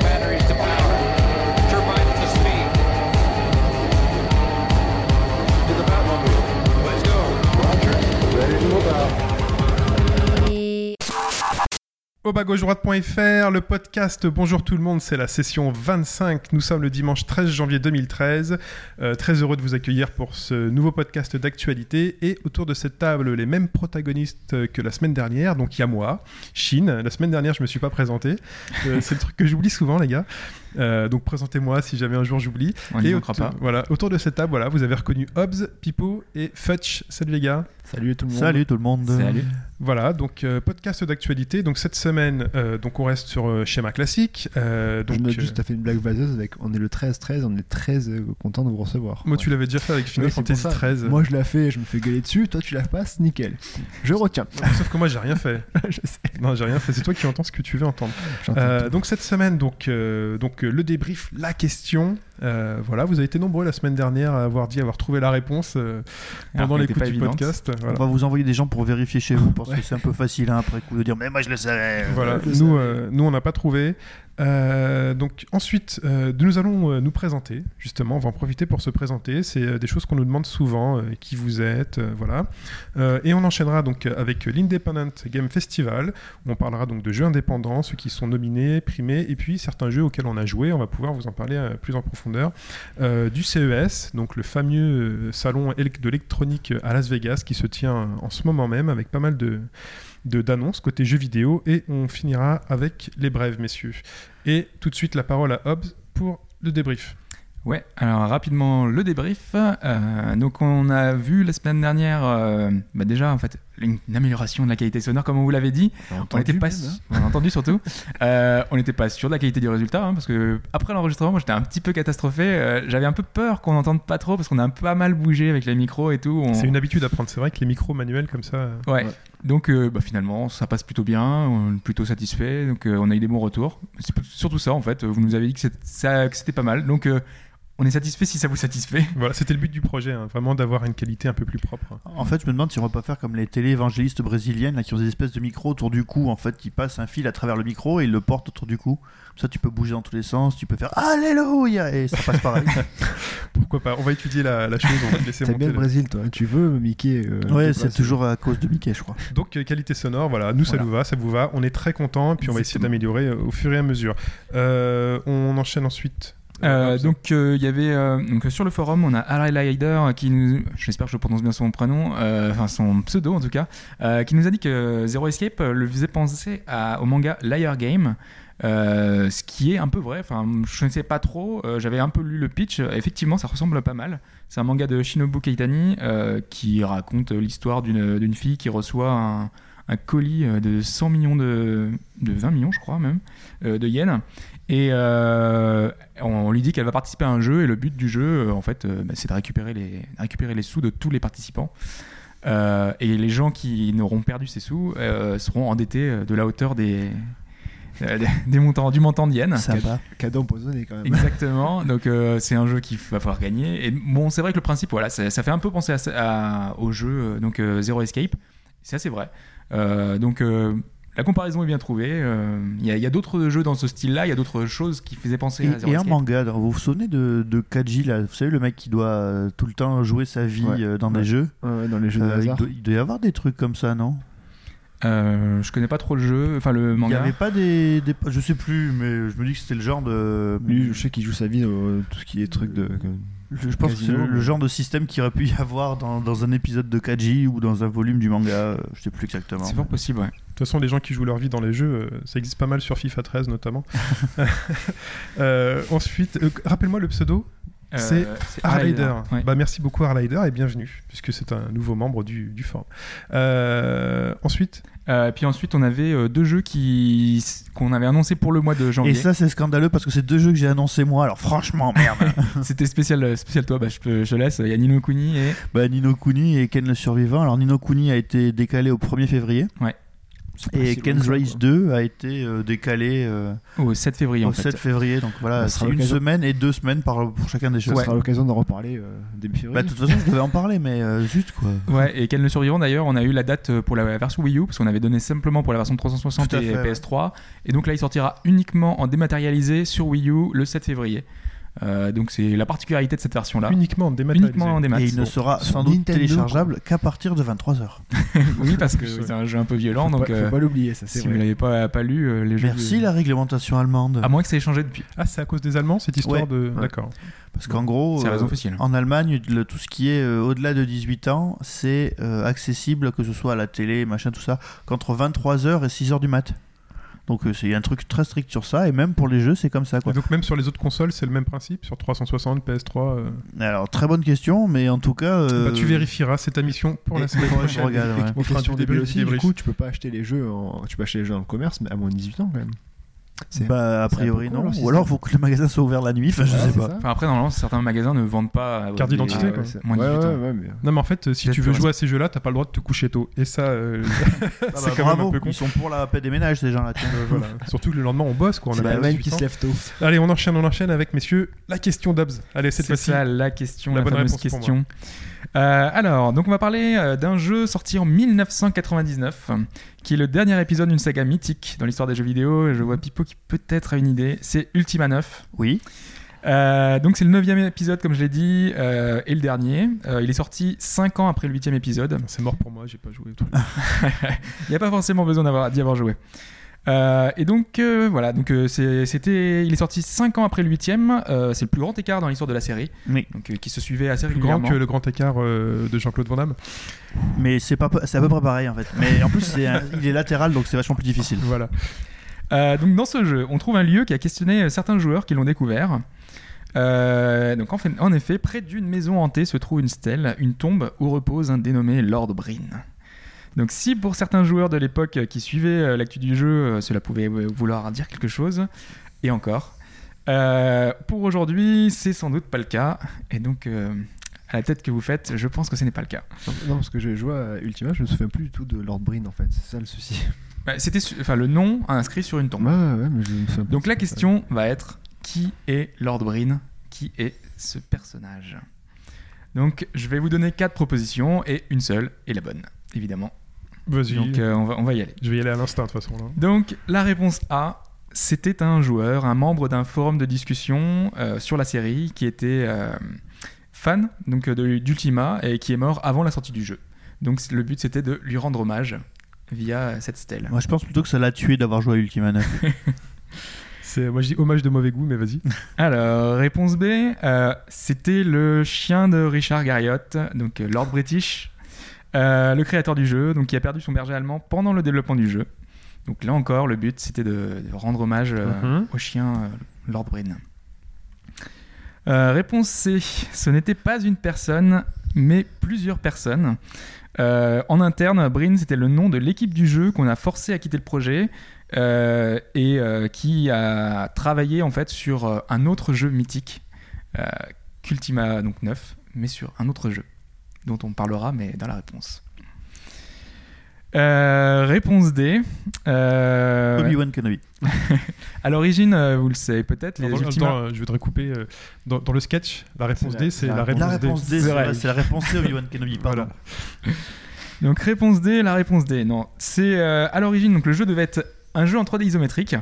batteries to power. Turbines to speed. To the Batmobile. Let's go. Au bas gauche droite.fr, le podcast Bonjour tout le monde, c'est la session 25. Nous sommes le dimanche 13 janvier 2013. Euh, très heureux de vous accueillir pour ce nouveau podcast d'actualité. Et autour de cette table, les mêmes protagonistes que la semaine dernière. Donc il y a moi, Chine. La semaine dernière, je me suis pas présenté. Euh, c'est le truc que j'oublie souvent, les gars. Euh, donc présentez-moi si jamais un jour j'oublie. On n'y autour, manquera pas. Voilà, autour de cette table, voilà, vous avez reconnu Hobbs, Pipo et Futch. Salut les gars. Salut tout le monde. Salut tout le monde. Salut. Voilà, donc euh, podcast d'actualité. Donc cette semaine, euh, donc on reste sur euh, schéma classique. Euh, donc, je note euh, juste, t'as fait une blague vaseuse avec on est le 13-13, on est très euh, content de vous recevoir. moi, tu l'avais déjà fait avec Final Ouais, c'est pour Fantasy ça. XIII. Moi je la fais, je me fais gueuler dessus, toi tu la passes, nickel. Je retiens. Sauf que moi, j'ai rien fait. je sais. Non, j'ai rien fait. C'est toi qui entends ce que tu veux entendre. J'entends Euh, tout. donc cette semaine, donc, euh, donc euh, le débrief, la question. Euh, voilà, vous avez été nombreux la semaine dernière à avoir dit avoir trouvé la réponse euh, Alors pendant qu'elle l'écoute était pas du évidente. podcast. On Voilà. va vous envoyer des gens pour vérifier chez vous parce que c'est un peu facile hein, après coup de dire mais moi je le savais. Voilà, Je nous, euh, nous on n'a pas trouvé. Euh, donc ensuite, euh, nous allons euh, nous présenter. Justement, on va en profiter pour se présenter. C'est euh, des choses qu'on nous demande souvent. euh, qui vous êtes, euh, voilà. Euh, et on enchaînera donc euh, avec l'Independent Game Festival où on parlera donc de jeux indépendants, ceux qui sont nominés, primés, et puis certains jeux auxquels on a joué. On va pouvoir vous en parler euh, plus en profondeur. Euh, du CES, donc le fameux euh, salon éle- de l'électronique euh, à Las Vegas qui se tient euh, en ce moment même avec pas mal de, de- d'annonces côté jeux vidéo et on finira avec les brèves, messieurs. Et tout de suite, la parole à Hobbs pour le débrief. Ouais, alors rapidement le débrief. Euh, donc on a vu la semaine dernière, euh, bah déjà en fait, une, une amélioration de la qualité sonore, comme on vous l'avait dit. On n'était pas, même, hein. on a entendu surtout. Euh, on n'était pas sûr de la qualité du résultat, hein, parce que après l'enregistrement, moi j'étais un petit peu catastrophé. Euh, J'avais un peu peur qu'on n'entende pas trop, parce qu'on a un peu pas mal bougé avec les micros et tout. On- C'est une habitude à prendre. C'est vrai que les micros manuels comme ça. euh, Ouais. Ouais. Donc euh, bah, finalement, ça passe plutôt bien, on est plutôt satisfait, donc euh, on a eu des bons retours. C'est p- surtout ça en fait, vous nous avez dit que c'est- ça- que c'était pas mal, donc euh, on est satisfait si ça vous satisfait. Voilà, c'était le but du projet, hein, vraiment d'avoir une qualité un peu plus propre. En fait, je me demande si on va pas faire comme les téléévangélistes brésiliennes là, qui ont des espèces de micros autour du cou, en fait, qui passent un fil à travers le micro et ils le portent autour du cou. Comme ça, tu peux bouger dans tous les sens, tu peux faire Alléluia et ça passe pareil. Pourquoi pas On va étudier la, la chose, on va te laisser T'aimes monter. bien le là. Brésil toi, hein. tu veux Mickey euh, ouais, te c'est placer. toujours à cause de Mickey, je crois. Donc euh, qualité sonore, voilà, nous ça Voilà. nous va, ça vous va, on est très content, puis on va essayer Exactement. d'améliorer euh, au fur et à mesure. Euh, on enchaîne ensuite. Euh, Hobbs. donc euh, il y avait euh, donc, sur le forum on a Harry Leider qui nous j'espère que je prononce bien son prénom euh, enfin son pseudo en tout cas euh, qui nous a dit que Zero Escape euh, le faisait penser à- au manga Liar Game euh, ce qui est un peu vrai enfin je ne sais pas trop euh, j'avais un peu lu le pitch Euh, effectivement ça ressemble pas mal c'est un manga de Shinobu Keitani euh, qui raconte euh, l'histoire d'une d'une fille qui reçoit un, un colis euh, de 100 millions de de 20 millions je crois même euh, de yens et euh, on lui dit qu'elle va participer à un jeu et le but du jeu, euh, en fait, euh, bah, c'est de récupérer les, de récupérer les sous de tous les participants. Euh, et les gens qui n'auront perdu ces sous euh, seront endettés euh, de la hauteur des, euh, des- des montants, du montant de yens. Sympa. Cadeau empoisonné quand même. Exactement. Donc euh, c'est un jeu qu'il va falloir gagner. Et bon, c'est vrai que le principe, voilà, ça, ça fait un peu penser à, ça- à- au jeu euh, donc euh, Zero Escape. Ça c'est vrai. Euh, donc euh, la comparaison est bien trouvée. Euh, Il y a, il y a d'autres jeux dans ce style-là. Il y a d'autres choses qui faisaient penser Et, à Zero et un Escape. manga, alors, vous vous souvenez de, de Kaji, là, vous savez, le mec qui doit euh, tout le temps jouer sa vie Ouais. euh, dans Ouais. des jeux Ouais, dans les jeux de Euh, il hasard. doit- il doit y avoir des trucs comme ça, non Euh, je connais pas trop le jeu, enfin le Il n'y manga. avait pas des, des- Je sais plus, mais je me dis que c'était le genre de. Lui, je sais qu'il joue sa vie dans euh, tout ce qui est truc de. comme- Je, je pense que c'est Casino, le, le mais- genre de système qu'il aurait pu y avoir dans, dans un épisode de Kaji ou dans un volume du manga, euh, je sais plus exactement. C'est fort possible, ouais. De toute façon, les gens qui jouent leur vie dans les jeux, euh, ça existe pas mal sur FIFA 13 notamment. Euh, ensuite, euh, rappelle-moi le pseudo. Euh, C'est Harlider. ouais. Bah, merci beaucoup Harlider et bienvenue, puisque c'est un nouveau membre du, du forum. Euh, ensuite, Euh, puis ensuite, on avait euh, deux jeux qui qu'on avait annoncé pour le mois de janvier. Et ça, c'est scandaleux parce que c'est deux jeux que j'ai annoncés moi, alors franchement, merde. C'était spécial, euh, spécial toi. Bah, je, peux- je laisse. Il y a Nino Kuni et bah, Nino Kuni et Ken le survivant. Alors, Nino Kuni a été décalé au 1er février. Ouais. c'est pas Et si long que Ken's ça, Race quoi. 2 a été euh, décalé euh, Au 7 oh, février, en au fait. 7 février. Donc voilà, Bah, ce c'est sera une l'occasion. semaine et deux semaines par, pour chacun des Ça jeux. sera l'occasion d'en reparler euh, début Bah, février. de toute façon, je devais en parler, mais euh, juste quoi. Ouais, et Ken le Survivant, d'ailleurs, on a eu la date euh, pour la version Wii U, parce qu'on avait donné simplement pour la version 360 Tout à et fait, ouais. PS3. Et donc là, il sortira uniquement en dématérialisé sur Wii U le 7 février. Euh, donc c'est la particularité de cette version-là. Uniquement en dématérialisé. Ah. Uniquement en démat. Et il ne sera sans doute Nintendo, téléchargeable qu'à partir de 23h. Oui, parce que Plus, ouais. c'est un jeu un peu violent, donc faut pas, euh, faut pas l'oublier, ça c'est si vous vrai. l'avez pas, pas lu, euh, les jeux. Merci la réglementation allemande. À moins que ça ait changé depuis. Ah, c'est à cause des Allemands cette histoire Ouais. de. Ouais. D'accord. Parce qu'en gros, C'est la euh, raison officielle. en Allemagne, le- tout ce qui est euh, au-delà de 18 ans, c'est euh, accessible, que ce soit à la télé, machin, tout ça, qu'entre 23h et 6h du mat. Donc euh, c'est un truc très strict sur ça, et même pour les jeux, c'est comme ça. Et Quoi. donc même sur les autres consoles, c'est le même principe sur 360, PS3. euh. Alors, très bonne question, mais en tout cas... euh, Bah, tu vérifieras, c'est ta mission pour la et- semaine faudrait que je prochaine. regarde, Et ouais. qu'on Bon, fera un question petit début débrief- aussi, du débrief. coup, tu peux pas acheter les jeux, en... tu peux acheter les jeux dans le commerce, mais à moins de 18 ans quand même. C'est- Bah, a c'est un peu priori con, non. leur Ou système. alors, faut que le magasin soit ouvert la nuit, enfin, je Ouais, sais c'est pas. ça. Enfin, après, normalement, certains magasins ne vendent pas. euh, Carte des- d'identité, euh, quoi. c'est- Moins de ouais, 18 ouais, ans. ouais, mais- Non, mais en fait, euh, si Peut-être tu veux que- jouer à ces jeux-là, t'as pas le droit de te coucher tôt. Et ça, euh, Ah c'est bah, quand même bravo, un peu con. ils sont pour la paix des ménages, ces gens-là. tiens. euh, Voilà. Surtout que le lendemain, on bosse, quoi. On C'est a la pas même 18 qui ans. Ah se lève tôt. Allez, on enchaîne, on enchaîne avec, messieurs, la question d'Abs. Allez, cette C'est fois-ci. ça la question, La la, bonne fameuse réponse pour question. Euh, alors, donc on va parler euh, d'un jeu sorti en 1999, euh, qui est le dernier épisode d'une saga mythique dans l'histoire des jeux vidéo. Et Je vois Pipo qui peut-être a une idée. C'est Ultima 9. Oui. Euh, donc c'est le neuvième épisode, comme je l'ai dit, euh, et le dernier. Euh, il est sorti 5 ans après le huitième épisode. C'est mort pour moi, j'ai pas joué au truc. Il n'y a pas forcément besoin d'avoir, d'y avoir joué. Euh, et donc euh, voilà, donc euh, c'est- c'était, il est sorti 5 ans après le huitième. Euh, c'est le plus grand écart dans l'histoire de la série, Oui. donc euh, qui se suivait assez Plus grand régulièrement. que le grand écart euh, de Jean-Claude Van Damme. Mais c'est pas, c'est à peu près pareil en fait. Mais en plus, c'est un- il est latéral, donc c'est vachement plus difficile. Voilà. Euh, donc dans ce jeu, on trouve un lieu qui a questionné euh, certains joueurs qui l'ont découvert. Euh, donc en, fait- en effet, près d'une maison hantée se trouve une stèle, une tombe où repose un dénommé Lord Bryn. Donc si pour certains joueurs de l'époque euh, qui suivaient euh, l'actu du jeu, euh, cela pouvait euh, vouloir dire quelque chose, et encore, euh, pour aujourd'hui, c'est sans doute pas le cas. Et donc euh, à la tête que vous faites, je pense que ce n'est pas le cas. Non, parce que j'ai joué à Ultima, je me souviens plus du tout de Lord Breen en fait, c'est ça le souci. Bah, C'était su- enfin le nom inscrit sur une tombe. Ouais, ouais, mais je me souviens pas Donc de la ça. question va être qui est Lord Bryn Qui est ce personnage Donc je vais vous donner quatre propositions et une seule est la bonne, évidemment. Vas-y. Donc euh, on, va, on va y aller. Je vais y aller à l'instinct, de toute façon. Là. Donc la réponse A, c'était un joueur, un membre d'un forum de discussion euh, sur la série qui était euh, fan donc euh, de- d'Ultima et qui est mort avant la sortie du jeu. Donc c- le but c'était de lui rendre hommage via euh, cette stèle. Moi, je pense plutôt que ça l'a tué d'avoir joué à Ultima 9. C'est, moi, je dis hommage de mauvais goût, mais vas-y. Alors, réponse B, euh, c'était le chien de Richard Garriott, donc euh, Lord British, euh, le créateur du jeu, donc qui a perdu son berger allemand pendant le développement du jeu. Donc là encore, le but c'était de, de rendre hommage euh, Mhm. au chien euh, Lord Bryn. Euh, réponse C, ce n'était pas une personne, mais plusieurs personnes. Euh, en interne, Bryn, c'était le nom de l'équipe du jeu qu'on a forcé à quitter le projet euh, et euh, qui a travaillé en fait sur euh, un autre jeu mythique, euh, Cultima donc 9, mais sur un autre jeu dont on parlera mais dans la réponse. Euh, réponse D. Euh, Obi-Wan Kenobi. à l'origine, euh, vous le savez peut-être, les Dans- dans- Ultima- euh, je voudrais couper. euh, dans, dans le sketch, la réponse C'est la- D, c'est la, réponse, La réponse D, C'est c'est vrai. vrai, c'est la réponse C, Obi-Wan Kenobi. Pardon. Voilà. Donc réponse D, la réponse D. Non, c'est euh, à l'origine. Donc le jeu devait être un jeu en 3D isométrique.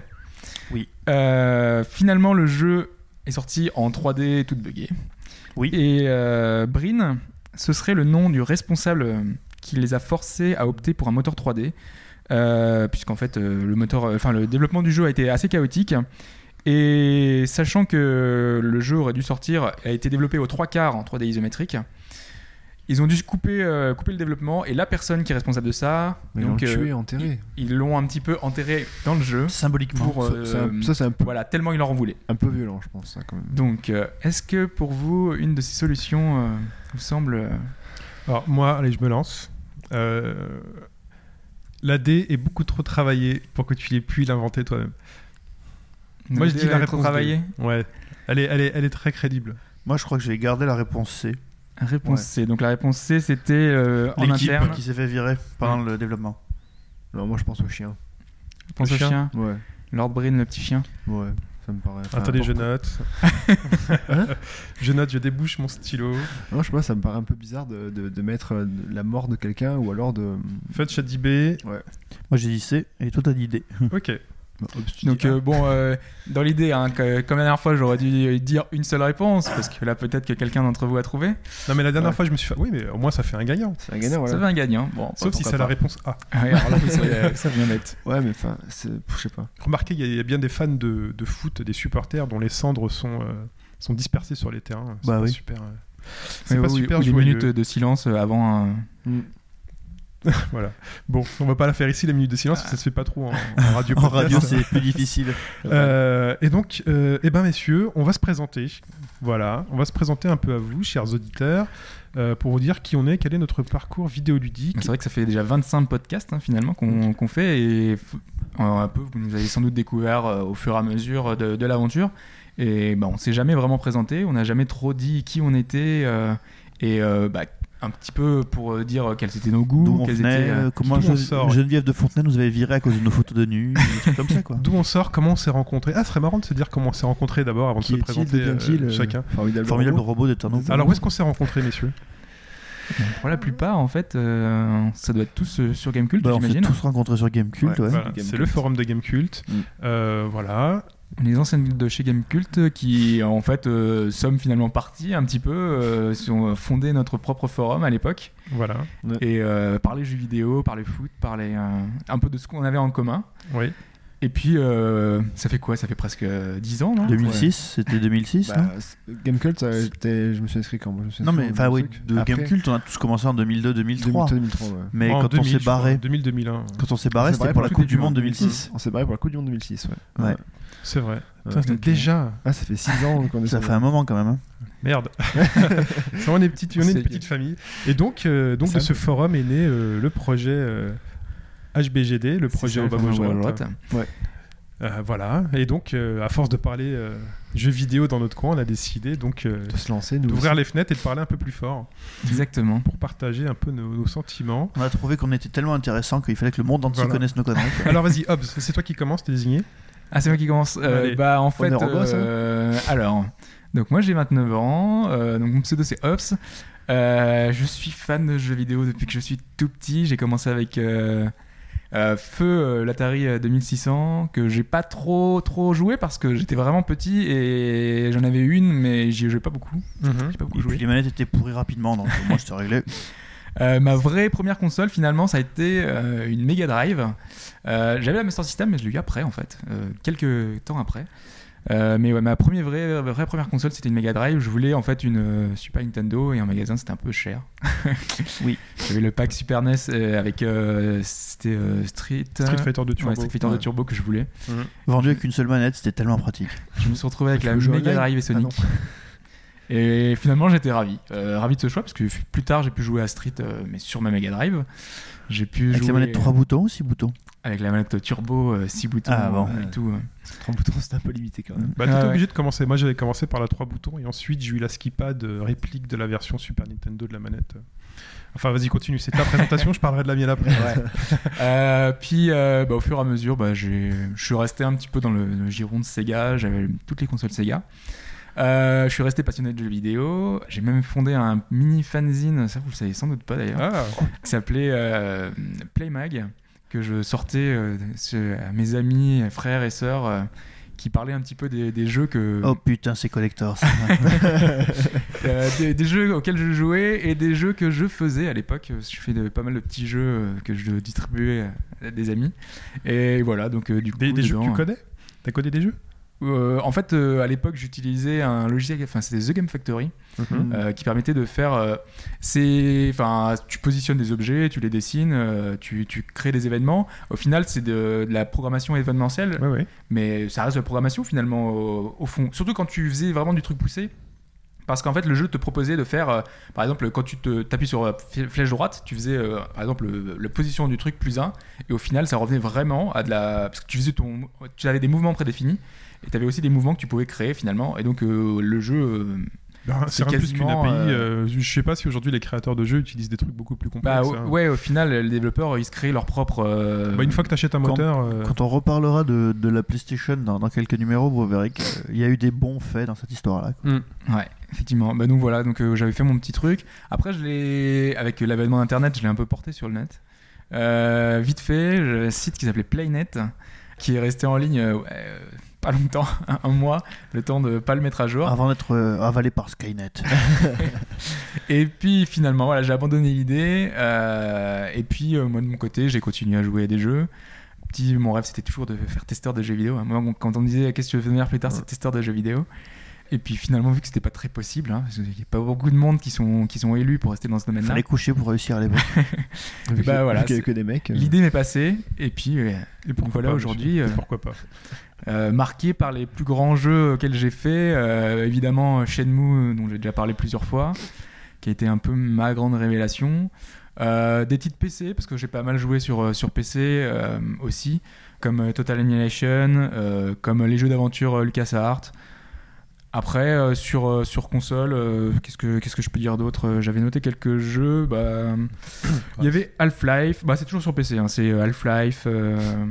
Oui. Euh, finalement, le jeu est sorti en 3D tout buggé. Oui. Et euh, Brin, ce serait le nom du responsable euh, qui les a forcés à opter pour un moteur 3D, euh, puisqu'en fait euh, le moteur, euh, enfin le développement du jeu a été assez chaotique. Et sachant que le jeu aurait dû sortir, a été développé aux trois quarts en 3D isométrique, ils ont dû couper, euh, couper le développement et la personne qui est responsable de ça, Mais ils l'ont donc euh, tué, enterré. ils l'ont un petit peu enterré dans le jeu Symboliquement. pour Ça- c'est euh, un- Ça, c'est un peu- voilà tellement il en voulait. un peu violent, je pense, ça, quand même. Donc euh, est-ce que pour vous une de ces solutions euh, vous semble euh, Alors, moi, allez, je me lance. Euh, la D est beaucoup trop travaillée pour que tu l'aies pu l'inventer toi-même. Moi, je dis la être réponse D. travaillée Ouais. Elle est, elle, est, elle est très crédible. Moi, je crois que je vais garder la réponse C. Réponse Ouais. C. Donc la réponse C, c'était euh, en L'équipe interne. qui s'est fait virer pendant le développement. Non, moi je pense au chien. Pense Le au chien. chien. Ouais, Lord Breen, le petit chien. ouais, ça me Ah, paraît. enfin, Ah, Attendez, Ah, pour- je note. je note, je débouche mon stylo. Non, je sais pas, ça me paraît un peu bizarre de, de- de mettre euh, de- la mort de quelqu'un ou alors de. euh, Fudge a dit B. Moi j'ai dit C et toi t'as dit D. Ok. Donc euh, bon, euh, dans l'idée, hein, que- comme la dernière fois, j'aurais dû dire une seule réponse, parce que là, peut-être que quelqu'un d'entre vous a trouvé. Non, mais la dernière Ouais. fois, je me suis fait. Oui, mais au moins, ça fait un gagnant. C'est un gagnant, Ça voilà. fait un gagnant. Bon, Sauf si c'est pourquoi pas. la réponse A. Ouais, alors là, oui, c'est- ça vient bête. Ouais, mais enfin, c'est- je sais pas. Remarquez, il y a- il y, a bien des fans de, de foot, des supporters dont les cendres sont, euh, sont dispersées sur les terrains. C'est Bah pas oui. super. euh, C'est Oui, pas oui, super ou des joyeux. minutes euh, de silence avant un... Voilà. Bon, on va pas la faire ici, la minute de silence, parce que ça se fait pas trop en, en radio. En podcast. radio c'est plus difficile. Euh, et donc, euh, eh ben messieurs, on va se présenter. Voilà, on va se présenter un peu à vous, chers auditeurs, euh, pour vous dire qui on est, quel est notre parcours C'est vidéoludique. vrai que ça fait déjà 25 podcasts hein, finalement qu'on qu'on fait et f- euh, un peu vous nous avez sans doute découvert euh, au fur et à mesure de, de l'aventure et bah, on s'est jamais vraiment présenté, on n'a jamais trop dit qui on était euh, et euh, bah, un petit peu pour euh, dire quels étaient nos goûts, D'où on quels venait, étaient, euh, euh, comment d'où on Je- sort. Geneviève de Fontenay nous avait viré à cause de nos photos de nu, des trucs comme ça quoi. D'où on sort, comment on s'est rencontrés. Ah, ce serait marrant de se dire comment on s'est rencontrés d'abord avant Qui de se est-il, présenter euh, devient-il, euh, chacun. Formidable. Formidable robot. robot de Turnover. Alors, où est-ce qu'on s'est rencontrés, messieurs pour la plupart en fait euh, ça doit être tous euh, sur Gamecult Bah, on s'est j'imagine. tous rencontrés sur Gamecult, Ouais. ouais. Voilà, Game C'est Cult. le forum de Gamecult. Mm. Euh, voilà. Les anciennes de chez Gamecult euh, qui en fait euh, sommes finalement partis un petit peu, euh, si on fondé notre propre forum à l'époque. Voilà. et euh, par les jeux vidéo, par le foot, par les, euh, un peu de ce qu'on avait en commun. Oui. Et puis, euh, ça fait quoi Ça fait presque euh, 10 ans, non 2006, c'était 2006 non Bah, c'est- Gamecult, ça, j'étais- je me suis inscrit quand moi, je me suis Non inscrit mais en enfin oui, 2005. de Après, Gamecult on a tous commencé en 2002-2003. 2003, ouais. Mais En quand on 2000, s'est je crois, barré, 2000-2001. quand on s'est barré On s'est barré Bah c'était pour pour la la Coupe Coupe du du Monde Monde 2006. On s'est barré pour la Coupe du Monde 2006, ouais. Ouais. C'est vrai. Euh, Ouais. Putain, c'était Ok. Déjà. Ah, ça fait 6 ans qu'on est Ça sur- fait un moment quand même. hein. Merde. Ça, on est petite, on est C'est- une petite famille. Et donc, euh, donc Ça de ce forum est né euh, le projet euh, HBGD, le projet Obama Obama World. Droite. Euh, voilà. Et donc, euh, à force de parler euh, jeux vidéo dans notre coin, on a décidé donc euh, de se lancer, nous. d'ouvrir les fenêtres et de parler un peu plus fort Exactement. pour partager un peu nos, nos sentiments. On a trouvé qu'on était tellement intéressant qu'il fallait que le monde entier Voilà. connaisse nos conneries. Alors, vas-y, Hobbs, c'est toi qui commence, t'es désigné. Ah, c'est moi qui commence. Euh, Allez. bah, en fait, est robot, ça euh, alors, donc moi j'ai 29 ans, euh, donc mon pseudo c'est Ops. Euh, je suis fan de jeux vidéo depuis que je suis tout petit. J'ai commencé avec euh, euh, Feu, euh, l'Atari euh, 2600, que j'ai pas trop trop joué parce que j'étais vraiment petit et j'en avais une, mais j'y jouais pas beaucoup. J'ai pas beaucoup Et puis joué. les manettes étaient pourries rapidement, donc moi c'était réglé. Euh, ma vraie première console, finalement, ça a été euh, une Mega Drive. Euh, J'avais la Master System, mais je l'ai eu après, en fait, euh, quelques temps après. Euh, mais ouais, ma première vraie, vraie première console, c'était une Mega Drive. Je voulais en fait une euh, Super Nintendo et en magasin, c'était un peu cher. Oui. J'avais le pack Super NES euh, avec euh, c'était euh, Street Street Fighter 2 Turbo. Ouais, Street Fighter Ouais. de Turbo que je voulais. Vendu avec une seule manette, c'était tellement pratique. Je me suis retrouvé avec Tu la veux jouer Mega online Drive et Ah non. Sonic. et finalement, j'étais ravi. Euh, ravi de ce choix, parce que f- plus tard, j'ai pu jouer à Street, euh, mais sur ma Mega Drive. J'ai pu Avec jouer euh, la manette 3 boutons ou 6 boutons avec la manette turbo, 6 boutons Ah, bon. euh, et tout. euh. Trente boutons, c'est un peu limité quand même. Bah, t'étais Ah ouais. obligé de commencer. Moi, j'avais commencé par la 3 boutons et ensuite, j'ai eu la skipad euh, réplique de la version Super Nintendo de la manette. Enfin, vas-y, continue. C'est ta présentation, je parlerai de la mienne après. Euh, puis, euh, bah, au fur et à mesure, bah, j'ai- je suis resté un petit peu dans le, le giron de Sega. J'avais toutes les consoles Sega. Euh, je suis resté passionné de jeux vidéo. J'ai même fondé un mini fanzine, ça vous le savez sans doute pas d'ailleurs, Ah, qui s'appelait euh, Playmag, que je sortais euh, ce- à mes amis, frères et sœurs, euh, qui parlaient un petit peu des, des jeux que, Oh putain, c'est collector ça. Euh, des, des jeux auxquels je jouais et des jeux que je faisais à l'époque. Je fais de- pas mal de petits jeux euh, que je distribuais à des amis. Et voilà, donc euh, du coup. des, des jeux que dedans, tu connais T'as codé des jeux euh, En fait, euh, à l'époque, j'utilisais un logiciel, enfin, c'était The Game Factory, Mm-hmm. euh, qui permettait de faire. euh, c'est- Enfin, tu positionnes des objets, tu les dessines, euh, tu, tu crées des événements. Au final, c'est de, de la programmation événementielle, Ouais, ouais. mais ça reste de la programmation finalement au, au fond. Surtout quand tu faisais vraiment du truc poussé. Parce qu'en fait, le jeu te proposait de faire, euh, par exemple, quand tu te- t'appuies sur euh, flè- flèche droite, tu faisais, euh, par exemple, le- la position du truc plus 1, et au final, ça revenait vraiment à de la. Parce que tu faisais ton. Tu avais des mouvements prédéfinis, et tu avais aussi des mouvements que tu pouvais créer finalement, et donc euh, le jeu euh, Ben, C'est c'est rien plus qu'une quasiment, API. euh, euh, je sais pas si aujourd'hui les créateurs de jeux utilisent des trucs beaucoup plus Bah complexes. o- hein. ouais, au final, les développeurs, ils se créent leur propre. euh, Bah, une fois que t'achètes un Quand- moteur, euh, Quand on reparlera de, de la PlayStation dans, dans quelques numéros, vous verrez qu'il y a eu des bons faits dans cette histoire-là. Ouais, effectivement. Bah donc voilà, donc euh, j'avais fait mon petit truc. Après, je l'ai avec l'avènement d'Internet, je l'ai un peu porté sur le net. Euh, vite fait, j'ai un site qui s'appelait Playnet, qui est resté en ligne euh, ouais, euh, pas longtemps, un mois, le temps de pas le mettre à jour. Avant d'être euh, avalé par Skynet. Et puis finalement, voilà, j'ai abandonné l'idée. euh, et puis euh, moi de mon côté, j'ai continué à jouer à des jeux. Petit, mon rêve, c'était toujours de faire testeur de jeux vidéo. hein. Moi, on- quand on me disait qu'est-ce que tu veux devenir plus tard, c'est testeur de jeux vidéo. Et puis finalement, vu que c'était pas très possible, hein, parce qu'il n'y a pas beaucoup de monde qui sont, qui sont élus pour rester dans ce Il domaine-là, fallait coucher pour réussir à l'époque. Vu Bah qu'il- voilà, vu qu'il y avait c'est- que des mecs. euh, l'idée m'est passée. Et puis euh, et pourquoi voilà, pas, aujourd'hui, monsieur. euh, Et pourquoi pas euh, marqué par les plus grands jeux auxquels j'ai fait. euh, évidemment, Shenmue, dont j'ai déjà parlé plusieurs fois, qui a été un peu ma grande révélation. Euh, des titres PC, parce que j'ai pas mal joué sur, euh, sur PC euh, aussi, comme euh, Total Annihilation, euh, comme les jeux d'aventure euh, LucasArts. Après, euh, sur, euh, sur console, euh, qu'est-ce que qu'est-ce que je peux dire d'autre Euh, J'avais noté quelques jeux. Bah, il y avait Half-Life, bah, c'est toujours sur PC, hein, c'est euh, Half-Life, euh,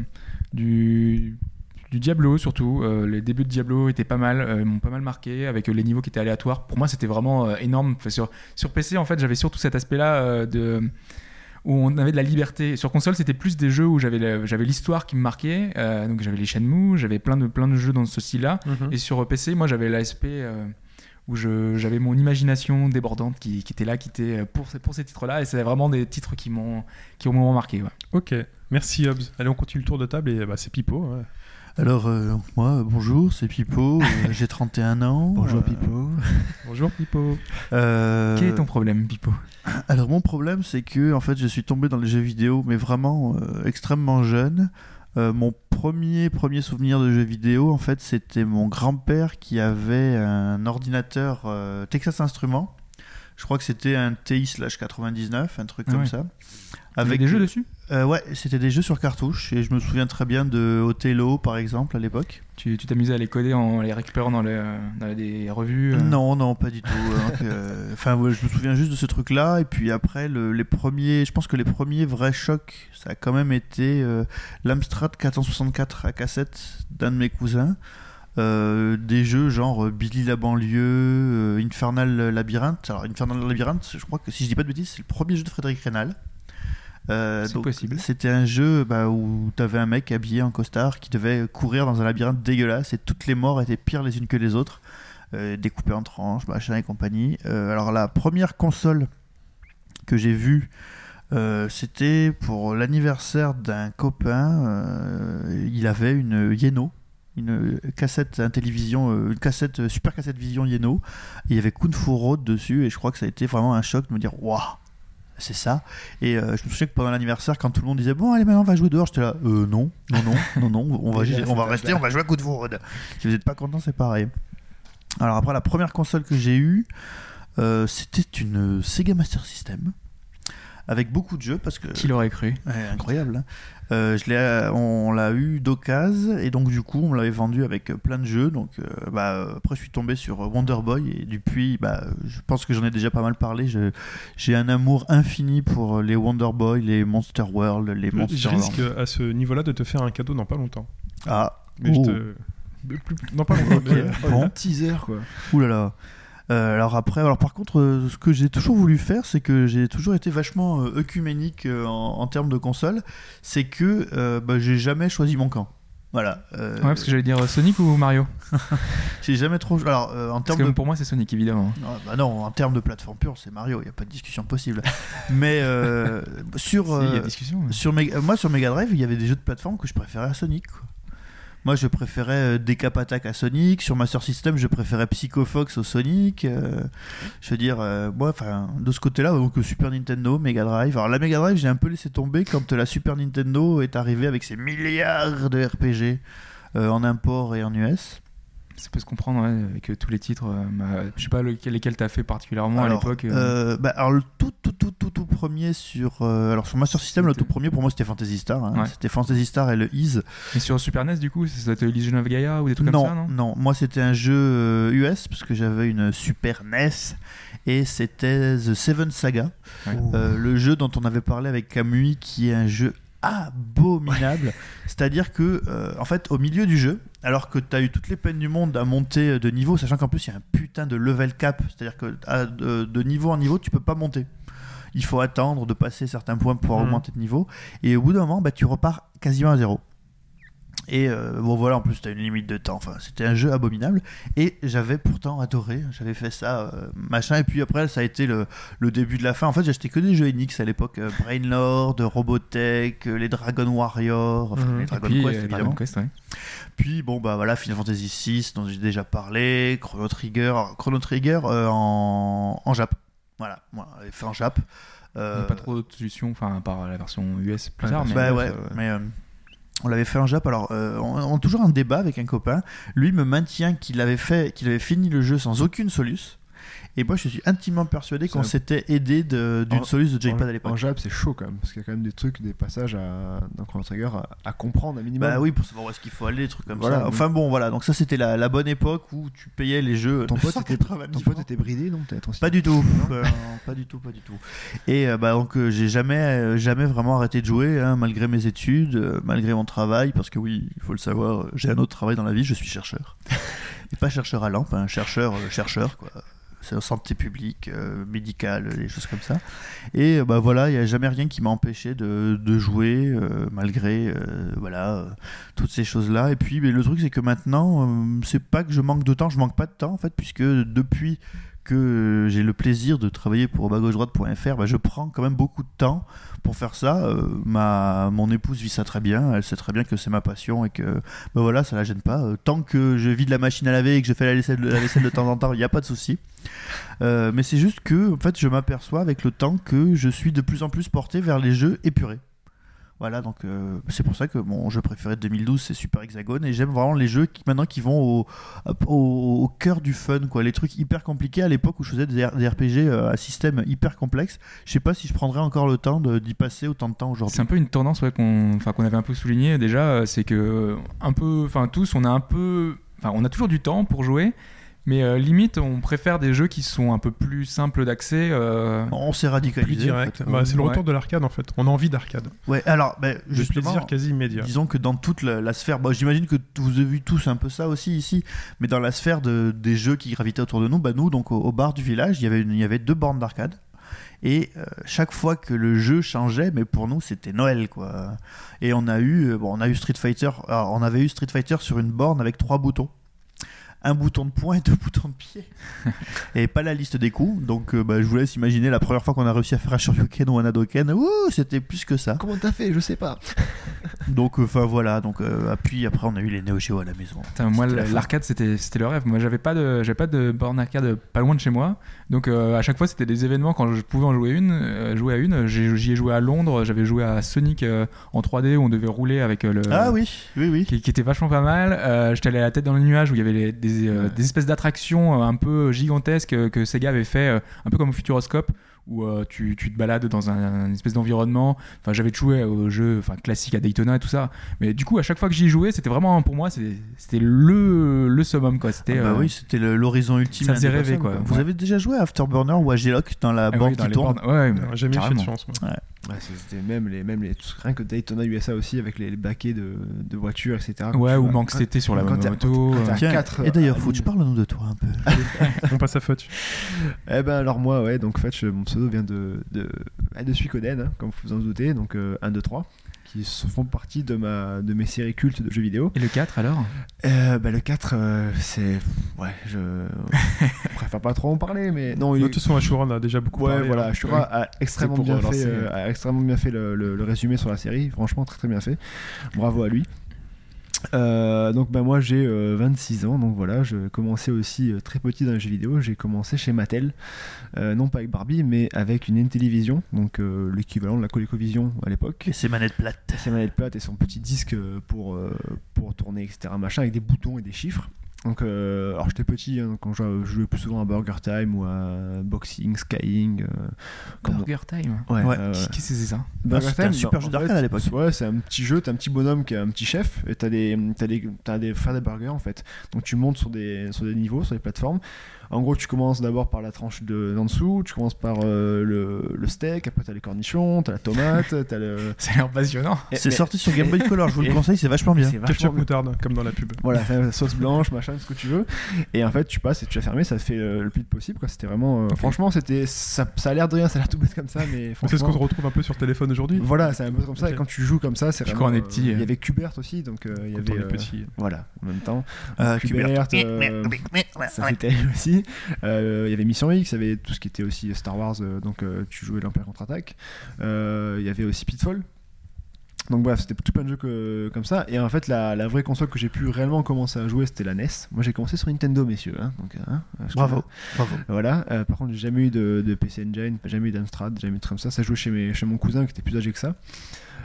du, du Diablo surtout. Euh, les débuts de Diablo étaient pas mal, euh, m'ont pas mal marqué avec euh, les niveaux qui étaient aléatoires. Pour moi, c'était vraiment euh, énorme. Enfin, sur, sur PC, en fait, j'avais surtout cet aspect-là euh, de où on avait de la liberté. Sur console, c'était plus des jeux où j'avais la- j'avais l'histoire qui me marquait. Euh, donc j'avais les Shenmue, j'avais plein de plein de jeux dans ce style-là. Et sur PC, moi j'avais l'ASP euh, où je- j'avais mon imagination débordante qui, qui était là, qui était euh, pour, ces- pour ces titres-là. Et c'est vraiment des titres qui m'ont qui m'ont marqué. ouais. Ok, merci Hobbs. Allez, on continue le tour de table et bah, c'est Pipo. ouais. Alors, euh, moi, euh, bonjour, c'est Pipo, euh, j'ai 31 ans. Bonjour euh, Pipo. Bonjour Pipo. euh, Quel est ton problème, Pipo Alors, mon problème, c'est que en fait, je suis tombé dans les jeux vidéo, mais vraiment euh, extrêmement jeune. Euh, mon premier, premier souvenir de jeux vidéo, en fait, c'était mon grand-père qui avait un ordinateur euh, Texas Instruments. Je crois que c'était un TI-99, un truc Ah comme ouais. ça. Avec des jeux dessus Euh, ouais, c'était des jeux sur cartouche et je me souviens très bien de Othello par exemple à l'époque. Tu tu t'amusais à les coder en les récupérant dans, le, dans des revues euh, Non, non, pas du tout. hein, que- euh, Enfin, ouais, je me souviens juste de ce truc-là et puis après le- les premiers, je pense que les premiers vrais chocs, ça a quand même été euh, l'Amstrad 464 à cassette d'un de mes cousins. Euh, des jeux genre euh, Billy la banlieue, euh, Infernal Labyrinthe. Alors Infernal Labyrinthe, je crois que si je dis pas de bêtises, c'est le premier jeu de Frédéric Rénal. Euh, C'est donc, possible. C'était un jeu bah, où t'avais un mec habillé en costard qui devait courir dans un labyrinthe dégueulasse et toutes les morts étaient pires les unes que les autres, euh, découpées en tranches, machin et compagnie. Euh, alors la première console que j'ai vue euh, c'était pour l'anniversaire d'un copain. euh, il avait une Yeno, une euh, cassette, un télévision, euh, une cassette, euh, super cassette vision Yeno. Et il y avait Kung Fu Road dessus, et je crois que ça a été vraiment un choc de me dire waouh. C'est ça. Et euh, je me souviens que pendant l'anniversaire, quand tout le monde disait Bon, allez, maintenant on va jouer dehors, j'étais là Euh, non, non, non, non, non, on va, Déjà, on va c'est rester, on va jouer à Coup de Road. Si vous n'êtes pas content, c'est pareil. Alors, après, la première console que j'ai eue, euh, c'était une Sega Master System avec beaucoup de jeux parce que Qui l'aurait cru Ouais, incroyable. hein. Euh, je l'ai, euh, on l'a eu d'occasion et donc du coup on me l'avait vendu avec euh, plein de jeux. Donc euh, bah, euh, après je suis tombé sur euh, Wonder Boy et depuis bah, euh, je pense que j'en ai déjà pas mal parlé. Je- j'ai un amour infini pour euh, les Wonder Boy, les Monster World, les Monster Euh, Je Land. risque à ce niveau-là de te faire un cadeau dans pas longtemps. Ah, Mais oh. je te... mais plus- Non, pas longtemps. mais, euh, Ok. Oh, Bon. le teaser quoi. Ouh là là. Euh, alors après, alors par contre, euh, ce que j'ai toujours voulu faire, c'est que j'ai toujours été vachement euh, œcuménique euh, en, en termes de console, c'est que euh, bah, j'ai jamais choisi mon camp. Voilà. Euh, Ouais, parce que j'allais dire euh, Sonic ou Mario j'ai jamais trop. Alors euh, en Parce termes que de pour moi, c'est Sonic, évidemment. non, bah non, en termes de plateforme pure, c'est Mario. Il n'y a pas de discussion possible. Mais euh, sur Si, Il y a euh, discussion. mais- sur Meg- euh, moi sur Mega Drive, il y avait des jeux de plateforme que je préférais à Sonic. quoi. Moi, je préférais euh, Decap Attack à Sonic. Sur Master System, je préférais Psycho Fox au Sonic. euh, je veux dire, euh, moi, enfin, de ce côté-là, donc euh, Super Nintendo, Mega Drive. Alors la Mega Drive, j'ai un peu laissé tomber quand euh, la Super Nintendo est arrivée avec ses milliards de RPG euh, en import et en US. Ça peut se comprendre ouais, avec euh, tous les titres. euh, bah, je sais pas lequel- lesquels t'as fait particulièrement à Alors, l'époque. euh. euh, bah, alors le tout, tout, tout tout, tout, tout premier sur. euh, alors, sur Master System, le C'était- tout premier pour moi c'était Fantasy Star. hein. Ouais. C'était Fantasy Star et le Ease. Et sur Super NES, du coup, ça doit être Legion of Gaia ou des trucs non, comme ça, non moi c'était un jeu euh, US parce que j'avais une Super NES et c'était The Seven Saga, Ouais. Euh, le jeu dont on avait parlé avec Kamui qui est un jeu abominable. C'est-à-dire que, euh, en fait, au milieu du jeu, alors que tu as eu toutes les peines du monde à monter euh, de niveau, sachant qu'en plus il y a un putain de level cap, c'est-à-dire que à- de, de niveau en niveau, tu peux pas monter. Il faut attendre de passer certains points pour pouvoir Mhm. augmenter de niveau, et au bout d'un moment, bah, tu repars quasiment à zéro. Et euh, bon voilà, en plus t'as une limite de temps. Enfin, c'était un jeu abominable. Et j'avais pourtant adoré. J'avais fait ça, euh, machin. Et puis après, ça a été le, le début de la fin. En fait, j'achetais que des jeux Enix à l'époque. Euh, Brainlord, Robotech, euh, les Dragon Warrior, enfin, Mhm. les Et Dragon Puis, Quest euh, évidemment. Dragon Quest, ouais. Puis bon bah voilà Final Fantasy VI dont j'ai déjà parlé, Chrono Trigger, Alors, Chrono Trigger euh, en, en Jap. Voilà, voilà, fait en Jap. Il y Euh, a Pas trop d'autres solutions, enfin, à part la version US plus tard. bah mais- ouais, mais euh, on l'avait fait en Jap. Alors, euh, on, on a toujours un débat avec un copain. Lui me maintient qu'il avait fait, qu'il avait fini le jeu sans aucune soluce. Et moi, je suis intimement persuadé qu'on C'est s'était aidé de- d'une En- soluce de Joypad à En l'époque. Jap, c'est chaud quand même, parce qu'il y a quand même des trucs, des passages à, dans Chrono Trigger à, à comprendre un minimum. Bah oui, pour savoir où est-ce qu'il faut aller, des trucs comme Voilà, ça. donc- Enfin bon, voilà. Donc ça, c'était la, la bonne époque où tu payais les jeux. Ton pote, était, 190 ton francs. pote était bridé, non Peut-être aussi. Pas du tout. Euh, pas du tout, pas du tout. Et euh, bah, donc euh, j'ai jamais, euh, jamais vraiment arrêté de jouer, hein, malgré mes études, euh, malgré mon travail, parce que oui, il faut le savoir, euh, j'ai un autre travail dans la vie, je suis chercheur. Et pas chercheur à lampe, hein, chercheur, euh, chercheur, quoi. C'est en santé publique, euh, médicale, des choses comme ça. Et euh, bah voilà, il n'y a jamais rien qui m'a empêché de, de jouer, euh, malgré euh, voilà, euh, toutes ces choses-là. Et puis mais le truc, c'est que maintenant, euh, c'est pas que je manque de temps, je manque pas de temps, en fait, puisque depuis que euh, j'ai le plaisir de travailler pour bas-gauche-droite.fr, bah, je prends quand même beaucoup de temps pour faire ça. Euh, ma, mon épouse vit ça très bien, elle sait très bien que c'est ma passion et que bah, voilà, ça la gêne pas. Euh, tant que je vide la machine à laver et que je fais la vaisselle, la vaisselle de temps en temps, il n'y a pas de souci. Euh, mais c'est juste que en fait, je m'aperçois avec le temps que je suis de plus en plus porté vers les jeux épurés. Voilà, donc euh, c'est pour ça que mon jeu préféré de 2012 c'est Super Hexagone et j'aime vraiment les jeux qui maintenant qui vont au, hop, au, au cœur du fun, quoi. Les trucs hyper compliqués à l'époque où je faisais des, R- des RPG euh, à système hyper complexe. Je sais pas si je prendrais encore le temps de- d'y passer autant de temps aujourd'hui. C'est un peu une tendance ouais, qu'on enfin, qu'on avait un peu souligné déjà, euh, c'est que euh, un peu, enfin tous, on a un peu, enfin on a toujours du temps pour jouer, mais euh, limite on préfère des jeux qui sont un peu plus simples d'accès. euh, On s'est Plus radicalisé. direct. en fait. Bah, c'est le Ouais. retour de l'arcade en fait. On a envie d'arcade. Ouais, alors, ben, De justement, plaisir quasi immédiat. disons que dans toute la, la sphère, bah, j'imagine que t- vous avez vu tous un peu ça aussi ici, mais dans la sphère de- des jeux qui gravitaient autour de nous, bah, nous, donc au, au bar du village, il y avait, une- il y avait deux bornes d'arcade. Et euh, chaque fois que le jeu changeait, mais pour nous c'était Noël quoi. Et on a eu, euh, bon, on a eu Street Fighter, alors, on avait eu Street Fighter sur une borne avec trois boutons, un bouton de poing et deux boutons de pied, et pas la liste des coups. Donc euh, bah, je vous laisse imaginer la première fois qu'on a réussi à faire un Shoryuken ou un Hadoken, ouh, c'était plus que ça. Ah, Comment t'as fait Je sais pas. Donc, enfin voilà. Donc, euh, ah, puis après, on a eu les Neo Geo à la maison. putain, moi C'était la fin. l'arcade c'était c'était le rêve. Moi j'avais pas de j'avais pas de borne arcade euh, pas loin de chez moi, donc euh, à chaque fois c'était des événements quand je pouvais en jouer une, euh, jouer à une. J'ai- J'y ai joué à Londres, j'avais joué à Sonic euh, en 3D où on devait rouler avec euh, le Ah oui, oui, oui. qui, qui était vachement pas mal. Euh, J'étais allé à la tête dans les nuages où il y avait les- des, euh, Ouais. des espèces d'attractions euh, un peu gigantesques euh, que Sega avait fait, euh, un peu comme au Futuroscope, où euh, tu, tu te balades dans un, un espèce d'environnement. Enfin, j'avais joué au jeu enfin, classique à Daytona et tout ça. Mais du coup, à chaque fois que j'y jouais, c'était vraiment pour moi, c'est- c'était le, le summum quoi. C'était Ah bah euh, oui, c'était le- l'horizon ultime. ça faisait des rêver, personnes, quoi. Vous Ouais. avez déjà joué à Afterburner ou à G-Lock dans la ah oui, borne dans qui les tourne bornes. Ouais, mais Non, J'ai jamais eu carrément. cette chance. moi. Ouais, c'est- c'était même les, même les, tout- rien que Daytona USA aussi avec les, les baquets de, de voitures, Ouais, etc. Ah, Tu ou vois, manque quand- c'était sur la quand t'as- moto. quand euh, t'as- Tiens, quatre, et d'ailleurs, euh, Fouch, lignes. parle-nous de toi un peu. On passe à Fudge. Eh ben alors moi, ouais, donc Fetch, mon pseudo vient de, de, bah, de Suikoden, hein, comme vous vous en doutez, donc euh, 1, 2, 3, qui se font partie de, ma, de mes séries cultes de jeux vidéo. Et le 4 alors Euh, bah, le 4, euh, c'est... Ouais, je... je préfère pas trop en parler, mais... Non, il De est... toute façon, Ashura, on a déjà beaucoup Ouais, parlé. voilà, donc, Ashura euh, a extrêmement pour bien relancer, fait, euh, euh, a extrêmement bien fait le, le- le résumé sur la série. Franchement, très très bien fait. Bravo à lui. Euh, donc ben moi j'ai euh, 26 ans, donc voilà, je commençais aussi euh, très petit dans les jeux vidéo. J'ai commencé chez Mattel, euh, non pas avec Barbie, mais avec une Intellivision, donc euh, l'équivalent de la ColecoVision à l'époque. Et ses manettes plates. Sa manette plate et son petit disque euh, pour, euh, pour tourner, etc. Machin, avec des boutons et des chiffres. Donc, euh, alors j'étais petit, hein, quand je jouais plus souvent à Burger Time ou à Boxing, Skying. euh, comme- Burger Time. Ouais, Ouais. euh, Qu'est-ce que c'est ça Burger c'était un Time, bah, super jeu en d'arcade fait, à l'époque. Ouais, c'est un petit jeu, t'as un petit bonhomme qui est un petit chef, et t'as des, t'as des, t'as des, faire des burgers en fait. Donc tu montes sur des, sur des niveaux, sur des plateformes. En gros, tu commences d'abord par la tranche de, d'en dessous, tu commences par euh, le, le steak, après t'as les cornichons, t'as la tomate, t'as le. Ça a l'air passionnant. Eh, C'est mais- sorti sur Game Boy Color, je vous le conseille, c'est vachement bien. C'est vachement Ketchup bien. moutarde, comme dans la pub. Voilà, t'as la sauce blanche, machin, ce que tu veux. Et en fait, tu passes et tu as fermé, ça fait euh, le plus vite possible. quoi. C'était vraiment. euh, Franchement, c'était, ça, ça a l'air de rien, ça a l'air tout bête comme ça, mais C'est ce qu'on franchement. retrouve un peu sur téléphone aujourd'hui. Voilà, c'est un peu comme ça. Mm. Et Ok. quand tu joues comme ça, c'est Puis vraiment, quand on est euh, petit, euh, Il y avait Kubert aussi, donc euh, il y Quand on avait. est euh, petit. Voilà, en même temps. Euh, Kubert. Kubert, euh, ça c'était aussi. Euh, il y avait Mission X, il y avait tout ce qui était aussi Star Wars, euh, donc euh, tu jouais l'Empire contre-attaque. Euh, il y avait aussi Pitfall. Donc bref, c'était tout plein de jeux que- comme ça. Et en fait, la, la vraie console que j'ai pu réellement commencer à jouer, c'était la NES. Moi, j'ai commencé sur Nintendo, messieurs. hein, donc, hein, parce que- Bravo, bravo. voilà, euh, par contre, j'ai jamais eu de, de PC Engine, jamais eu d'Amstrad, jamais eu de trucs comme ça. Ça jouait chez, mes, chez mon cousin qui était plus âgé que ça.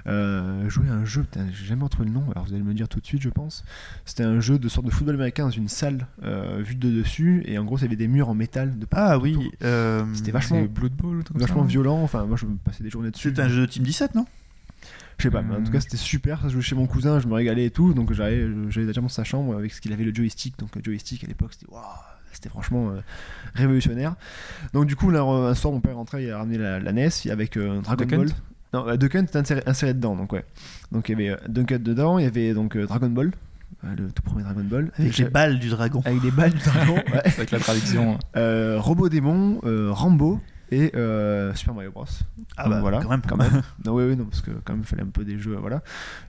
Euh, jouer à un jeu, putain, j'ai jamais retrouvé le nom, alors vous allez me le dire tout de suite, je pense. C'était un jeu de sorte de football américain dans une salle euh, vue de dessus, et en gros, il y avait des murs en métal de partout. Ah oui, euh, C'était vachement- C'est Blood Bowl ou tout comme ça, Vachement non violent, enfin, moi je me passais des journées dessus. c'est un jeu de Team 17, non Je sais pas, mais en tout cas, c'était super. Ça, je jouais chez mon cousin, je me régalais et tout, donc j'avais j'avais déjà dans sa chambre avec ce qu'il avait le joystick. Donc, le joystick à l'époque, c'était waouh, c'était franchement euh, révolutionnaire. Donc, du coup, là, un soir, mon père rentrait, il a ramené la, la NES avec euh, Dragon Duck Hunt Ball. Non, euh, Duck Hunt était inséré, inséré dedans, donc ouais. Donc, il y avait euh, Duck Hunt dedans, il y avait donc euh, Dragon Ball, euh, le tout premier Dragon Ball, Avec les balles du dragon. avec les balles du dragon, ouais. Avec la traduction. Euh, Robot Démon, euh, Rambo et euh, Super Mario Bros. Ah donc bah voilà, quand même, quand quand même. même. non, oui, oui, non, parce que quand même, il fallait un peu des jeux, voilà.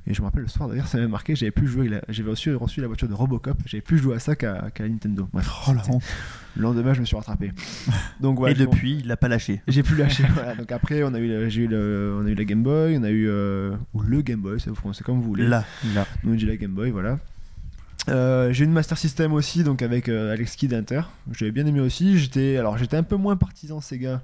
Et je me rappelle le soir, d'ailleurs, ça m'avait marqué, j'avais plus joué, à la- j'avais aussi reçu la voiture de Robocop, j'avais plus joué à ça qu'à qu'à la Nintendo. Bref, Oh la c'était- honte. le lendemain, je me suis rattrapé. Donc voilà. Et je- depuis, il l'a pas lâché. J'ai plus lâché. voilà. Donc après, on a eu, la- j'ai eu le, on a eu la Game Boy, on a eu euh, ou le Game Boy, ça vous prononcez comme vous voulez. Là, là. Nous j'ai la Game Boy, voilà. Euh, j'ai eu une Master System aussi, donc avec euh, Alex Kidd Inter. J'avais bien aimé aussi. J'étais, alors j'étais un peu moins partisan Sega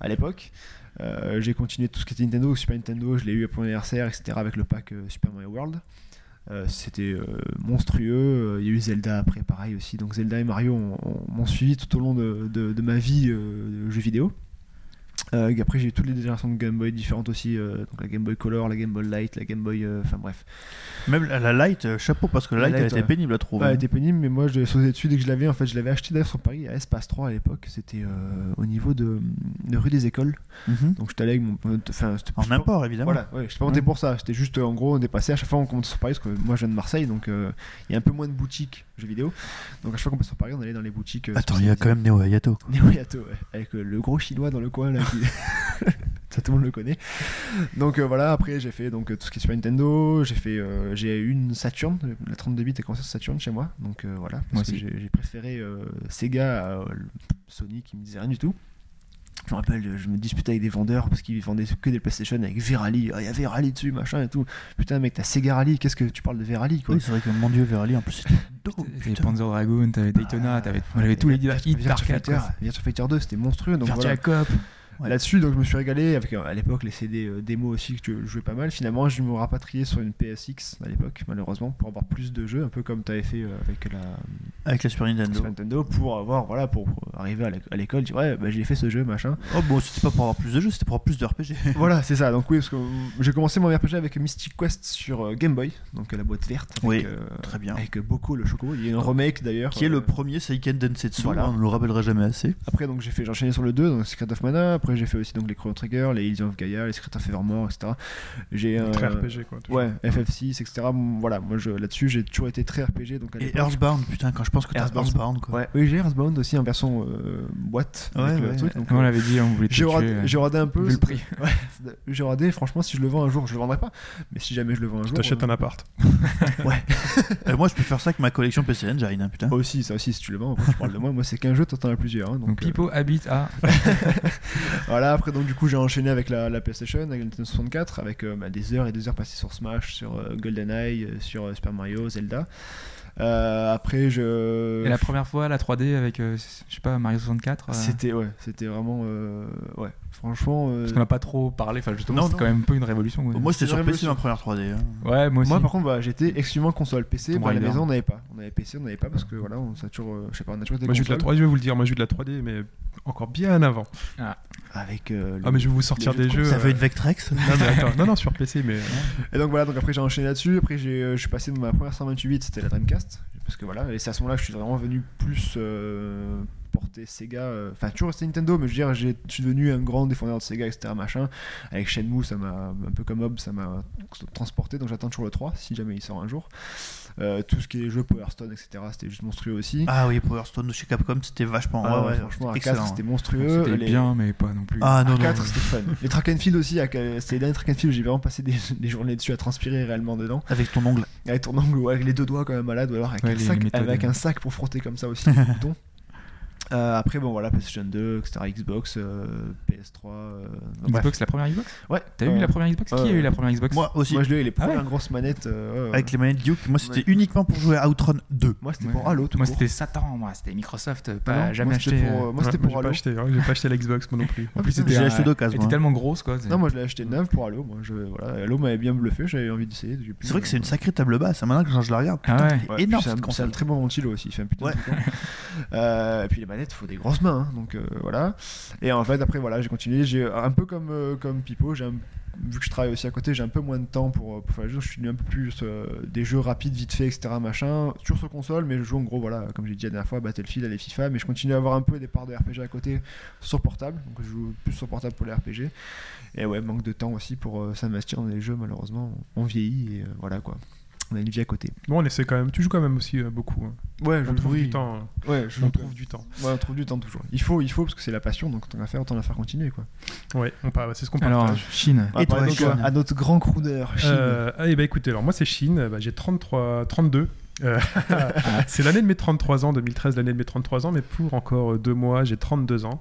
à l'époque. Euh, j'ai continué tout ce qui était Nintendo, Super Nintendo. Je l'ai eu à mon anniversaire, etc. Avec le pack euh, Super Mario World. Euh, c'était euh, monstrueux. Euh, Il y a eu Zelda après, pareil aussi. Donc Zelda et Mario ont- ont- m'ont suivi tout au long de, de- de ma vie euh, de jeux vidéo. Euh, et après, j'ai eu toutes les générations de Game Boy différentes aussi. euh, donc la Game Boy Color, la Game Boy Light, la Game Boy. euh, Enfin bref. Même la, la light, euh, chapeau, parce que la La light, light, elle était ouais. pénible à trouver. Ouais, elle était Bah, pénible, mais moi je l'ai sauté dessus dès que je l'avais. En fait, je l'avais acheté d'ailleurs sur Paris à Espace 3 à l'époque. C'était euh, au niveau de, de rue des écoles. Mhm. Donc j'étais allé avec mon. Enfin, c'était En import, évidemment. Voilà, ouais, je suis pas monté pour ça. C'était juste euh, en gros, on dépassait à chaque fois on commençait sur Paris parce que moi je viens de Marseille donc euh, il y a un peu moins de boutiques jeux vidéo. Donc à chaque fois qu'on passe sur Paris, on allait dans les boutiques. euh, Attends, il y a quand même Neo Hayato. quoi. Neo Yato, ouais, avec euh, le gros chinois dans le coin là. qui- Ça tout le monde le connaît. Donc euh, voilà, après j'ai fait donc euh, tout ce qui est sur Nintendo, j'ai fait euh, j'ai eu une Saturn, euh, la 32 bits est commencée sur Saturn chez moi. Donc euh, voilà, Moi parce que aussi. j'ai j'ai préféré euh, Sega à euh, le- Sony qui me disait rien du tout. Je me rappelle, euh, je me disputais avec des vendeurs parce qu'ils vendaient que des PlayStation avec V-Rally. Ah, il y a V-Rally dessus, machin et tout. Putain, mec, t'as Sega Rally, qu'est-ce que tu parles de V-Rally quoi Oui, c'est vrai que mon dieu, Verali, en plus, c'était Oh, dope, T'avais putain. Panzer Dragoon, t'avais Ah, Daytona, t'avais on avait tous les Virtua- hits Virtua par quatre. Fighter, Virtua Fighter 2, c'était monstrueux. Donc voilà. Virtua Cop. Ouais. Là-dessus, donc je me suis régalé avec euh, à l'époque les CD euh, démo aussi que je jouais pas mal. Finalement, je me rapatriais sur une PSX à l'époque, malheureusement, pour avoir plus de jeux, un peu comme tu avais fait euh, avec la Avec la Super Nintendo. Super Nintendo, pour avoir voilà, pour arriver à l'éc- à l'école, dire ouais, bah, j'ai fait ce jeu, machin. Oh bon, c'était pas pour avoir plus de jeux, c'était pour avoir plus de RPG. voilà, c'est ça. Donc oui, parce que euh, j'ai commencé mon RPG avec Mystic Quest sur euh, Game Boy, donc euh, la boîte verte, avec, Oui, euh, Très bien. avec euh, Boko le Chocobo. Il y a un remake d'ailleurs. Qui est le euh, premier Seiken Densetsu, Voilà. hein, on ne le rappellera jamais assez. Après, donc j'ai fait, j'ai enchaîné sur le 2, donc Secret of Mana. Après, j'ai fait aussi donc les Chrono Trigger, les Illusion of Gaia, les Secret of Evermore, etc. J'ai un Très RPG, quoi. toujours. euh, Ouais, FF6, etc. Bon, Voilà, moi je- là-dessus, j'ai toujours été très RPG. Donc à Et l'époque- Earthbound, putain, quand je pense que t'as Earthbound. Earthbound, quoi. Ouais, oui, j'ai Earthbound aussi en version euh, boîte. Ouais, avec le ouais. truc, donc, On euh, l'avait dit, on voulait te j'ai tuer. rodé, euh, j'ai rodé un peu. Vu le prix. c'est- J'ai rodé, franchement, si je le vends un jour, je le vendrai pas. Mais si jamais je le vends un Tu jour. t'achètes euh, un appart. Et Euh, moi, je peux faire ça avec ma collection PC Engine, hein, putain. moi aussi, ça aussi, si tu le vends, après, tu parles de moi. Moi, c'est qu'un jeu, t'entends as plusieurs. hein, Donc donc, euh, Pipo habite à. Voilà, après, donc du coup, j'ai enchaîné avec la, la PlayStation, avec la Nintendo 64, avec euh, bah, des heures et des heures passées sur Smash, sur euh, GoldenEye, euh, sur euh, Super Mario, Zelda. Euh, après, je. Et la première fois, la 3D avec, euh, je sais pas, Mario 64. euh, C'était ouais, c'était vraiment euh, ouais. Franchement, euh, Parce qu'on n'a pas trop parlé, enfin justement, Non, c'est non. quand même pas une révolution. ouais. Moi, c'était C'est sur vrai, PC ma première 3D. hein. ouais, moi aussi. moi par contre, bah, Mm. j'étais exclusivement console PC. Tomb bah, à la Raider. maison, on n'avait pas. On avait PC, on n'avait pas parce que voilà, on ça a toujours, euh, je sais pas, on a toujours été Moi j'ai eu de la console. 3D, je vais vous le dire, moi j'ai eu de la 3D, mais encore bien avant. avec. euh, Ah, le- mais je vais vous sortir jeux de des jeux. Ça euh, veut une Vectrex non, mais attends, non, non, sur PC, mais. Et donc voilà, donc après j'ai enchaîné là-dessus. Après j'ai, euh, je suis passé de ma première 128, c'était la Dreamcast, parce que voilà, et c'est à ce moment-là que je suis vraiment venu plus euh, porter Sega. euh, Enfin toujours resté Nintendo, mais je veux dire, j'ai- je suis devenu un grand défendeur de Sega, etc. Machin. Avec Shenmue, ça m'a un peu comme Hob, ça m'a transporté. Donc j'attends toujours le 3, si jamais il sort un jour. Euh, tout ce qui est jeux Power Stone, etc. C'était juste monstrueux aussi. Ah oui, Power Stone de chez Capcom, c'était vachement. Ah, ouais, ouais, franchement, à 4 excellent. hein. c'était monstrueux. C'était Les- bien, mais pas non plus. Ah non, non. A4, c'était fun. Les track and field aussi, à- c'était les derniers track and field, j'ai vraiment passé des, des journées dessus à transpirer réellement dedans. Avec ton ongle. Avec ton angle, ou avec les deux doigts quand même malade, ou alors avec, Ouais, un, les- sac, les méthodes, avec ouais. un sac pour frotter comme ça aussi les boutons. Euh, après, bon voilà, PlayStation 2, etc., Xbox, euh, PS3. euh, bref. Xbox, la première Xbox Ouais. T'as Euh, eu la première Xbox Qui euh, a eu la première Xbox Moi aussi. Moi, je l'ai eu les Ah ouais. premières grosses manettes. euh, ouais, ouais. avec les manettes Duke, moi c'était Ouais. uniquement pour jouer à Outrun 2. Moi, c'était Ouais. pour Halo, tout Moi, court. c'était Satan, moi, c'était Microsoft, Ah non, pas jamais moi, c'était acheté. pour, euh, euh, moi, c'était Ouais, pour j'ai pas Halo. acheté, hein, j'ai pas acheté la Xbox moi non plus. En plus, putain, c'était j'ai un- acheté d'occasion, Était hein. tellement grosse, quoi. c'est- Non, moi, je l'ai acheté neuf pour Halo. Moi, je, voilà, Halo m'avait bien bluffé, j'avais envie d'essayer. depuis, C'est vrai que c'est euh, une sacrée table basse. hein, Maintenant que quand je la regarde, Ah putain, ouais. elle est Ouais, énorme puis c'est cette un- C'est un console. très bon ventilo aussi, il fait un putain Ouais. de truc, hein. Euh, Et puis les manettes, faut des grosses mains, hein, donc euh, voilà. Et en fait, après, voilà, j'ai continué. J'ai un peu comme, euh, comme Pipo, j'ai un- vu que je travaille aussi à côté, j'ai un peu moins de temps pour, pour faire les jeux. Je suis devenu un peu plus euh, des jeux rapides, vite fait, etc. Machin, sur ce console, mais je joue en gros, voilà, comme j'ai dit la dernière fois, Battlefield, les FIFA, mais je continue à avoir un peu des parts de RPG à côté sur portable, donc je joue plus sur portable pour les RPG. Et ouais, manque de temps aussi pour euh, s'investir dans les jeux, malheureusement. On vieillit et euh, voilà quoi. On a une vie à côté. Bon, on essaie quand même, tu joues quand même aussi euh, beaucoup. hein. Ouais, On trouve oui. du temps. hein. Ouais, je On trouve trouve du temps. Ouais, on trouve du temps toujours. Il faut, il faut parce que c'est la passion, donc tant qu'à faire, autant la faire continuer quoi. Ouais, on parle, c'est ce qu'on Alors, partage. Chine. On va Et toi, parler donc, Sean à notre grand crooner, Chine. Euh, ah, et bah écoutez, alors moi c'est Chine, bah, j'ai 33, 32. Euh, c'est l'année de mes 33 ans, 2013, l'année de mes 33 ans, mais pour encore euh, deux mois, j'ai 32 ans.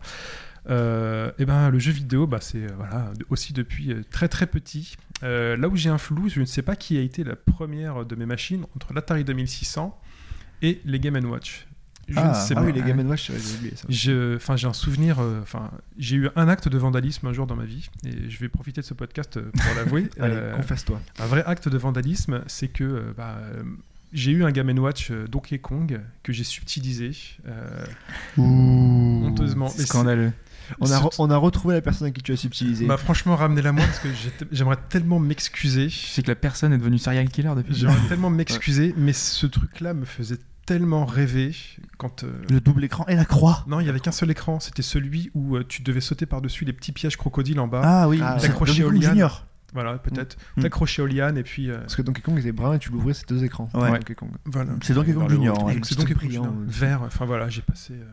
Euh, et ben le jeu vidéo, bah, c'est euh, voilà, de- aussi depuis euh, très très petit. Euh, là où j'ai un flou, je ne sais pas qui a été la première de mes machines entre l'Atari 2600 et les Game Watch. Je Ah, ne sais ah pas. oui, les Game Watch, ouais, j'ai oublié ça. Je- enfin, j'ai un souvenir. euh, Enfin, j'ai eu un acte de vandalisme un jour dans ma vie, et je vais profiter de ce podcast euh, pour l'avouer. Allez, Euh, confesse-toi. un vrai acte de vandalisme, c'est que euh, bah, euh, j'ai eu un Game Watch euh, Donkey Kong que j'ai subtilisé euh, Ah. honteusement. C'est Mais Scandaleux. On a, ce- re- on a retrouvé la personne à qui tu as subtilisé. c'est- bah, franchement, ramenez-la moi parce que j'ai te- j'aimerais tellement m'excuser. Je sais que la personne est devenue serial killer depuis. J'aimerais tellement m'excuser, mais ce truc-là me faisait tellement rêver quand. euh, Le double écran et la croix. Non, il y avait qu'un seul écran. C'était celui où euh, tu devais sauter par-dessus les petits pièges crocodiles en bas. Ah oui, Ah, c'est t'accroché Donkey au Kong liane. Junior. Voilà, peut-être. Mm. T'accrocher aux lianes et puis. euh, Parce que Donkey Kong était brun et tu l'ouvrais, c'est deux écrans. Ouais. Donkey Kong. voilà. C'est Donkey Kong Junior. ouais. Et C'est petit donc brillant, brillant. euh. Vert, enfin voilà, j'ai passé euh,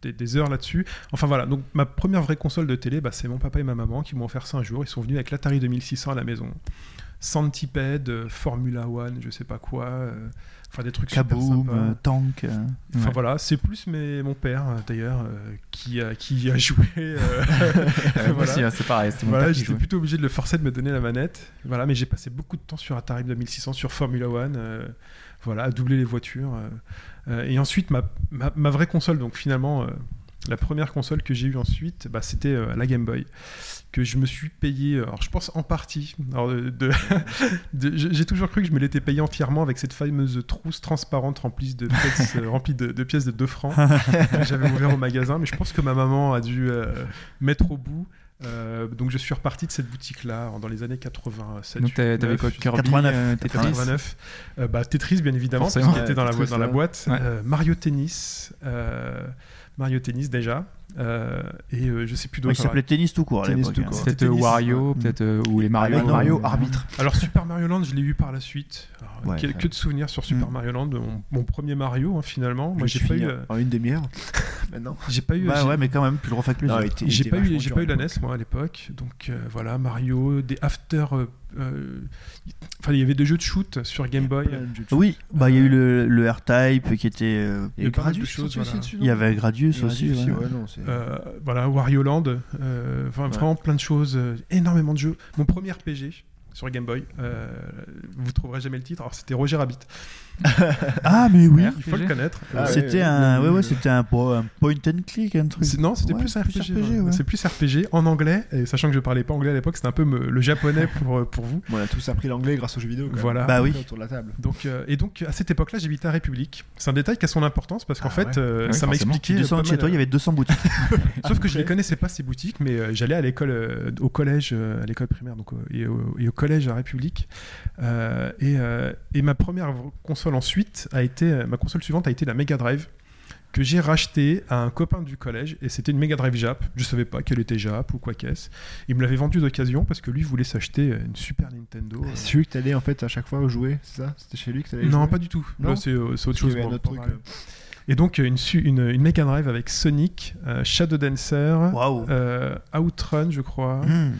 des, des heures là-dessus. Enfin voilà, donc ma première vraie console de télé, bah, c'est mon papa et ma maman qui m'ont offert ça un jour. Ils sont venus avec l'Atari 2600 à la maison. Centipede, euh, Formula One, je sais pas quoi. euh, Enfin des trucs super Kaboom, sympas. euh, Tank. euh. Enfin Ouais. voilà, c'est plus mes, mon père euh, d'ailleurs euh, qui, a- qui y a joué. euh, Euh, moi voilà. aussi, hein, c'est pareil. C'était mon Voilà, père qui j'étais jouait. plutôt obligé de le forcer de me donner la manette. Voilà, mais j'ai passé beaucoup de temps sur Atari 2600, sur Formula One, euh, voilà, à doubler les voitures. euh, euh, et ensuite, ma, ma, ma vraie console, donc finalement, euh, la première console que j'ai eue ensuite, bah, c'était euh, la Game Boy, que je me suis payé, euh, alors je pense en partie, alors, euh, de, de- j'ai j'ai toujours cru que je me l'étais payé entièrement avec cette fameuse trousse transparente remplie de pièces, euh, remplie de, de pièces de 2 francs que j'avais ouvert au magasin, mais je pense que ma maman a dû euh, mettre au bout. Euh, donc je suis reparti de cette boutique-là en- dans les années 87. Donc, t'avais t'avais quoi 89, Kirby, euh, 89, Tetris 89. Euh, bah, Tetris, bien évidemment, parce Forcément. qu'il était dans, la, Ouais, Tetris, dans la ouais. boîte. Ouais. Euh, Mario Tennis. euh, Mario Tennis, déjà. Euh, et euh, je sais plus Il d'autres. s'appelait Tennis tout court à Tennis l'époque. tout hein. court. Peut-être euh, Tetris. Wario, peut-être euh, ou les Mario. Avec Mario euh, arbitre. Alors Super Mario Land, je l'ai eu par la suite. Alors, Ouais, que, ouais. que de souvenirs sur Super Mm. Mario Land, mon, mon premier Mario hein, finalement. Moi j'ai pas eu, euh, En une demi-heure. Maintenant. j'ai pas eu, Bah j'ai- ouais, mais quand même, tu le refais que le Non, jeu. il était- il j'ai était pas eu, vachement j'ai dur pas à eu la E NES l'époque. moi à l'époque. Donc euh, voilà Mario, des After, euh, euh, y- enfin il y avait des jeux de shoot sur Game Boy. Plein de jeux de- Oui, bah il y a eu le, le R-Type qui était. euh, Il y a eu pas mal de Gradius choses, aussi voilà. dessus, hein. non Il y avait Gradius Il y a aussi. Gradius ouais. ouais, non, c'est- Euh, voilà Wario Land, euh, enfin, vraiment plein de choses, euh, énormément de jeux. Mon premier RPG sur Game Boy. Euh, vous trouverez jamais le titre. Alors c'était Roger Rabbit. Ah, mais oui. Il faut le RPG. connaître. Ah, ouais, c'était ouais, un, le- ouais, ouais, le- c'était un, po- un point and click, un truc. C'est- Non, c'était Ouais, plus un RPG. ouais. ouais. C'est plus RPG en anglais. Et sachant que je parlais pas anglais à l'époque, c'était un peu me- le japonais pour, euh, pour vous. Bon, on a tous appris l'anglais grâce aux jeux vidéo. quand même. Voilà. Bah oui. Autour de la table. Donc, euh, et donc à cette époque-là, j'habitais à République. C'est un détail qui a son importance parce qu'en Ah fait, ouais. euh, Ah oui, ça m'a forcément. expliqué. Tu euh, descends pas de chez mal, toi, il y avait 200 boutiques. Sauf que je ne connaissais pas ces boutiques, mais euh, j'allais à l'école, euh, au collège, euh, à l'école primaire, donc euh, et, au, et au collège à République. Euh, et, euh, et ma première v- console ensuite a été, euh, ma console suivante a été la Mega Drive que j'ai rachetée à un copain du collège et c'était une Mega Drive Jap. Je savais pas qu'elle était Jap ou quoi qu'est-ce. Il me l'avait vendue d'occasion parce que lui voulait s'acheter euh, une Super Nintendo. C'est celui que t'allais en fait à chaque fois jouer, c'est ça C'était chez lui que t'allais Non, jouer pas du tout. Non Là, c'est euh, c'est autre Parce qu'il chose. y avait bon, un autre on truc. parle. Et donc, euh, une, su- une, une Mega Drive avec Sonic, euh, Shadow Dancer, Waouh. euh, Outrun, je crois. Hmm.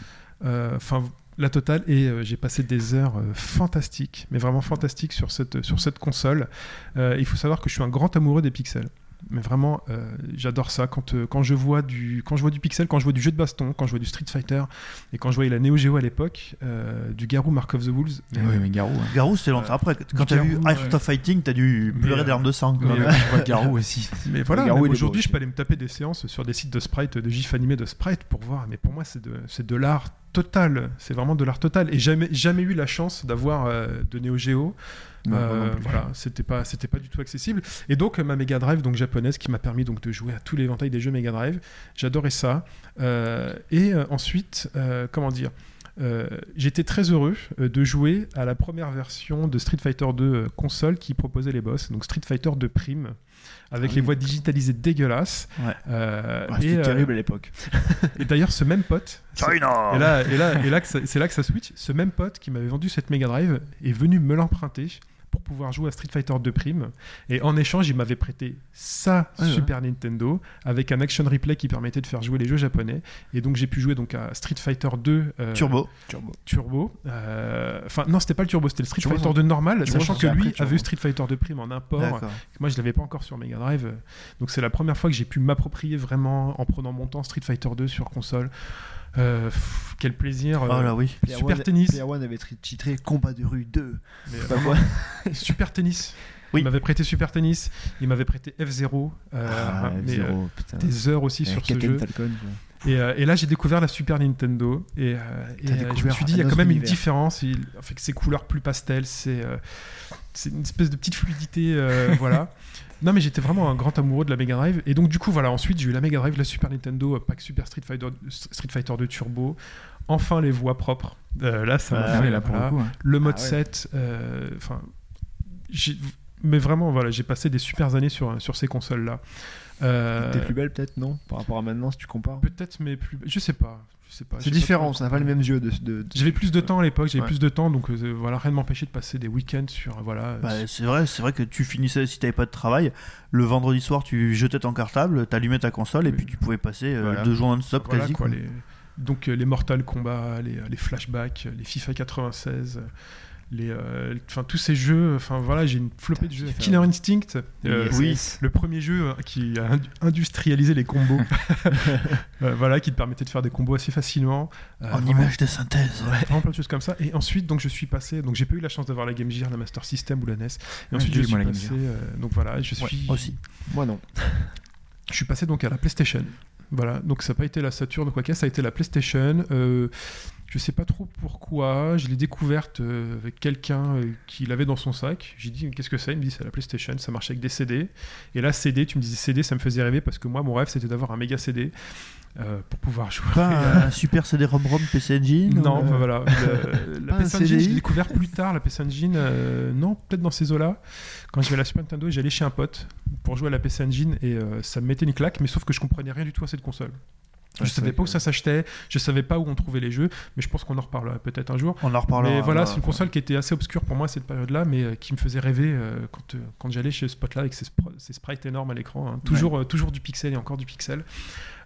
Euh, Enfin, la totale. Et euh, j'ai passé des heures euh, fantastiques, mais vraiment fantastiques sur cette, sur cette console. Euh, il faut savoir que je suis un grand amoureux des pixels. Mais vraiment, euh, j'adore ça. Quand, euh, quand, je vois du, quand je vois du pixel, quand je vois du jeu de baston, quand je vois du Street Fighter, et quand je voyais la Neo Geo à l'époque, euh, du Garou Mark of the Wolves. Ah Oui, mais Garou. hein. Garou, c'était longtemps après. Quand t'as vu Garou, Art of Fighting, t'as dû Mais, pleurer euh, des larmes de sang. quoi. Mais, euh, je vois Garou aussi. Mais voilà, Garou, même il est beau aujourd'hui, aussi. je peux aller me taper des séances sur des sites de sprite, de gifs animés de sprite pour voir. Mais pour moi, c'est de, c'est de l'art total. C'est vraiment de l'art total. Et jamais, jamais eu la chance d'avoir euh, de Neo Geo. Non, Euh, moi non plus. voilà, c'était pas, c'était pas du tout accessible. Et donc ma Mega Drive, donc japonaise, qui m'a permis donc de jouer à tout l'éventail des jeux Mega Drive. J'adorais ça. Euh, et euh, ensuite, euh, comment dire. euh, J'étais très heureux euh, de jouer à la première version de Street Fighter 2 console qui proposait les boss, donc Street Fighter 2 Prime, avec Ah les oui. voix digitalisées dégueulasses. Ouais. Euh, Ah, et, C'était euh, terrible à l'époque. et d'ailleurs, ce même pote, ce- China Ah. et là, euh, et là, et là que ça- c'est là que ça switch. Ce même pote qui m'avait vendu cette Mega Drive est venu me l'emprunter pour pouvoir jouer à Street Fighter 2 Prime. Et en échange, il m'avait prêté sa Ah Ouais, ouais. Super Nintendo avec un action replay qui permettait de faire jouer les jeux japonais. Et donc j'ai pu jouer donc à Street Fighter 2 euh, Turbo. Turbo. Euh, Enfin non, c'était pas le Turbo, c'était le Street Turbo, Fighter non. 2 normal, Turbo, sachant c'est que après lui Turbo. avait eu Street Fighter 2 Prime en import. D'accord. Moi, je l'avais pas encore sur Mega Drive, euh, donc c'est la première fois que j'ai pu m'approprier vraiment en prenant mon temps Street Fighter 2 sur console. Euh, pff, quel plaisir! euh, Oh là oui. Player Super One- tennis. Player One avait tri- titré Combat de rue 2. mais Je sais pas vraiment, quoi. super tennis. Oui. Il m'avait prêté Super Tennis, il m'avait prêté F0, euh, Ah, mais, euh, F-Zero, putain. des heures aussi Avec sur ce Captain jeu. Falcon, quoi. Et, euh, et là, j'ai découvert la Super Nintendo. Et, euh, et, T'as euh, découvert je me suis dit, il y a un quand autre même une univers. différence. Il, fait que ces couleurs plus pastel, c'est euh, c'est une espèce de petite fluidité. euh, voilà. Non, mais j'étais vraiment un grand amoureux de la Mega Drive. Et donc, du coup, voilà, ensuite, j'ai eu la Mega Drive, la Super Nintendo, euh, pack Super Street Fighter, Street Fighter 2 Turbo. Enfin, les voix propres. Euh, là, ça m'a Ah fait, oui, là pour voilà le coup. hein. le mode Ah ouais. 7 euh, enfin j'ai- mais vraiment voilà j'ai passé des super années sur, sur ces Euh, consoles là T'es Euh, plus belle peut-être, non Par rapport à maintenant, si tu compares. peut-être mais plus je sais pas je sais pas C'est j'ai pas différent, trop- ça n'a pas le même yeux de. de- de- j'avais plus de temps à l'époque j'avais Ouais. plus de temps donc euh, voilà rien ne m'empêchait de passer des week-ends sur euh, voilà euh, Bah, c'est vrai, c'est vrai que tu finissais si t'avais pas de travail. Le vendredi soir, tu jetais ton cartable, t'allumais ta console et Oui. puis tu pouvais passer euh, Voilà. deux jours non-stop voilà, quasi. quoi, quoi. les- donc euh, les Mortal Kombat les, les flashbacks les FIFA 96 euh, les euh, enfin tous ces jeux enfin voilà j'ai une flopée de Putain, jeux FIFA. Killer Instinct euh, Yes. oui. Le premier jeu euh, qui a indu- industrialisé les combos, Euh, voilà, qui te permettait de faire des combos assez facilement. Euh, Oh, En vraiment- image de synthèse. ouais, Vraiment plein de choses comme ça. Et ensuite, donc, je suis passé. Donc, j'ai pas eu la chance d'avoir la Game Gear, la Master System ou la NES. Et Ouais, ensuite, j'ai je eu, moi, suis la Game passé. euh, donc voilà, je suis. Ouais, aussi. Moi non. Je suis passé donc à la PlayStation. Voilà, donc ça n'a pas été la Saturn ou quoi que ça a été la PlayStation. Euh, je sais pas trop pourquoi, je l'ai découverte euh, avec quelqu'un euh, qui l'avait dans son sac. J'ai dit, qu'est-ce que c'est Il me dit, c'est la PlayStation, ça marchait avec des CD. Et là, CD, tu me disais CD, ça me faisait rêver parce que moi, mon rêve, c'était d'avoir un méga CD euh, pour pouvoir jouer. Pas un- un super CD-ROM-ROM PC Engine Non, euh, bah voilà. Le- la Pas un PS Engine, je l'ai CDI. découvert plus tard. La PS Engine, euh, non, peut-être dans ces eaux-là. Quand j'avais la Super Nintendo, j'allais chez un pote pour jouer à la PS Engine et euh, ça me mettait une claque, mais sauf que je comprenais rien du tout à cette console. Ouais, je c'est vrai savais pas où que- ça s'achetait, je savais pas où on trouvait les jeux, mais je pense qu'on en reparlera peut-être un jour. On en reparlera. mais voilà, euh, c'est une console qui était assez obscure pour moi à cette période-là, mais euh, qui me faisait rêver euh, quand, euh, quand j'allais chez ce pote-là avec ses, spr- ses sprites énormes à l'écran. hein. Toujours, euh, toujours du pixel et encore du pixel.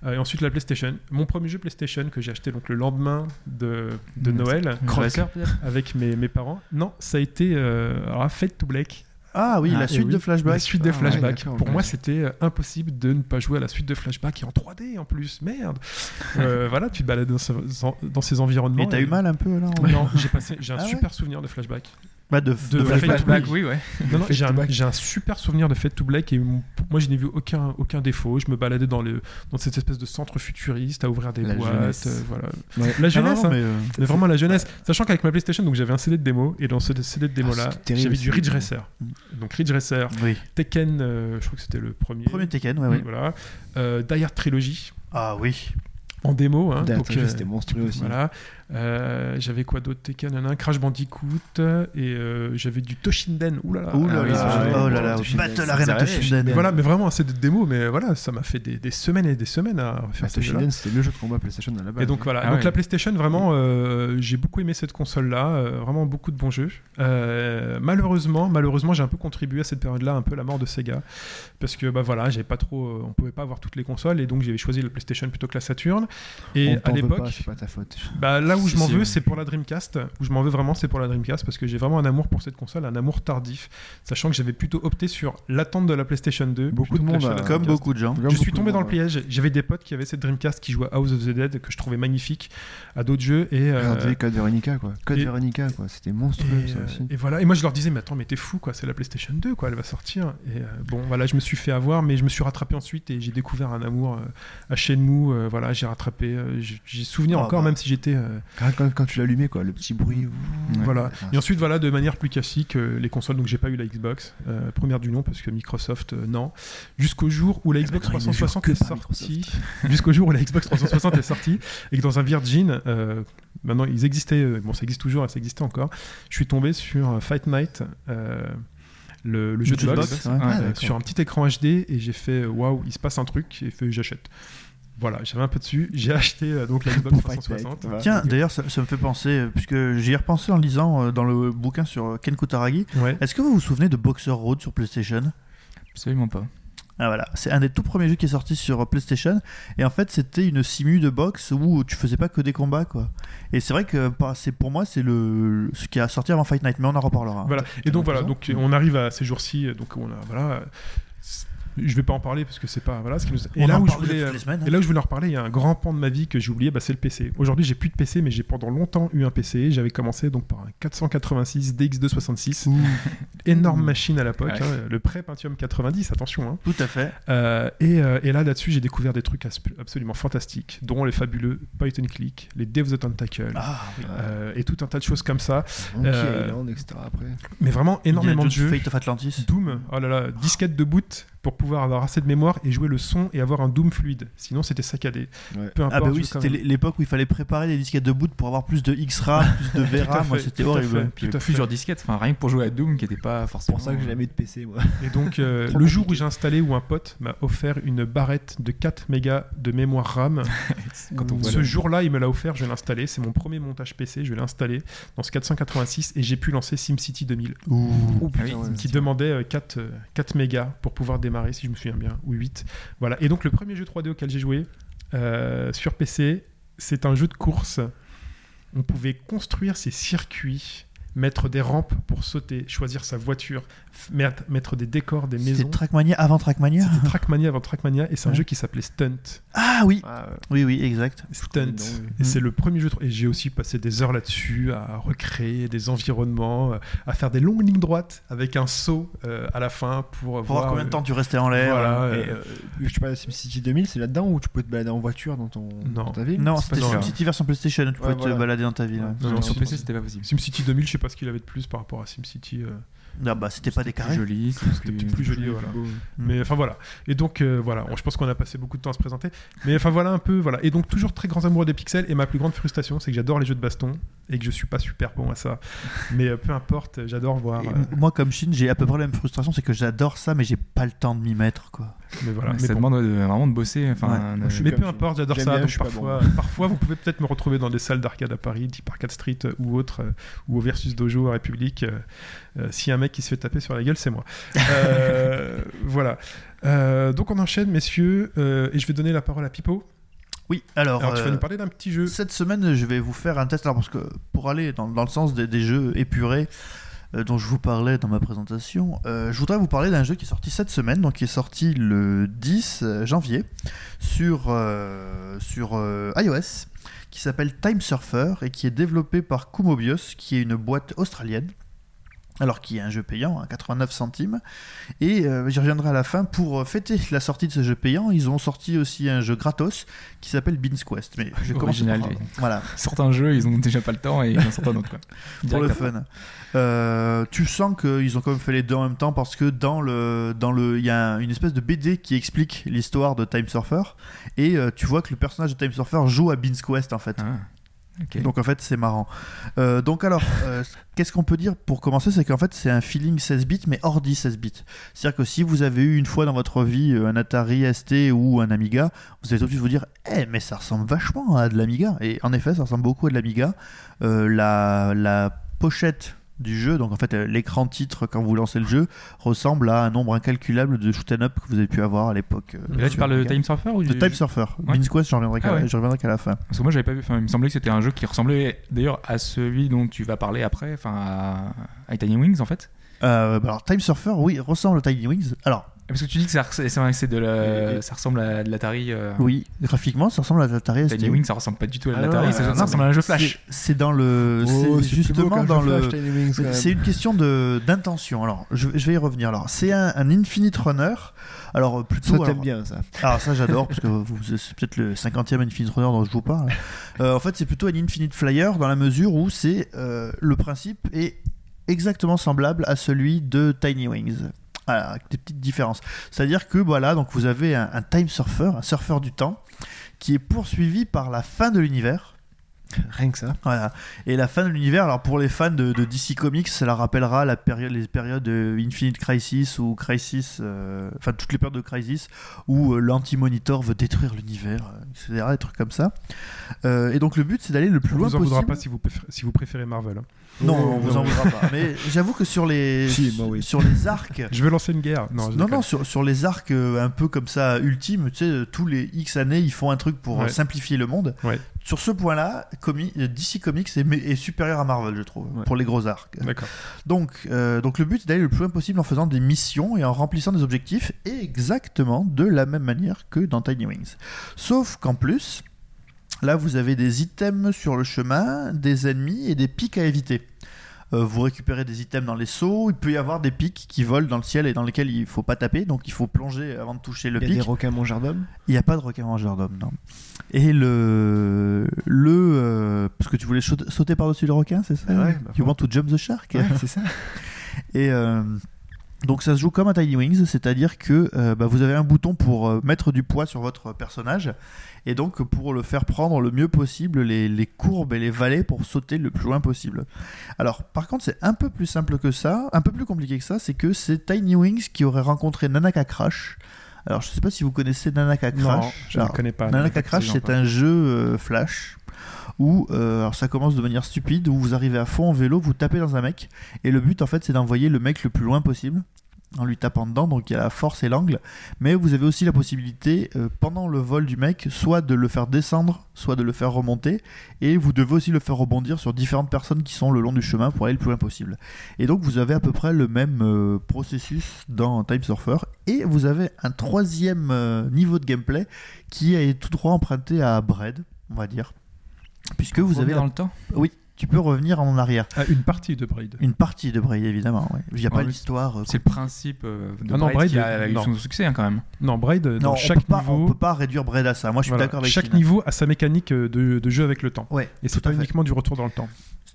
Euh, et ensuite la PlayStation. Mon premier jeu PlayStation que j'ai acheté donc le lendemain de, de Mmh. Noël Crosseur, peut-être avec mes, mes parents. Non, ça a été euh, alors, Fate to Black. Ah oui, Ah, la et suite oui. de Flashback. La suite des Ah, ouais, flashbacks. d'accord, Pour ouais. moi, c'était euh, impossible de ne pas jouer à la suite de flashbacks et en 3D en plus. Merde. Euh, voilà, tu te balades dans, ce- dans ces environnements. Et t'as eu mal un peu là en- Non, j'ai passé, j'ai un Ah ouais super souvenir de flashback. Bah, de, De de Fate Flashback. to Black. oui, ouais. Non, non, j'ai un, j'ai un super souvenir de Fate to Black et mon- moi je n'ai vu aucun, aucun défaut. Je me baladais dans, le, dans cette espèce de centre futuriste à ouvrir des La boîtes. jeunesse. euh, voilà. Ouais. La Ah, non, jeunesse, non, hein. mais, euh, mais vraiment la jeunesse. Sachant qu'avec ma PlayStation, donc j'avais un CD de démo et dans ce CD Ah, de démo là, c'était terrible, j'avais du ce Ridge démo. Racer. Mm. Donc Ridge Racer, Oui. Tekken, euh, je crois que c'était le premier. Premier Tekken, ouais, ouais. Voilà. Euh, Die Hard Trilogy Ah oui. en démo. hein. Data, Donc, euh, c'était monstrueux aussi. voilà. Euh, j'avais quoi d'autre Tekken, un Crash Bandicoot euh, et euh, j'avais du Toshinden. Ouh là là. Ouh là Ah oui, là, ça, j'avais- ouais. oh là là, Toshinden, Battle c'est Arena vrai, Toshinden. Mais voilà, mais vraiment, c'est des démos, mais voilà, ça m'a fait des, des semaines et des semaines à Enfin, faire ce jeu-là. Toshinden, c'était le jeu de combat PlayStation à la base. Et donc voilà, Ah donc ouais. la PlayStation, vraiment, Mm. euh, j'ai beaucoup aimé cette console-là, euh, vraiment beaucoup de bons jeux. Euh, malheureusement, malheureusement, j'ai un peu contribué à cette période-là, un peu la mort de Sega, parce que bah voilà, j'ai pas trop, euh, on pouvait pas avoir toutes les consoles, et donc j'avais choisi la PlayStation plutôt que la Saturn. Et On à t'en veut pas, l'époque, c'est pas ta faute. bah, là où Si, je m'en si, veux, ouais. c'est pour la Dreamcast. Où je m'en veux vraiment, c'est pour la Dreamcast parce que j'ai vraiment un amour pour cette console, un amour tardif, sachant que j'avais plutôt opté sur l'attente de la PlayStation 2. Beaucoup plutôt que de la monde chaîne a- de Comme Dreamcast. beaucoup de gens. Comme Je suis beaucoup tombé de dans le monde, piège. J'avais des potes qui avaient cette Dreamcast qui jouaient à House of the Dead que je trouvais magnifique, à d'autres jeux et. euh, Regardez Code Veronica quoi. Code et- Veronica quoi, c'était et, monstrueux ça euh, aussi. et voilà. Et moi, je leur disais, mais attends, mais t'es fou, quoi. C'est la PlayStation 2, quoi. Elle va sortir. Et euh, bon, voilà, je me suis fait avoir, mais je me suis rattrapé ensuite et j'ai découvert un amour euh, à Shenmue. euh, voilà, j'ai rattrapé. euh, j'ai- j'ai souvenir Ah encore, bah. même si j'étais. euh, Ah, Quand, quand tu l'allumais quoi, le petit bruit. Ouais. Voilà. Enfin, Et ensuite, voilà, de manière plus classique, euh, les consoles. Donc, j'ai pas eu la Xbox, euh, première du nom, parce que Microsoft, euh, non. Jusqu'au jour où la Xbox maintenant, ils ne jouent 360 que est par sortie. Jusqu'au jour où la Xbox 360 est sortie. Et que dans un Virgin, euh, maintenant, ils existaient. euh, bon, ça existe toujours, ça existait encore. Je suis tombé sur euh, Fight Night. euh, le, le jeu de boxe, ouais. Ah, euh, sur un petit écran HD et j'ai fait euh, waouh il se passe un truc et fait j'achète voilà j'avais un peu dessus j'ai acheté euh, donc la Xbox Pour Fight 360 Night, voilà. Tiens, d'ailleurs, ça, ça me fait penser, euh, puisque j'y ai repensé en lisant euh, dans le bouquin sur euh, Ken Kutaragi. ouais Est-ce que vous vous souvenez de Boxer Road sur PlayStation Absolument pas. Ah voilà, c'est un des tout premiers jeux qui est sorti sur euh, PlayStation et en fait c'était une simu de boxe où tu faisais pas que des combats quoi. Et c'est vrai que par- c'est pour moi c'est le ce qui a sorti avant Fight Night mais on en reparlera. Voilà. Et donc voilà, raison. donc on arrive à ces jours-ci, euh, donc on a voilà. euh, c- Je vais pas en parler parce que c'est pas voilà ce qui nous. Et On là en où je parle voulais, toutes euh, les semaines, hein. et là où je voulais en reparler, il y a un grand pan de ma vie que j'ai oublié, bah, c'est le PC. Aujourd'hui, j'ai plus de PC, mais j'ai pendant longtemps eu un PC. J'avais commencé donc par un 486 DX266, énorme machine à l'époque, Ouais. hein, le pré-Pentium 90, attention. hein. Tout à fait. Euh, et, euh, et là, là-dessus, j'ai découvert des trucs as- absolument fantastiques, dont les fabuleux Point and Click, les Dev the Tentacle, Ah, oui. euh, et tout un tas de choses comme ça. Monkey euh, Island, etc. Après. Mais vraiment énormément de Indiana Jones, jeux. Fate of Atlantis. Doom, oh là là, disquette de boot pour pouvoir avoir assez de mémoire et jouer le son et avoir un Doom fluide. Sinon, c'était saccadé. Ouais. Peu importe. Ah bah je oui, veux quand c'était même- l'époque où il fallait préparer les disquettes de boot pour avoir plus de X-RAM, plus de Tout à VRAM, fait, moi, c'était tout à horrible. fait, tout à fait. Plusieurs disquettes, enfin rien que pour jouer à Doom qui n'était pas C'est forcément. euh, pour ça que j'ai jamais eu de PC moi. Et donc, euh, Trop le jour où compliqué. j'ai installé ou un pote m'a offert une barrette de 4 mégas de mémoire RAM, Quand on voit ce le- jour-là, il me l'a offert, je l'ai installé. C'est mon premier montage PC, je l'ai installé dans ce 486 et j'ai pu lancer SimCity 2000 Oh, Ah oui, ouais. qui demandait euh, 4, euh, 4 mégas pour pouvoir démarrer, si je me souviens bien, ou 8. Voilà. Et donc, le premier jeu 3D auquel j'ai joué euh, sur PC, c'est un jeu de course. On pouvait construire ses circuits, mettre des rampes pour sauter, choisir sa voiture, f- mettre, mettre des décors, des C'était maisons. Trackmania avant Trackmania C'était Trackmania avant Trackmania, et c'est un Ouais. jeu qui s'appelait Stunt. Ah oui, Ah, ouais. oui, oui, exact. Stunt. dedans, oui. Et Mm. c'est le premier jeu. de- Et j'ai aussi passé des heures là-dessus à recréer des environnements, euh, à faire des longues lignes droites avec un saut euh, à la fin pour, Pour voir combien de euh, temps tu restais en l'air. voilà, Et, euh, euh, je sais pas, SimCity 2000, c'est là-dedans où tu peux te balader en voiture dans, ton, Non. dans ta ville Non, C'est pas c'était dans la- une petite version PlayStation, tu pouvais voilà. te balader dans ta ville. ouais. non, non, sur c'est- PC c'était pas possible. SimCity 2000, je sais pas ce qu'il avait de plus par rapport à SimCity. euh, Ah bah c'était pas des Plus carrés. joli, C'était peut-être plus joli, voilà. beau. Mais enfin voilà. Et donc euh, voilà, on- je pense qu'on a passé beaucoup de temps à se présenter. Mais enfin voilà un peu voilà. Et donc toujours très grand amour des pixels. Et ma plus grande frustration, c'est que j'adore les jeux de baston et que je suis pas super bon à ça. Mais euh, peu importe, euh, j'adore voir. Et euh, m- Moi, comme Shin, j'ai à peu près la même frustration, c'est que j'adore ça, mais j'ai pas le temps de m'y mettre, quoi. mais voilà. ça mais bon. demande de- vraiment de bosser. Enfin, Ouais. un- Moi, je suis Mais comme peu importe, j'adore J'aime ça. bien, donc je suis pas parfois, parfois, vous pouvez peut-être me retrouver dans des salles d'arcade à Paris, type Arcade Street euh, ou autre, euh, ou au Versus Dojo à République. euh, euh, si un mec qui se fait taper sur la gueule, c'est moi. Euh, voilà. Euh, donc on enchaîne, messieurs, euh, et je vais donner la parole à Pipo. Oui, alors. Alors tu vas euh, nous parler d'un petit jeu. Cette semaine, je vais vous faire un test. Alors, parce que pour aller dans, dans le sens des, des jeux épurés, euh, dont je vous parlais dans ma présentation, euh, je voudrais vous parler d'un jeu qui est sorti cette semaine, donc qui est sorti le 10 janvier sur, euh, sur euh, iOS, qui s'appelle Time Surfer et qui est développé par Kumobios, qui est une boîte australienne. Alors qui est un jeu payant à 89 centimes. Et euh, j'y reviendrai à la fin. Pour euh, fêter la sortie de ce jeu payant, ils ont sorti aussi un jeu gratos qui s'appelle Beans Quest. Mais je vais commencer Original, par- lui. Voilà. euh, Certains jeux, ils ont déjà pas le temps et ils en sortent un autre. Quoi. pour le Direct après. fun. Euh, tu sens qu'ils ont quand même fait les deux en même temps parce que dans le dans le il y a un- une espèce de BD qui explique l'histoire de Time Surfer et euh, tu vois que le personnage de Time Surfer joue à Beans Quest en fait. Ah, ok. Donc en fait c'est marrant. Euh, donc alors euh, qu'est-ce qu'on peut dire pour commencer c'est qu'en fait c'est un feeling 16 bits mais hors 10 16 bits. C'est-à-dire que si vous avez eu une fois dans votre vie euh, un Atari ST ou un Amiga, vous allez tout de suite vous dire eh mais ça ressemble vachement à de l'Amiga et en effet ça ressemble beaucoup à de l'Amiga. Euh, la, la pochette du jeu, donc en fait euh, l'écran titre quand vous lancez le jeu ressemble à un nombre incalculable de shoot 'em up que vous avez pu avoir à l'époque. euh, Et là, Mmh. tu sur parles de Amiga. Time Surfer ou de du- Time Surfer. Ouais. Beans Quest, j'en reviendrai qu'à Ah ouais. je reviendrai qu'à la fin. Parce que moi, j'avais pas vu. Enfin, il me semblait que c'était un jeu qui ressemblait d'ailleurs à celui dont tu vas parler après, enfin, à, à Tiny Wings en fait. Euh, bah alors Time Surfer, oui, ressemble à Tiny Wings. Alors, Parce que tu dis que ça, res- c'est vrai que c'est de la- ça ressemble à de l'Atari. euh, oui, graphiquement, ça ressemble à l'Atari ST. Tiny Wings, ça ressemble pas du tout à Ah non, l'Atari, ça, euh, ça non, ressemble à un jeu Flash. C'est- C'est dans le, Oh, c'est plus beau justement qu'un dans jeu le. Flash, Tiny Wings, quand même. C'est une question de d'intention. Alors, je, je vais y revenir. Alors, c'est un, un Infinite Runner. Alors plutôt. Ça alors- t'aime bien ça. Alors Ah, ça j'adore parce que vous- c'est peut-être le 50e Infinite Runner dont je vous parle. Euh, en fait c'est plutôt un Infinite Flyer dans la mesure où c'est euh, le principe est exactement semblable à celui de Tiny Wings. Voilà, avec des petites différences. C'est-à-dire que voilà, donc vous avez un, un time surfer, un surfeur du temps, qui est poursuivi par la fin de l'univers. Rien que ça. Voilà. Et la fin de l'univers, alors pour les fans de, de DC Comics, ça leur rappellera la période, les périodes de Infinite Crisis ou Crisis, euh, enfin toutes les périodes de Crisis où euh, l'anti-monitor veut détruire l'univers, euh, etc. Des trucs comme ça. Euh, et donc le but, c'est d'aller le plus On loin vous en voudra possible. pas si vous, préférez, si vous préférez Marvel. hein. Non, Oh, on vous non. en voudra pas. Mais j'avoue que sur les Si, moi, oui. sur les arcs. Je vais lancer une guerre. Non, je Non, déconne. non, sur, sur les arcs euh, un peu comme ça, ultimes, tu sais, euh, tous les X années, ils font un truc pour euh, Ouais. simplifier le monde. Ouais. Sur ce point-là, comi- euh, DC Comics est, mé- est supérieur à Marvel, je trouve, Ouais. pour les gros arcs. D'accord. Donc, euh, donc le but est d'aller le plus loin possible en faisant des missions et en remplissant des objectifs et exactement de la même manière que dans Tiny Wings. Sauf qu'en plus, là vous avez des items sur le chemin, des ennemis et des pics à éviter. Euh, vous récupérez des items dans les seaux, il peut y avoir des pics qui volent dans le ciel et dans lesquels il faut pas taper, donc il faut plonger avant de toucher le Il y a pic. des requins mangeurs d'hommes. Il n'y a pas de requin mangeur d'hommes, non. Et le. le euh, parce que tu voulais chaute- sauter par-dessus le requin, c'est ça Ah ouais, bah, You want to jump the shark c'est ça. et euh, donc ça se joue comme un Tiny Wings, c'est-à-dire que euh, bah, vous avez un bouton pour euh, mettre du poids sur votre personnage, et donc pour le faire prendre le mieux possible les, les courbes et les vallées pour sauter le plus loin possible. Alors par contre c'est un peu plus simple que ça, un peu plus compliqué que ça, c'est que c'est Tiny Wings qui aurait rencontré Nanaka Crash. Alors je sais pas si vous connaissez Nanaka Crash. Non, je ne Alors, connais pas. Ah, Nanaka d'accord, Crash, c'est c'est sympa. un jeu euh, flash où euh, alors ça commence de manière stupide, où vous arrivez à fond en vélo, vous tapez dans un mec, et le but en fait c'est d'envoyer le mec le plus loin possible en lui tapant dedans, donc il y a la force et l'angle, mais vous avez aussi la possibilité euh, pendant le vol du mec, soit de le faire descendre, soit de le faire remonter, et vous devez aussi le faire rebondir sur différentes personnes qui sont le long du chemin pour aller le plus loin possible. Et donc vous avez à peu près le même euh, processus dans Time Surfer, et vous avez un troisième euh, niveau de gameplay qui est tout droit emprunté à Bread, on va dire. Puisque vous avez. dans le temps Oui, tu peux revenir en arrière. Ah, une partie de Braid. Une partie de Braid, évidemment. ouais. Il n'y a Ouais, pas mais l'histoire. euh, C'est le principe euh, de Ah non, Braid Braid, qui a eu non. son succès hein, quand même. Non, Braid, euh, Non, dans on chaque peut pas, on niveau. peut pas réduire Braid à ça. Moi, je suis voilà, d'accord avec chaque Chine. niveau a sa mécanique euh, de, de jeu avec le temps. Ouais, Et c'est tout à pas fait. uniquement du retour dans le temps.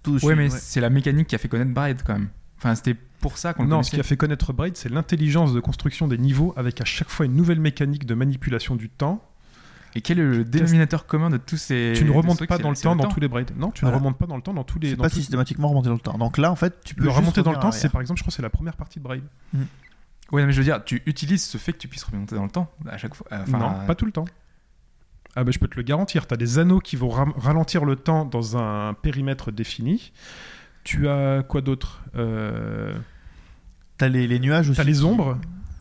Tout de ouais, suite, mais ouais. c'est la mécanique qui a fait connaître Braid quand même. Enfin, c'était pour ça qu'on le Non, ce connaissait. qui a fait connaître Braid, c'est l'intelligence de construction des niveaux avec à chaque fois une nouvelle mécanique de manipulation du temps. Et quel est le dénominateur commun de tous ces. tu ne de remontes ceux pas qui- dans le c'est temps dans tous les Braids. Non, tu ne Voilà. remontes pas dans le temps dans tous les. C'est dans pas tous- systématiquement remonter dans le temps. Donc là, en fait, tu peux. Le juste remonter dans le revenir temps, en c'est par exemple, je crois, que c'est la première partie de Braid. Ouais, non, mais je veux dire, tu utilises ce fait que tu puisses remonter dans le temps à chaque fois. Euh, Enfin, non, euh, pas tout le temps. Ah bah, je peux te le garantir, tu as des anneaux qui vont ra- ralentir le temps dans un périmètre défini. Tu as quoi d'autre Euh, arrière. T'as les, les nuages aussi. T'as les ombres,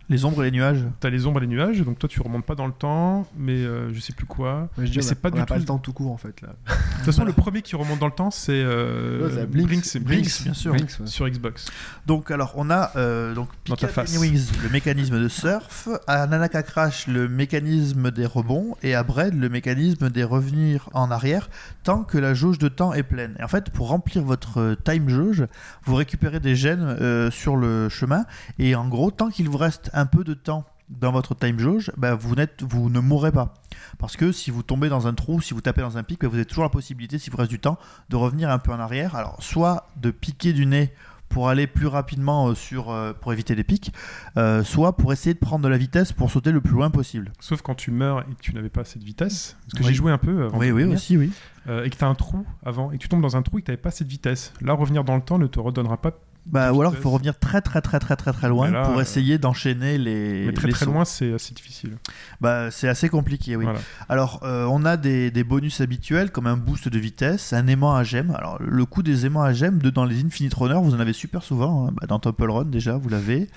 Les ombres et les nuages. t'as les ombres et les nuages, donc toi tu remontes pas dans le temps, mais euh, je sais plus quoi. Moi, je dis, Mais on a- c'est pas on du a pas tout- le temps tout court en fait là. toute façon, le premier qui remonte dans le temps, c'est euh, Ouais, c'est Blinks. Blinks, Blinks, bien sûr. Blinks, ouais. sur Xbox. Donc, alors, on a euh, donc Dans ta face. Piccadilly Wings, le mécanisme de surf, à Nanaka Crash, le mécanisme des rebonds, et à Bread, le mécanisme des revenir en arrière tant que la jauge de temps est pleine. Et en fait, pour remplir votre euh, time jauge, vous récupérez des gènes euh, sur le chemin, et en gros, tant qu'il vous reste un peu de temps dans votre time jauge, bah, vous, n'êtes- vous ne mourrez pas. Parce que si vous tombez dans un trou, si vous tapez dans un pic, bah, vous avez toujours la possibilité, s'il vous reste du temps, de revenir un peu en arrière. Alors, soit de piquer du nez pour aller plus rapidement euh, sur, euh, pour éviter les pics, euh, soit pour essayer de prendre de la vitesse pour sauter le plus loin possible. Sauf quand tu meurs et que tu n'avais pas assez de vitesse, parce que Oui. j'ai joué un peu avant de venir, oui. euh, et que tu as un trou avant, et que tu tombes dans un trou et que tu n'avais pas assez de vitesse. Là, revenir dans le temps ne te redonnera pas, Bah, ou alors il faut Vitesse. revenir très très très très très très loin Mais là, pour euh, essayer d'enchaîner les. mais très les très sauts. loin, c'est assez difficile. Bah, c'est assez compliqué, oui. Voilà. Alors, euh, on a des, des bonus habituels comme un boost de vitesse, un aimant à gemmes. Alors, le coup des aimants à gemmes, de, dans les Infinite Runner, vous en avez super souvent. hein. Bah, dans Temple Run, déjà, vous l'avez.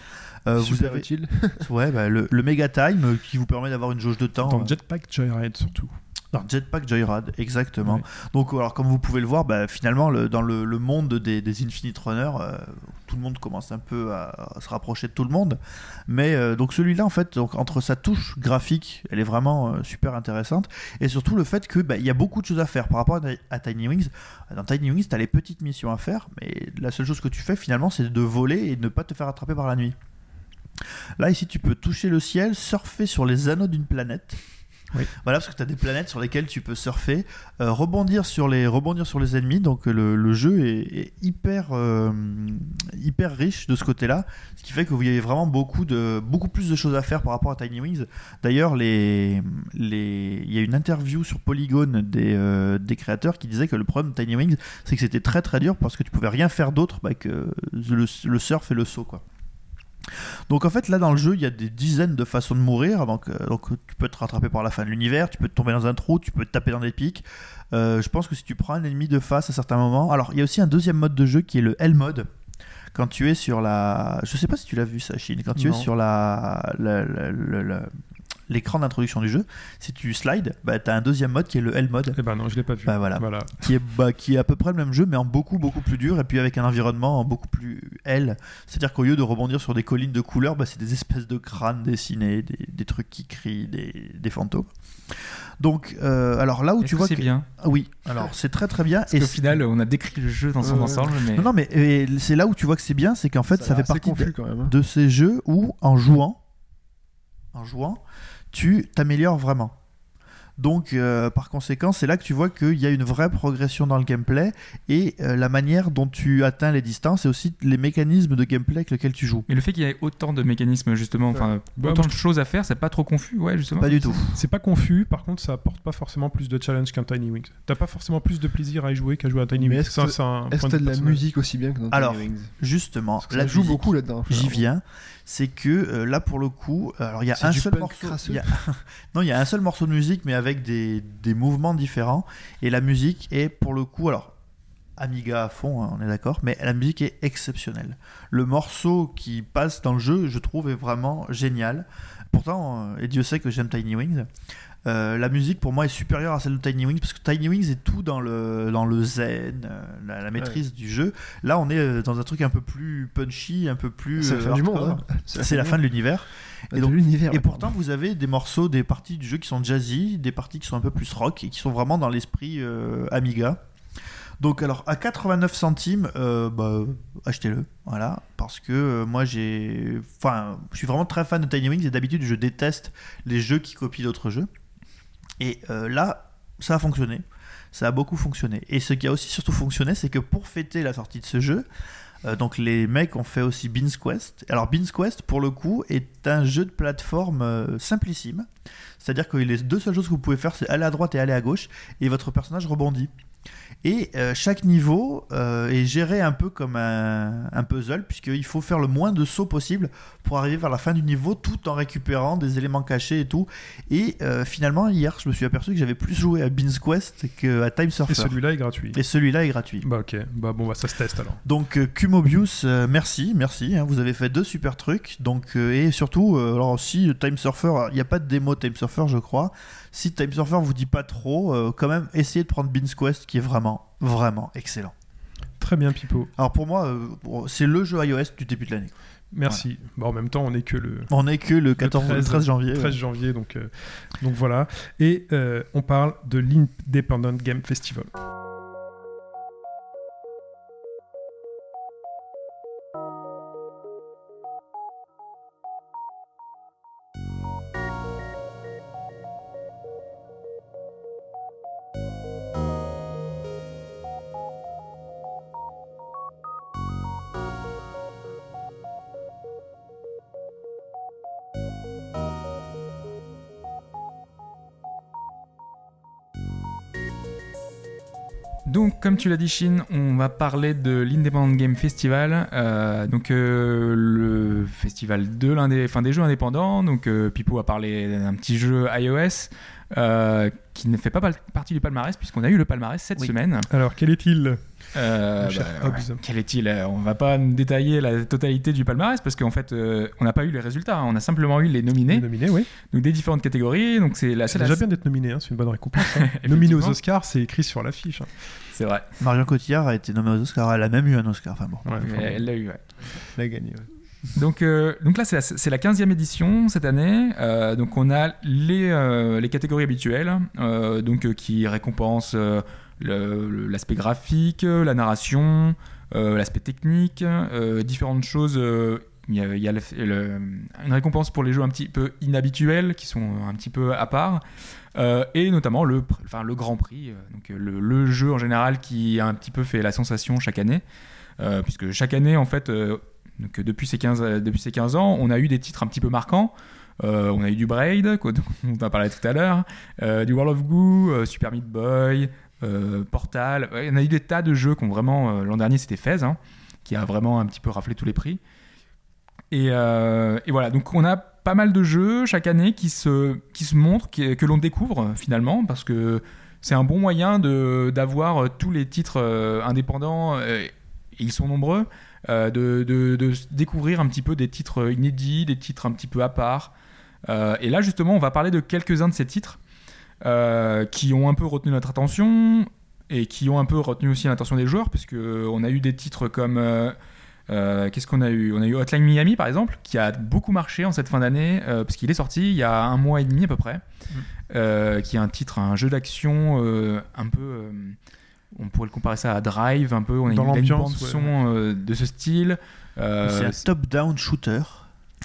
Euh, vous Super avez utile. ouais, bah, le, le Mega Time euh, qui vous permet d'avoir une jauge de Oh. temps. Dans euh, Jetpack Joyride surtout. Dans Jetpack Joyride, exactement. Ouais. Donc, alors, comme vous pouvez le voir, bah, finalement, le- dans le, le monde des, des Infinite Runner, euh, tout le monde commence un peu à, à se rapprocher de tout le monde. Mais euh, donc, celui-là, en fait, donc, entre sa touche graphique, elle est vraiment euh, super intéressante. Et surtout, le fait qu'il bah, il y a beaucoup de choses à faire par rapport à, à Tiny Wings. Dans Tiny Wings, tu as les petites missions à faire, mais la seule chose que tu fais, finalement, c'est de voler et de ne pas te faire attraper par la nuit. Là, ici, tu peux toucher le ciel, surfer sur les anneaux d'une planète. Oui. Voilà, parce que tu as des planètes sur lesquelles tu peux surfer, euh, rebondir, sur les, rebondir sur les ennemis. Donc, euh, le, le jeu est, est hyper, euh, hyper riche de ce côté-là. Ce qui fait que vous avez vraiment beaucoup, de, beaucoup plus de choses à faire par rapport à Tiny Wings. D'ailleurs, les, les... il y a une interview sur Polygon des, euh, des créateurs qui disait que le problème de Tiny Wings, c'est que c'était très très dur parce que tu pouvais rien faire d'autre bah, que le, le surf et le saut. Quoi. Donc en fait, là dans le jeu, il y a des dizaines de façons de mourir. Donc, euh, donc tu peux te rattraper par la fin de l'univers, tu peux te tomber dans un trou, tu peux te taper dans des pics. Euh, je pense que si tu prends un ennemi de face à certains moments. Alors il y a aussi un deuxième mode de jeu qui est le L mode. Quand tu es sur la. Je sais pas si tu l'as vu ça, Chine. Quand tu Non. es sur la. la- la- la- la- L'écran d'introduction du jeu, si tu slides, bah, tu as un deuxième mode qui est le L mode, Eh ben non, je l'ai pas vu. Bah, voilà. qui est, bah, qui est à peu près le même jeu, mais en beaucoup, beaucoup plus dur, et puis avec un environnement beaucoup plus L. C'est-à-dire qu'au lieu de rebondir sur des collines de couleurs, bah, c'est des espèces de crânes dessinés, des, des trucs qui crient, des, des fantômes. Donc, euh, alors là où tu Est-ce que vois. c'est que- bien. Ah Oui, alors c'est très très bien. Parce qu'au c'est- final, on a décrit le jeu dans son Ouais. ensemble, mais Non, non, mais et c'est là où tu vois que c'est bien, c'est qu'en fait, ça, a fait l'air assez partie de- confus, quand même. hein. de ces jeux où en jouant, en jouant, tu t'améliores vraiment. Donc, euh, par conséquent, c'est là que tu vois qu'il y a une vraie progression dans le gameplay et euh, la manière dont tu atteins les distances et aussi les mécanismes de gameplay avec lesquels tu joues. mais le fait qu'il y ait autant de mécanismes justement, enfin Bah, autant moi, de choses à faire, c'est pas trop confus, ouais justement. Pas du tout. C'est pas confus, par contre, ça apporte pas forcément plus de challenge qu'un Tiny Wings. T'as pas forcément plus de plaisir à y jouer qu'à jouer à Tiny Mais Wings. est-ce que- Ça, c'est un Est-ce point que t'as de la personnel. musique aussi bien que dans Tiny Alors, Wings Justement, Parce que la ça joue musique, beaucoup là-dedans. J'y viens, c'est que euh, là pour le coup, euh, alors il y a C'est un du seul punk morceau. crasseux. il y a- non, il y a un seul morceau de musique, mais avec des, des mouvements différents. Et la musique est pour le coup, alors Amiga à fond, hein, on est d'accord, mais la musique est exceptionnelle. Le morceau qui passe dans le jeu, je trouve, est vraiment génial. Pourtant, euh, et Dieu sait que j'aime Tiny Wings. euh, la musique pour moi est supérieure à celle de Tiny Wings parce que Tiny Wings est tout dans le, dans le zen, euh, la, la maîtrise du jeu. Là, on est euh, dans un truc un peu plus punchy, un peu plus. C'est la euh, fin du hardcore. monde. hein. C'est la fin de l'univers. de et donc- l'univers. Et pourtant, vous avez des morceaux, des parties du jeu qui sont jazzy, des parties qui sont un peu plus rock et qui sont vraiment dans l'esprit euh, Amiga. Donc, alors, à 89 centimes, euh, bah, achetez-le. Voilà. Parce que euh, moi, j'ai. Enfin, je suis vraiment très fan de Tiny Wings et d'habitude, je déteste les jeux qui copient d'autres jeux. Et euh, là, ça a fonctionné. Ça a beaucoup fonctionné. Et ce qui a aussi surtout fonctionné, c'est que pour fêter la sortie de ce jeu, euh, donc les mecs ont fait aussi Beans Quest. Alors Beans Quest, pour le coup, est un jeu de plateforme euh, simplissime. C'est-à-dire que les deux seules choses que vous pouvez faire, c'est aller à droite et aller à gauche, et votre personnage rebondit. Et euh, chaque niveau euh, est géré un peu comme un, un puzzle, puisqu'il faut faire le moins de sauts possible pour arriver vers la fin du niveau, tout en récupérant des éléments cachés et tout. Et euh, finalement, hier, je me suis aperçu que j'avais plus joué à Beans Quest qu'à Time Surfer. Et celui-là est gratuit. Et celui-là est gratuit. Bah ok, bah bon, bah ça se teste alors. Donc euh, Cumobius, euh, merci, merci. hein, vous avez fait deux super trucs. Donc euh, et surtout, euh, alors si euh, Time Surfer, alors, il n'y a pas de démo Time Surfer, je crois. Si Time Surfer vous dit pas trop, euh, quand même essayez de prendre Beans Quest, qui est vraiment, vraiment excellent. Très bien, Pipo. Alors pour moi, euh, bon, c'est le jeu iOS du début de l'année. Merci. Bon, en même temps, on n'est que le On n'est que le 14 13, 13 janvier. 13 janvier, donc, euh, donc voilà. Et euh, on parle de l'Independent Game Festival. Donc, comme tu l'as dit, Shin, on va parler de l'Independent Game Festival. Euh, donc, euh, le festival de l'indé- enfin, des jeux indépendants. Donc, euh, Pipo a parlé d'un petit jeu iOS euh, qui ne fait pas pal- partie du palmarès, puisqu'on a eu le palmarès cette Oui. semaine. Alors, quel est-il Euh, Mon cher bah, ouais. Hobbs. Quel est-il Euh, On va pas détailler la totalité du palmarès, parce qu'en fait, euh, on n'a pas eu les résultats. On a simplement eu les nominés, Les Nominés, oui. donc des différentes catégories. Donc, Ah, c'est la C'est la- déjà bien d'être nominé, hein, c'est une bonne récompense. hein. nominé aux Effectivement. Oscars, c'est écrit sur l'affiche. hein. C'est vrai. Marion Cotillard a été nommée aux Oscars. Elle a même eu un Oscar. Enfin bon. Ouais, enfin, Mais elle l'a eu, ouais. La gagné. Donc, euh, donc là, c'est la, c'est la 15e édition cette année. Euh, donc, on a les, euh, les catégories habituelles euh, donc, euh, qui récompensent euh, le- le- l'aspect graphique, euh, la narration, euh, l'aspect technique, euh, différentes choses. euh, Il y a, il y a le- le- une récompense pour les jeux un petit peu inhabituels qui sont un petit peu à part. Euh, et notamment le, pr- enfin, le Grand Prix, euh, donc euh, le, le jeu en général qui a un petit peu fait la sensation chaque année, Euh, puisque chaque année, en fait, euh, donc, euh, depuis, ces 15, euh, depuis ces 15 ans, on a eu des titres un petit peu marquants. Euh, on a eu du Braid, quoi, dont on en parlait tout à l'heure, euh, du World of Goo, euh, Super Meat Boy, euh, Portal. Ouais, on a eu des tas de jeux qui ont vraiment. euh, L'an dernier, c'était Fez, hein, qui a vraiment un petit peu raflé tous les prix. Et, euh, et voilà, donc on a pas mal de jeux chaque année qui se, qui se montrent, qui- que l'on découvre euh, finalement, parce que c'est un bon moyen de- d'avoir euh, tous les titres euh, indépendants, euh, et ils sont nombreux, euh, de, de- de s- découvrir un petit peu des titres inédits, des titres un petit peu à part. Euh, et là, justement, on va parler de quelques-uns de ces titres euh, qui ont un peu retenu notre attention et qui ont un peu retenu aussi l'attention des joueurs, puisque on a eu des titres comme. euh, euh, Qu'est-ce qu'on a eu On a eu Hotline Miami par exemple, qui a beaucoup marché en cette fin d'année, euh, parce qu'il est sorti il y a un mois et demi à peu près, Mm. euh, qui est un titre, un jeu d'action euh, un peu. euh, on pourrait le comparer ça à Drive, un peu. On a Dans une- une l'ambiance, bande ouais, son euh, de ce style. Euh, c'est un top-down shooter.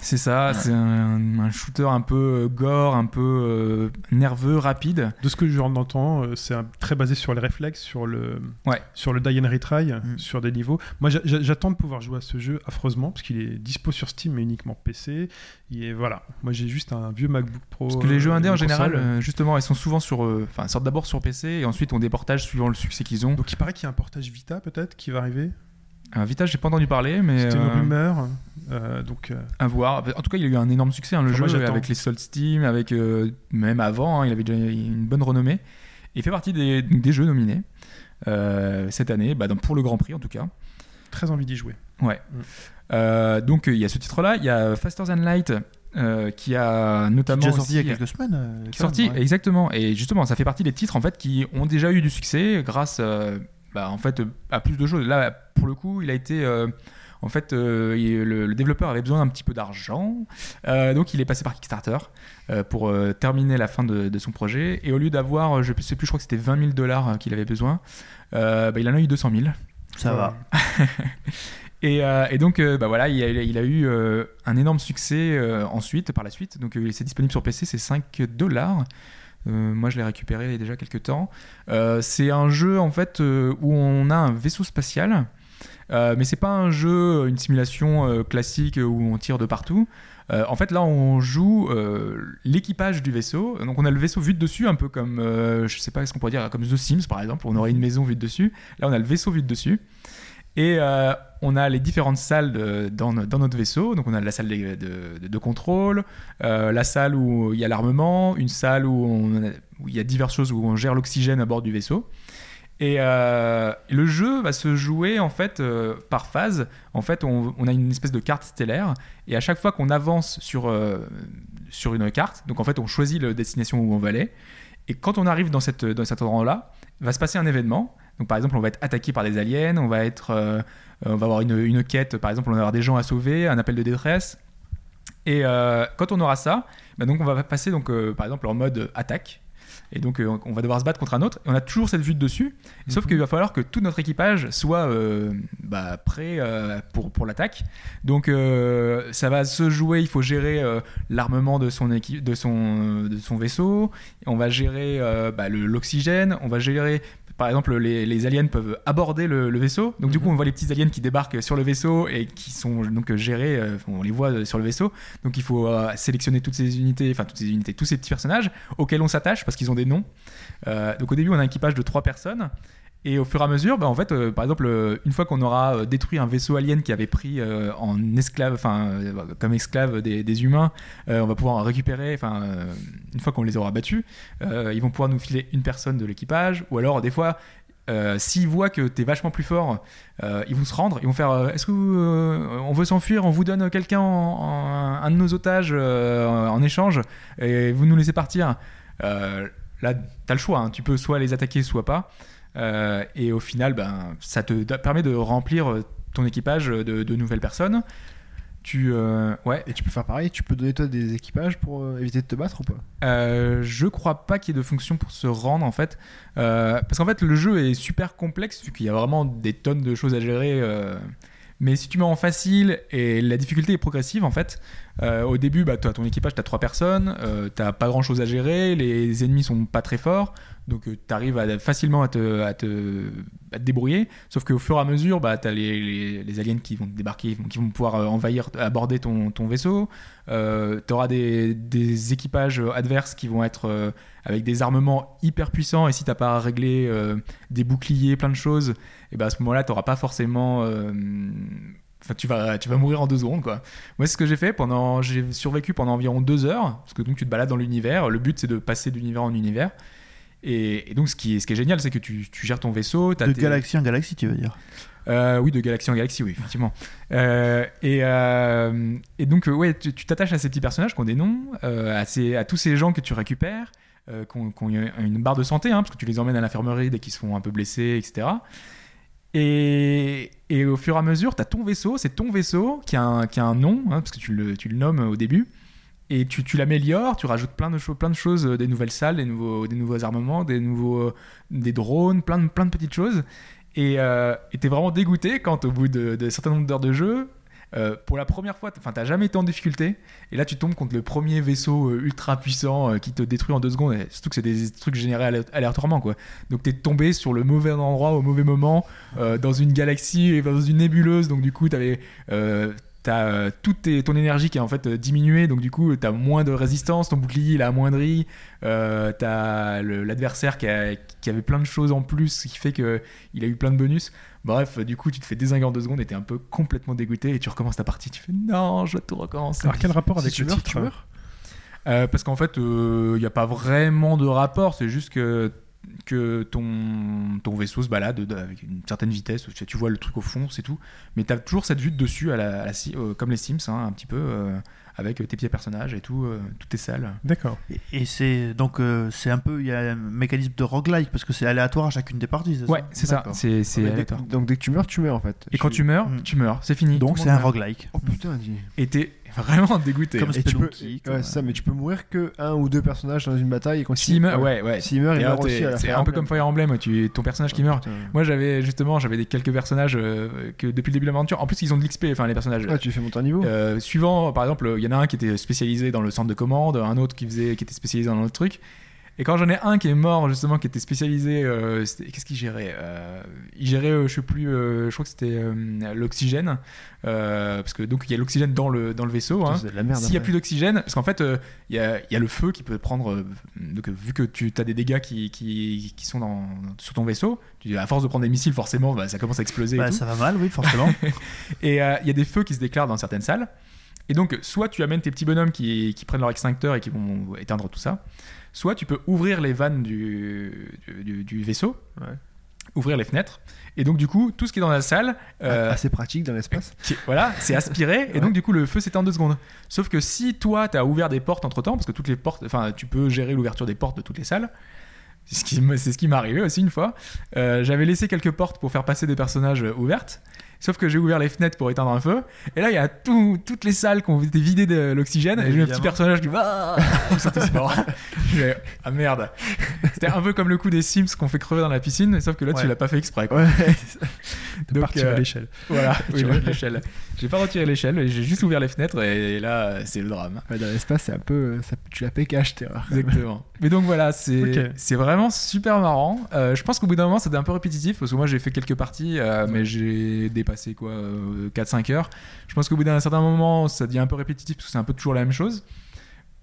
c'est ça, c'est un, un shooter un peu euh, gore, un peu euh, nerveux, rapide. De ce que j'en entends, euh, c'est un- très basé sur les réflexes, sur le, Ouais. sur le die and retry, Mm. sur des niveaux. Moi, j'a- j'a- j'attends de pouvoir jouer à ce jeu affreusement, parce qu'il est dispo sur Steam, mais uniquement PC. Et voilà, moi j'ai juste un vieux MacBook Pro. Parce que les jeux euh, indés en une console. général, euh, justement, ils sont souvent sur, euh, enfin, sortent d'abord sur PC et ensuite on déportage suivant le succès qu'ils ont. Donc il paraît qu'il y a un portage Vita peut-être qui va arriver. Un Vita, j'ai pas entendu parler, mais C'était une euh, rumeur. euh, donc euh, à voir. En tout cas, il a eu un énorme succès hein, le Enfin, moi, jeu j'attends. avec les soldes Steam, avec euh, même avant, hein, il avait déjà une bonne renommée. Il fait partie des, des jeux nominés euh, cette année, bah, dans- pour le Grand Prix en tout cas. très envie d'y jouer. Euh, donc euh, il y a ce titre-là, il y a Faster Than Light euh, qui a notamment Déjà sorti aussi- il y a quelques semaines. qui est euh, quand même, sorti ouais. exactement et justement ça fait partie des titres en fait qui ont déjà eu du succès grâce euh, bah, en fait euh, à plus de choses là pour le coup il a été euh, en fait euh, il- le, le développeur avait besoin d'un petit peu d'argent Euh, donc il est passé par Kickstarter euh, pour euh, terminer la fin de, de son projet et au lieu d'avoir euh, je sais plus je crois que c'était 20 000 dollars qu'il avait besoin euh, bah, il en a eu 200 000 Ça va. et, euh, et donc, euh, bah voilà, il a, il a eu euh, un énorme succès euh, ensuite, par la suite. Donc, euh, c'est disponible sur PC, c'est 5 dollars. Euh, moi, je l'ai récupéré il y a déjà quelques temps. Euh, c'est un jeu, en fait, euh, où on a un vaisseau spatial. Euh, mais c'est pas un jeu, une simulation euh, classique où on tire de partout. Euh, en fait, là, on joue euh, l'équipage du vaisseau. Donc, on a le vaisseau vu de dessus, un peu comme, euh, je sais pas ce qu'on pourrait dire, comme The Sims par exemple. où On aurait une maison vue de dessus. Là, on a le vaisseau vu de dessus. Et euh, on a les différentes salles de- dans, no- dans notre vaisseau. Donc, on a la salle de, de- de- de contrôle, euh, la salle où il y a l'armement, une salle où, on a- où il y a diverses choses où on gère l'oxygène à bord du vaisseau. Et euh, le jeu va se jouer en fait euh, par phase. En fait, on, on a une espèce de carte stellaire et à chaque fois qu'on avance sur, euh, sur une carte, donc en fait, on choisit la destination où on va aller. Et quand on arrive dans, cette, dans cet endroit-là, va se passer un événement. Donc par exemple, on va être attaqué par des aliens, on va être, euh, euh, on va avoir une, une quête, par exemple, on va avoir des gens à sauver, un appel de détresse. Et euh, quand on aura ça, bah, donc on va passer donc euh, par exemple en mode attaque. Et donc euh, on va devoir se battre contre un autre. Et on a toujours cette vue de dessus. Sauf qu'il va falloir que tout notre équipage soit euh, bah, prêt euh, pour, pour l'attaque. Donc euh, ça va se jouer, il faut gérer euh, l'armement de son, équipe, de, son, de son vaisseau, on va gérer euh, bah, le- l'oxygène, on va gérer... Par exemple, les, les aliens peuvent aborder le, le vaisseau. Donc, du coup, on voit les petits aliens qui débarquent sur le vaisseau et qui sont donc gérés. euh, on les voit euh, sur le vaisseau. Donc, il faut euh, sélectionner toutes ces unités, enfin, toutes ces unités, tous ces petits personnages auxquels on s'attache parce qu'ils ont des noms. Euh, donc, au début, on a un équipage de trois personnes. Et au fur et à mesure, bah, en fait, euh, par exemple, euh, une fois qu'on aura euh, détruit un vaisseau alien qui avait pris euh, en esclave, enfin, euh, comme esclave des, des humains, euh, on va pouvoir en récupérer. Enfin, euh, une fois qu'on les aura battus, euh, ils vont pouvoir nous filer une personne de l'équipage. Ou alors, des fois, euh, s'ils voient que t'es vachement plus fort, euh, ils vont se rendre. Ils vont faire euh, Est-ce que vous, euh, on veut s'enfuir On vous donne quelqu'un, en- en- un de nos otages euh, en échange, et vous nous laissez partir. Euh, là, t'as le choix. hein. Tu peux soit les attaquer, soit pas. Euh, et au final, ben, ça te da- permet de remplir euh, ton équipage de, de nouvelles personnes. Tu, euh, ouais, Et tu peux faire pareil, tu peux donner toi des équipages pour euh, éviter de te battre ou pas euh, je crois pas qu'il y ait de fonction pour se rendre en fait. Euh, parce qu'en fait, le jeu est super complexe vu qu'il y a vraiment des tonnes de choses à gérer. euh. Mais si tu mets en facile et la difficulté est progressive en fait, euh, au début, bah, toi, ton équipage, t'as trois personnes, euh, t'as pas grand chose à gérer, les ennemis sont pas très forts, donc tu t'arrives à- facilement à te, à te- à te débrouiller. Sauf qu'au fur et à mesure, bah, t'as les, les, les aliens qui vont débarquer, qui vont pouvoir euh, envahir, aborder ton, ton vaisseau. Euh, t'auras des, des équipages euh, adverses qui vont être euh, avec des armements hyper puissants et si t'as pas réglé euh, des boucliers, plein de choses, et ben à ce moment-là t'auras pas forcément. euh, Enfin, tu vas, tu vas mourir en deux secondes, quoi. Moi, c'est ce que j'ai fait pendant, j'ai survécu pendant environ deux heures, parce que donc tu te balades dans l'univers. Le but, c'est de passer d'univers en univers. Et, et donc, ce qui est, ce qui est génial, c'est que tu, tu gères ton vaisseau. t'as De tes- galaxie en galaxie, tu veux dire. euh, oui, de galaxie en galaxie, oui, effectivement. Euh, et, euh, et donc, euh, ouais, tu tu t'attaches à ces petits personnages qui ont des noms, euh, à, ces- à tous ces gens que tu récupères, euh, qui ont, qui ont eu une barre de santé, hein, parce que tu les emmènes à l'infirmerie dès qu'ils se font un peu blessés, etc. Et, et au fur et à mesure, tu as ton vaisseau, c'est ton vaisseau qui a un, qui a un nom, hein, parce que tu le, tu le nommes au début. Et tu, tu l'améliores, tu rajoutes plein de, cho- plein de choses, euh, des nouvelles salles, des nouveaux, des nouveaux armements, des, nouveaux, euh, des drones, plein de, plein de petites choses. Et euh, et t'es vraiment dégoûté quand, au bout de, de certain nombre d'heures de jeu, euh, pour la première fois, t'- enfin, t'as jamais été en difficulté. Et là, tu tombes contre le premier vaisseau euh, ultra puissant euh, qui te détruit en deux secondes. Et surtout que c'est des trucs générés alé- aléatoirement, quoi. Donc, t'es tombé sur le mauvais endroit au mauvais moment, euh, dans une galaxie et dans une nébuleuse. Donc, du coup, t'avais. euh, T'as euh, toute tes- ton énergie qui est en fait euh, diminuée, donc du coup t'as moins de résistance, ton bouclier il a amoindri, euh, t'as le- l'adversaire qui, a- qui avait plein de choses en plus, ce qui fait que il a eu plein de bonus. Bref, du coup, tu te fais désinguer en deux secondes et t'es un peu complètement dégoûté et tu recommences ta partie. Tu fais non, je dois tout recommencer. Alors quel rapport Si avec tu le meurs, titre tu meurs. Euh, parce qu'en fait, il n'y a pas vraiment de rapport, c'est juste que, que ton, ton vaisseau se balade de- avec une certaine vitesse. Tu, tu vois le truc au fond, c'est tout. Mais t'as toujours cette vue de dessus, à la, à la si- euh, comme les Sims, hein, un petit peu, euh, avec tes petits personnages et tout, euh, toutes tes salles. D'accord. Et, et c'est donc euh, c'est un peu il y a un mécanisme de roguelike parce que c'est aléatoire à chacune des parties. Ouais, c'est ça, D'accord. c'est c'est Ouais, dès- aléatoire. Donc dès que tu meurs, tu meurs en fait. Et quand tu meurs, Mm. tu meurs, c'est fini. Donc Tout le c'est monde un meurt. roguelike. Oh putain, dis. Et t'es vraiment dégoûté. Comme Et tu peux... Spelunky, ouais, quoi. c'est ça, mais tu peux mourir que un ou deux personnages dans une bataille et S'il continuer. meurt, ouais, ouais. euh, S'il meurt, il D'ailleurs, meurt aussi t'es- à la C'est Fire un peu Emblem. comme Fire Emblem, tu, ton personnage qui Ah, meurt. putain. Moi j'avais justement j'avais des quelques personnages euh, que depuis le début de l'aventure. En plus ils ont de l'XP, enfin les personnages. Ah, tu fais monter un niveau Euh, suivant, par exemple, il y en a un qui était spécialisé dans le centre de commande, un autre qui faisait qui était spécialisé dans un autre truc. Et quand j'en ai un qui est mort justement, qui était spécialisé, euh, c'était- qu'est-ce qu'il gérait Euh, Il gérait, euh, je sais plus, euh, je crois que c'était euh, l'oxygène, euh, parce que donc il y a l'oxygène dans le dans le vaisseau. hein. Putain, C'est de la merde. S'il n'y a hein. plus d'oxygène, parce qu'en fait, euh, il y, a, il y a le feu qui peut prendre. euh, donc, euh, vu que tu as des dégâts qui, qui, qui sont dans, sur ton vaisseau, tu, à force de prendre des missiles, forcément, bah, ça commence à exploser. Bah, et tout. ça va mal, oui, forcément. Et euh, il y a des feux qui se déclarent dans certaines salles. Et donc, soit tu amènes tes petits bonhommes qui, qui prennent leur extincteur et qui vont éteindre tout ça, soit tu peux ouvrir les vannes du, du, du vaisseau, Ouais. ouvrir les fenêtres. Et donc, du coup, tout ce qui est dans la salle. Ah, euh, Assez pratique dans l'espace. qui- voilà, c'est aspiré et donc du coup le feu s'éteint en deux secondes. Sauf que si toi t'as ouvert des portes entre temps, parce que toutes les portes, enfin tu peux gérer l'ouverture des portes de toutes les salles, C'est ce qui me- c'est ce qui m'est arrivé aussi une fois. Euh, J'avais laissé quelques portes pour faire passer des personnages euh, ouvertes. Sauf que j'ai ouvert les fenêtres pour éteindre un feu. Et là, il y a tout- toutes les salles qui ont été vidées de l'oxygène. Et j'ai eu un petit Évidemment. personnage qui. Ah Ils sont tous morts. Je fais, ah merde. C'était un peu comme le coup des Sims qu'on fait crever dans la piscine. Sauf que là, tu Ouais. l'as pas fait exprès. quoi. Ouais. de Donc, partir à euh, l'échelle. Voilà, oui, Tu vois. l'échelle. J'ai pas retiré l'échelle, et j'ai juste ouvert les fenêtres et là, c'est le drame. Ouais, dans l'espace, c'est un peu. euh, ça- tu la pécages, t'es rare. Exactement. Mais donc voilà, c'est Ok. c'est vraiment super marrant. Euh, je pense qu'au bout d'un moment, c'était un peu répétitif parce que moi j'ai fait quelques parties, euh, mais j'ai dépassé quoi euh, 4-5 heures. Je pense qu'au bout d'un certain moment, ça devient un peu répétitif parce que c'est un peu toujours la même chose.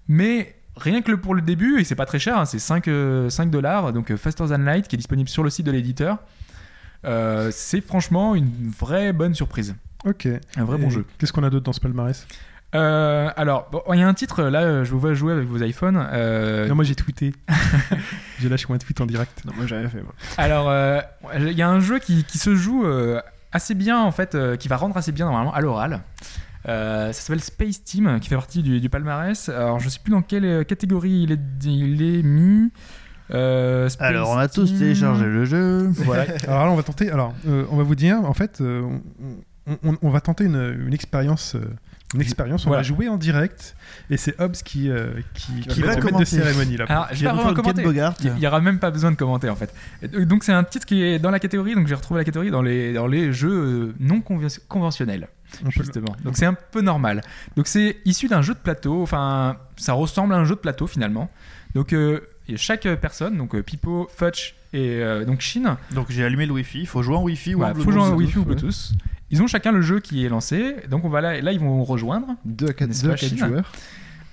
Mais rien que le- pour le début, et c'est pas très cher, hein, c'est 5, euh, 5 dollars, donc euh, Faster Than Light qui est disponible sur le site de l'éditeur. Euh, c'est franchement une vraie bonne surprise, Ok. un vrai Et bon jeu. Qu'est-ce qu'on a d'autre dans ce palmarès Euh, alors, bon, il y a un titre, là, euh, je vous vois jouer avec vos iPhones. Euh, Non, moi j'ai tweeté. j'ai lâché mon tweet en direct. Non, moi, j'ai rien fait. moi. alors, euh, il y a un jeu qui, qui se joue euh, assez bien, en fait, euh, qui va rendre assez bien, normalement, à l'oral. Euh, ça s'appelle Space Team, qui fait partie du, du palmarès. Alors, je sais plus dans quelle euh, catégorie il est, il est mis. Euh, Space Alors, on a tous Team. téléchargé le jeu. Voilà. Alors là, on va tenter. Alors, euh, on va vous dire, en fait, euh, on, on- on va tenter une, une expérience. euh, une expérience, on Voilà. va jouer en direct et c'est Hobbs qui, euh, qui, Qui se va mettre de commenter. cérémonie là. Alors, j'ai J'ai pas vraiment retrouvé commenté. Ken Bogart. Il n'y aura même pas besoin de commenter en fait. Et Donc c'est un titre qui est dans la catégorie, donc j'ai retrouvé la catégorie dans les, dans les jeux euh, non conven- conventionnels. On peut le- justement. Donc c'est un peu normal. Donc c'est issu d'un jeu de plateau, enfin ça ressemble à un jeu de plateau finalement. Donc euh, et chaque personne, donc euh, Pipo, Futch et euh, donc Shin, Donc, j'ai allumé le Wi-Fi. Il faut jouer en Wi-Fi ou en hein. voilà, faut Bluetooth. jouer en Wi-Fi ou ouais. Bluetooth. Ils ont chacun le jeu qui est lancé, donc on va là, là ils vont rejoindre, Deux à quatre, N'est-ce deux à pas, quatre Chine joueurs.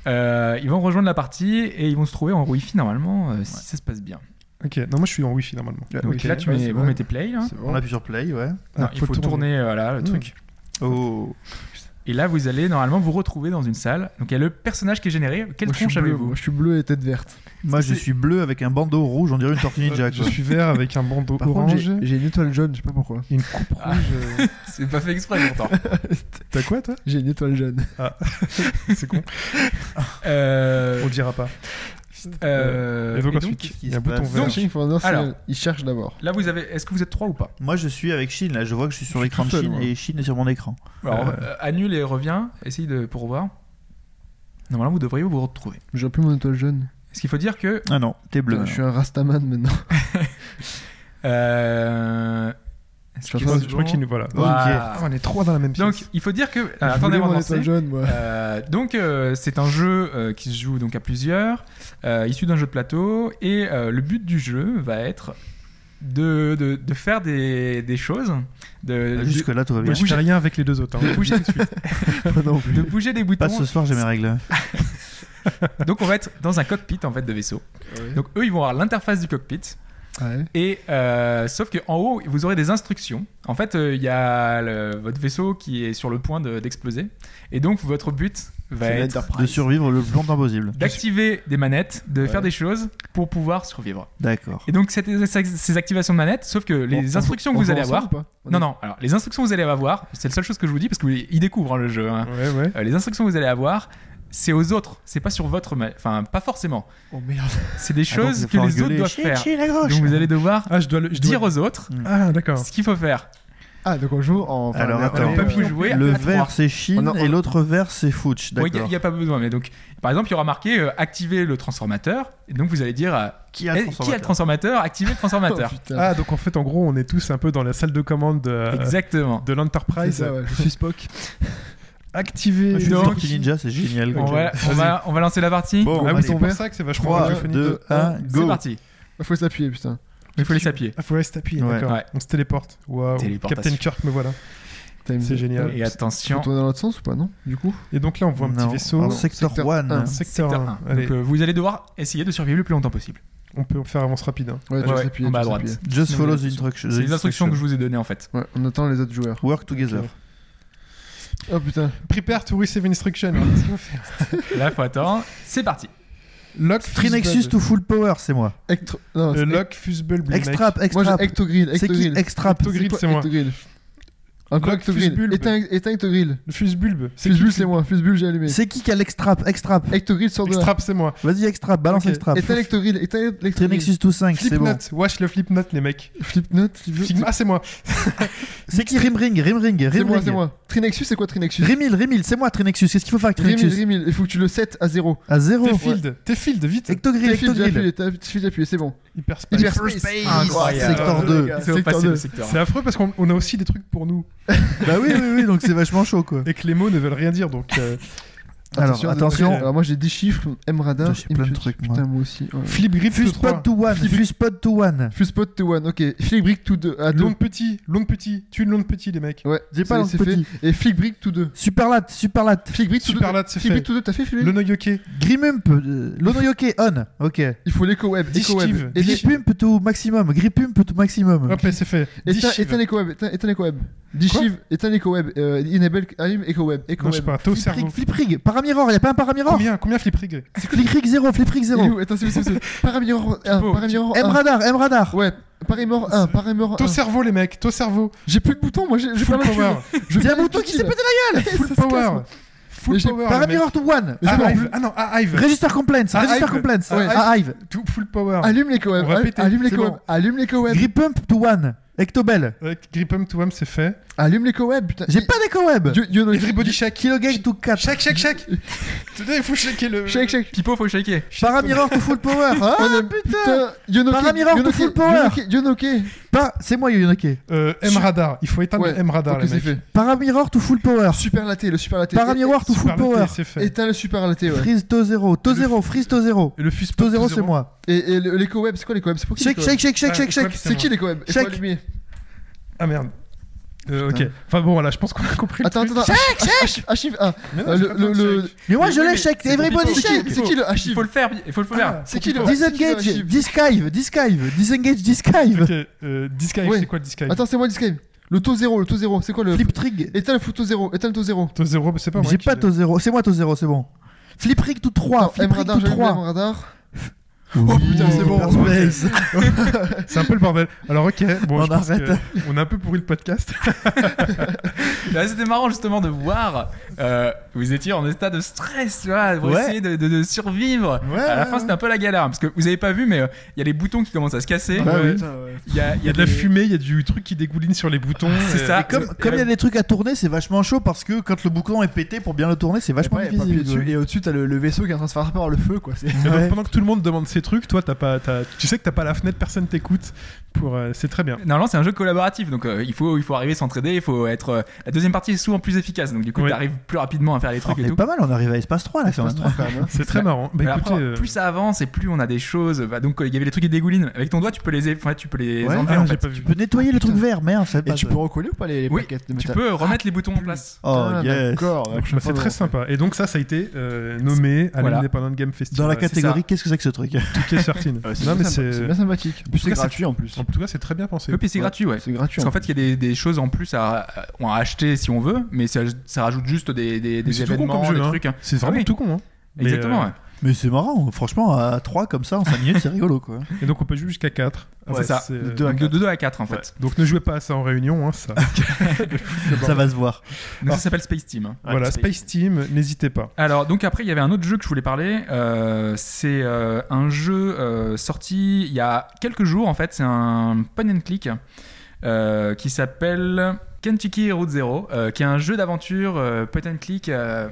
Euh, ils vont rejoindre la partie et ils vont se trouver en Wi-Fi normalement euh, si ça se passe bien. Ok, non, moi je suis en Wi-Fi normalement. Donc Ok, là tu ouais, mets, c'est vous bon. mettez play, là. C'est On bon. appuie sur Play, ouais. Non, Ah, il faut, tourner, euh, voilà, Hmm. le Mmh. truc. Oh. Et là vous allez normalement vous retrouver dans une salle. Donc il y a le personnage qui est généré. Quelle Moi, je suis tronche bleu, avez-vous moi, Je suis bleu et tête verte. Moi, je C'est- suis bleu avec un bandeau rouge. On dirait une tortue Euh, ninja. je quoi. suis vert avec un bandeau Par contre, orange. j'ai j'ai une étoile jaune, je sais pas pourquoi. et Une coupe Ah. rouge. euh. C'est pas fait exprès pourtant. T'as quoi toi J'ai une étoile jaune. C'est con. Euh, On le dira pas. euh, et donc et ensuite, qu'est-ce qui il y a un se bouton passe vert. Donc, Chine, faut en dire, c'est- Alors. il cherche d'abord. Là, vous avez. Est-ce que vous êtes trois ou pas Moi, je suis avec Shin. Là, je vois que je suis sur Je suis l'écran de tout seul, Shin moi. et Shin est sur mon écran. Alors, Euh. euh, annule et reviens. Essaye de pour voir. Normalement, vous devriez vous retrouver. J'ai plus mon étoile jaune. Ce qu'il faut dire que Ah non, t'es bleu. Putain, Je suis un rastaman maintenant. euh, Je Je suis en train crois, de- je crois qu'il nous voilà. Voilà. Ah, on est trois dans la même pièce. Donc, il faut dire que. Je Ah, attendez, voulais avant de mon lancer. étoile jaune, moi. Euh, donc euh, c'est un jeu euh, qui se joue donc à plusieurs, euh, issu d'un jeu de plateau, et euh, le but du jeu va être de, de, de faire des, des choses, Bah, de, Jusque là, tout va bien. Moi, je fais rien avec les deux autres. hein. de- de bouger, Moi non plus. de bouger des boutons. Pas ce soir, j'ai mes règles. Donc on va être dans un cockpit en fait de vaisseau. Ouais. Donc eux ils vont avoir l'interface du cockpit. Ouais. Et euh, sauf que en haut, vous aurez des instructions. En fait, euh, il y a le- votre vaisseau qui est sur le point de- d'exploser. et donc, votre but va C'est être l'Enterprise. De survivre le plus longtemps possible. d'activer des manettes, de Ouais. faire des choses pour pouvoir survivre. D'accord. Et donc, cette- ces activations de manettes, sauf que On- on les joue- instructions que on vous joue allez ensemble avoir. ou pas On Non, est- non, alors les instructions que vous allez avoir, c'est la seule chose que je vous dis parce qu'ils découvrent hein, le jeu. hein. Ouais, ouais. Euh, les instructions que vous allez avoir, c'est aux autres, c'est pas sur votre. ma- Enfin, pas forcément. Oh merde. C'est des Ah, donc, choses il va que falloir les autres gueuler. doivent Chin, faire. chin, la gauche. Donc, vous allez devoir Ah, je dois le je dois- dire aux autres Ah, d'accord. ce qu'il faut faire. Ah, donc on joue en. enfin, Alors, on est- attends. on est, Pas euh, pu jouer à Le à trois. vert, c'est Shin On en- on- et l'autre vert, c'est Fouch. Bon, Il n'y a, D'accord. il y a pas besoin, mais donc, par exemple, il y aura marqué euh, activer le transformateur. Et donc, vous allez dire euh, Qui eh, qui a le transformateur Activer le oh, transformateur. putain. Ah, donc en fait, en gros, on est tous un peu dans la salle de commande de, Exactement. de C'est l'Enterprise. ça, ouais, je suis Spock. Activé. Je suis Donc- sorti ninja, c'est génial. On, quoi. va, on, va, on va lancer la partie. Bon, ah oui, allez, c'est pour ça que c'est vachement 3, radiophonique. 2, un, 1, C'est go. parti. Ah, Faut s'appuyer, putain. Il faut les s'appuyer. Ah, faut rester appuyé, Ouais. d'accord. Ouais. On se téléporte. Waouh. Téléportation. Captain Kirk, me voilà. Putain, il me- C'est génial. Et Faut attention. tourner dans l'autre sens ou pas, non Du coup Et donc là, on voit un petit Non, vaisseau. en Secteur Secteur 1. un. Secteur Secteur 1. 1. Allez, Donc, euh, vous allez devoir essayer de survivre le plus longtemps possible. on peut faire avance rapide. hein. Ouais, Ouais, dois ouais, s'appuyer, en bas à dois droite. s'appuyer. Just Sinon, follow les the instruction- C'est les the instructions que je vous ai données en fait. Ouais, on attend les autres joueurs. Work together. Oh putain. Prepare to receive instruction. Qu'est-ce qu'on fait Là, faut attendre. C'est parti. Lock Trinexus Fuseball. to full power, c'est moi. Ectro... Non, Euh, c'est- Lock Fuseball Blue Mike. Extrap, Moi j'ai extrap. Ectogrill. C'est qui Ectogrill. Extrap Ectogrill, quoi, c'est moi. Ectogrill Encore Lock, Ectogrill. Fusebulbe. Éteins éteins Ectogrill. Le Fusebulbe. Fusebulbe, qui c'est moi. Fusebulbe, j'ai allumé. C'est qui qui a l'extrap Extrap. Ectogrill sort de là. Extrap, c'est moi. Vas-y, extrap, balance Ok. extrap. Éteins Ectogril. Éteins Ectogril. Trinexus 25, c'est Flipknot. bon. Wesh, le Flipknot, les mecs. Flipknot. Figma, ah, c'est moi. C'est qui Rimring, Rimring, C'est moi, c'est Rimring. moi. Trinexus, c'est quoi Trinexus Rimil, Rimil, c'est moi Trinexus. Qu'est-ce qu'il faut faire avec Rimil, Trinexus Rimil. Il faut que tu le sets à zéro. À zéro. T'es field. T'es field, vite. Ectogrill, T'es fil, j'ai Ectogrill. appuyé, t'as- t'es fil, j'ai appuyé, c'est bon. Hyperspace. Hyperspace. Incroyable. Secteur 2. Ah, Il faut passer deux. le secteur. C'est affreux parce qu'on on a aussi des trucs pour nous. Bah oui, oui, oui, donc c'est vachement chaud quoi. Et que les mots ne veulent rien dire, donc. euh, Alors, attention. Alors moi j'ai 10 chiffres, M radar, Putain, j'ai plein de Impute. trucs, moi. Putain, moi aussi. ouais. Flip grip, tout trois. Fuspod to one, Fuspod to one. Fuspot to one, ok. Flick brick to 2 à 2. Long petit, long petit. Tu une long petit, les mecs. Ah, Ouais, Dis pas c'est- donc c'est petit. fait. Et Flick brick to 2. Superlat, Superlat. Flick brick to 2. Superlat, c'est Flick fait. brick to 2, t'as fait Flick Le noyoke. Grimump, euh, Lonoyoke on. Ok. Il faut l'éco web, éco Dischive. web. Éteins- Gripump to maximum, Gripump to maximum. Hop, et c'est fait. Éteins Dishiv. éteins l'éco web, éteins éteins l'éco web. Dishive, éteins l'éco web, euh, enable allume éco web, éco Non, je sais web. pas, t'es au Fliprig, cerveau. Fliprig, Paramiror, y'a pas un Paramiror Combien, combien flip rig Fliprig 0, Fliprig Il est 0. où Attends, c'est où, c'est où, c'est où Paramirror 1, Thibaut, Paramirror 1. M-Radar, M-Radar. Ouais, Paramore 1, Oh. Paramore Ton 1. cerveau, les mecs, ton cerveau. J'ai plus de boutons, moi j'ai j'ai pas Full mal de power. choses. Je Y'a un vais mouton qui s'est pété la Full power. Mais Full j'ai- power. les mecs. Paramiror to one. Mais c'est bon. Arrive. Ah non, arrive. Register complaints, Ah, Register Hive. complaints. Ouais. Ah, Hive. Tout full power. Allume l'éco web, On va péter, allume c'est l'éco web, bon. allume l'éco web. Gripump to one. Ectobel. Avec grip hum to hum, c'est fait. Allume l'éco web, putain. J'ai pas d'éco-web. You, you know, Everybody shake. Kilogate to 4. Shake, shake, shake. Tenez, il faut shaker le. shake, shake. hein. Pipo, faut shaker. Paramiror to full power. Ah, On aime- putain. Yonoke, Paramirror to Yonoke, full power. Yonoke, Yonoke. Pas- C'est moi, Yonoke. Euh, M radar. Il faut éteindre Ouais, le M radar, Ok, les c'est mecs. fait. Paramiror to full power. Ah, Super laté, le super laté. Paramiroir to full Super power. noté, c'est fait. Éteins le super laté, ouais. Freeze to 0, to 0, freeze to 0. Et le fus To 0, c'est moi. Et, et le- l'éco web, c'est quoi l'éco web C'est pour qui Shake, l'éco web shake, shake, shake, Ah, shake, shake. quoi, C'est qui l'éco web Il faut Shake. allumer. Ah merde. Euh, ok. Putain. Enfin bon, voilà, je pense qu'on a compris. le Attends, truc. attends, attends. Achive 1. Mais Ah non, Euh, j'ai le- pas besoin le- de le- shake. Mais moi, je Oui, l'ai mais shake. c'est Everybody Pipo. shake. qui- c'est qui le Il Achive faut le faire, il faut le Ah. faire. C'est qui le Disengage, Achive dischive, dischive, disengage, dischive. Ok, euh, Disguise, Ouais. c'est quoi le Disguise Attends, c'est moi Discame. Le taux 0, le taux 0, c'est quoi le. Flip trig. Éteins le foot taux 0, éteins le taux 0. Taux zéro, mais c'est pas moi. J'ai qui pas l'ai. to 0, c'est moi to 0, c'est bon. Flip rig to 3, flip rig radar, to j'allume le 3. radar. Oh putain, c'est bon. Hyperspace. C'est un peu le bordel. Alors ok, bon, On je pense arrête. que on a un peu pourri le podcast. Là, Bah, c'était marrant justement de voir. euh, vous étiez en état de stress, tu vois, pour Ouais. essayer de, de- de survivre. Ouais, à la ouais, fin, ouais. c'était un peu la galère hein, parce que vous avez pas vu, mais euh, il y a les boutons qui commencent à se Ah casser. Ouais, ouais. Il y a, Il y a de la des- fumée, il y a du truc qui dégouline sur les boutons. C'est et- ça. Et comme comme il y a des trucs à tourner, c'est vachement chaud parce que quand le boucan est pété, pour bien le tourner, c'est vachement Ouais, pas difficile. appuyé dessus. ouais. Et au-dessus, t'as le, le vaisseau qui est en train de se faire attraper par le feu, quoi. C'est Et donc, Ouais. pendant que tout le monde demande ses trucs, toi, t'as pas, t'as- tu sais que t'as pas la fenêtre, personne t'écoute. Pour, euh, c'est très bien. Normalement, c'est un jeu collaboratif, donc euh, il faut il faut arriver à s'entraider, il faut être euh, la deuxième partie est souvent plus efficace, donc du coup, Ouais. t'arrives plus rapidement à faire les Oh, trucs On et est tout. pas mal, on arrive à Espace 3 là quand même. quand même. hein. C'est très Ouais. marrant. Bah, Mais écoutez, après, euh, plus ça avance et plus on a des choses. Bah, donc euh, il y avait les trucs qui dégoulinent. Avec ton doigt, tu peux les, enfin, tu peux les Ouais, enlever. ah, en j'ai fait. pas vu. Tu peux nettoyer le truc vert, merde, ça Et passe. tu peux recoller ou pas les, les Oui, plaquettes de Tu métal peux ah, remettre les boutons en place. Oh Ah, yes. D'accord. Bah, la prochaine c'est fois, très on- sympa. Et donc ça, ça a été euh, nommé à Voilà. l'Independent Game Festival. Dans la catégorie, ça. qu'est-ce que c'est que ce truc Qui est sorti. Ouais, c'est Non, mais bien sympa, c'est. c'est bien sympathique. En plus, tout c'est cas, c'est- gratuit en plus. En tout cas, c'est très bien pensé. Et puis c'est gratuit, ouais. C'est gratuit. Parce qu'en fait, il y a des, des choses en plus à, à- à acheter si on veut, mais ça, ça rajoute juste des, des, Mais des c'est tout con événements, comme jeu. des hein. trucs. hein. C'est vraiment Ah oui. tout con. hein. Mais, Exactement. euh, ouais. Mais c'est marrant, franchement, à 3 comme ça, en 5 minutes, c'est rigolo quoi. Et donc on peut jouer jusqu'à 4. Ouais, c'est ça. euh, De deux à donc, Donc de 2 à 4 en fait. ouais. Donc ne jouez pas à ça en réunion. hein, ça. ça va se voir. Donc ça s'appelle Space Team. hein. voilà, Space Team, n'hésitez pas. Alors donc après il y avait un autre jeu que je voulais parler. Euh, c'est euh, un jeu euh, sorti il y a quelques jours en fait. C'est un point and click euh, qui s'appelle Kentucky Route Zero, euh, qui est un jeu d'aventure euh, point and click. euh,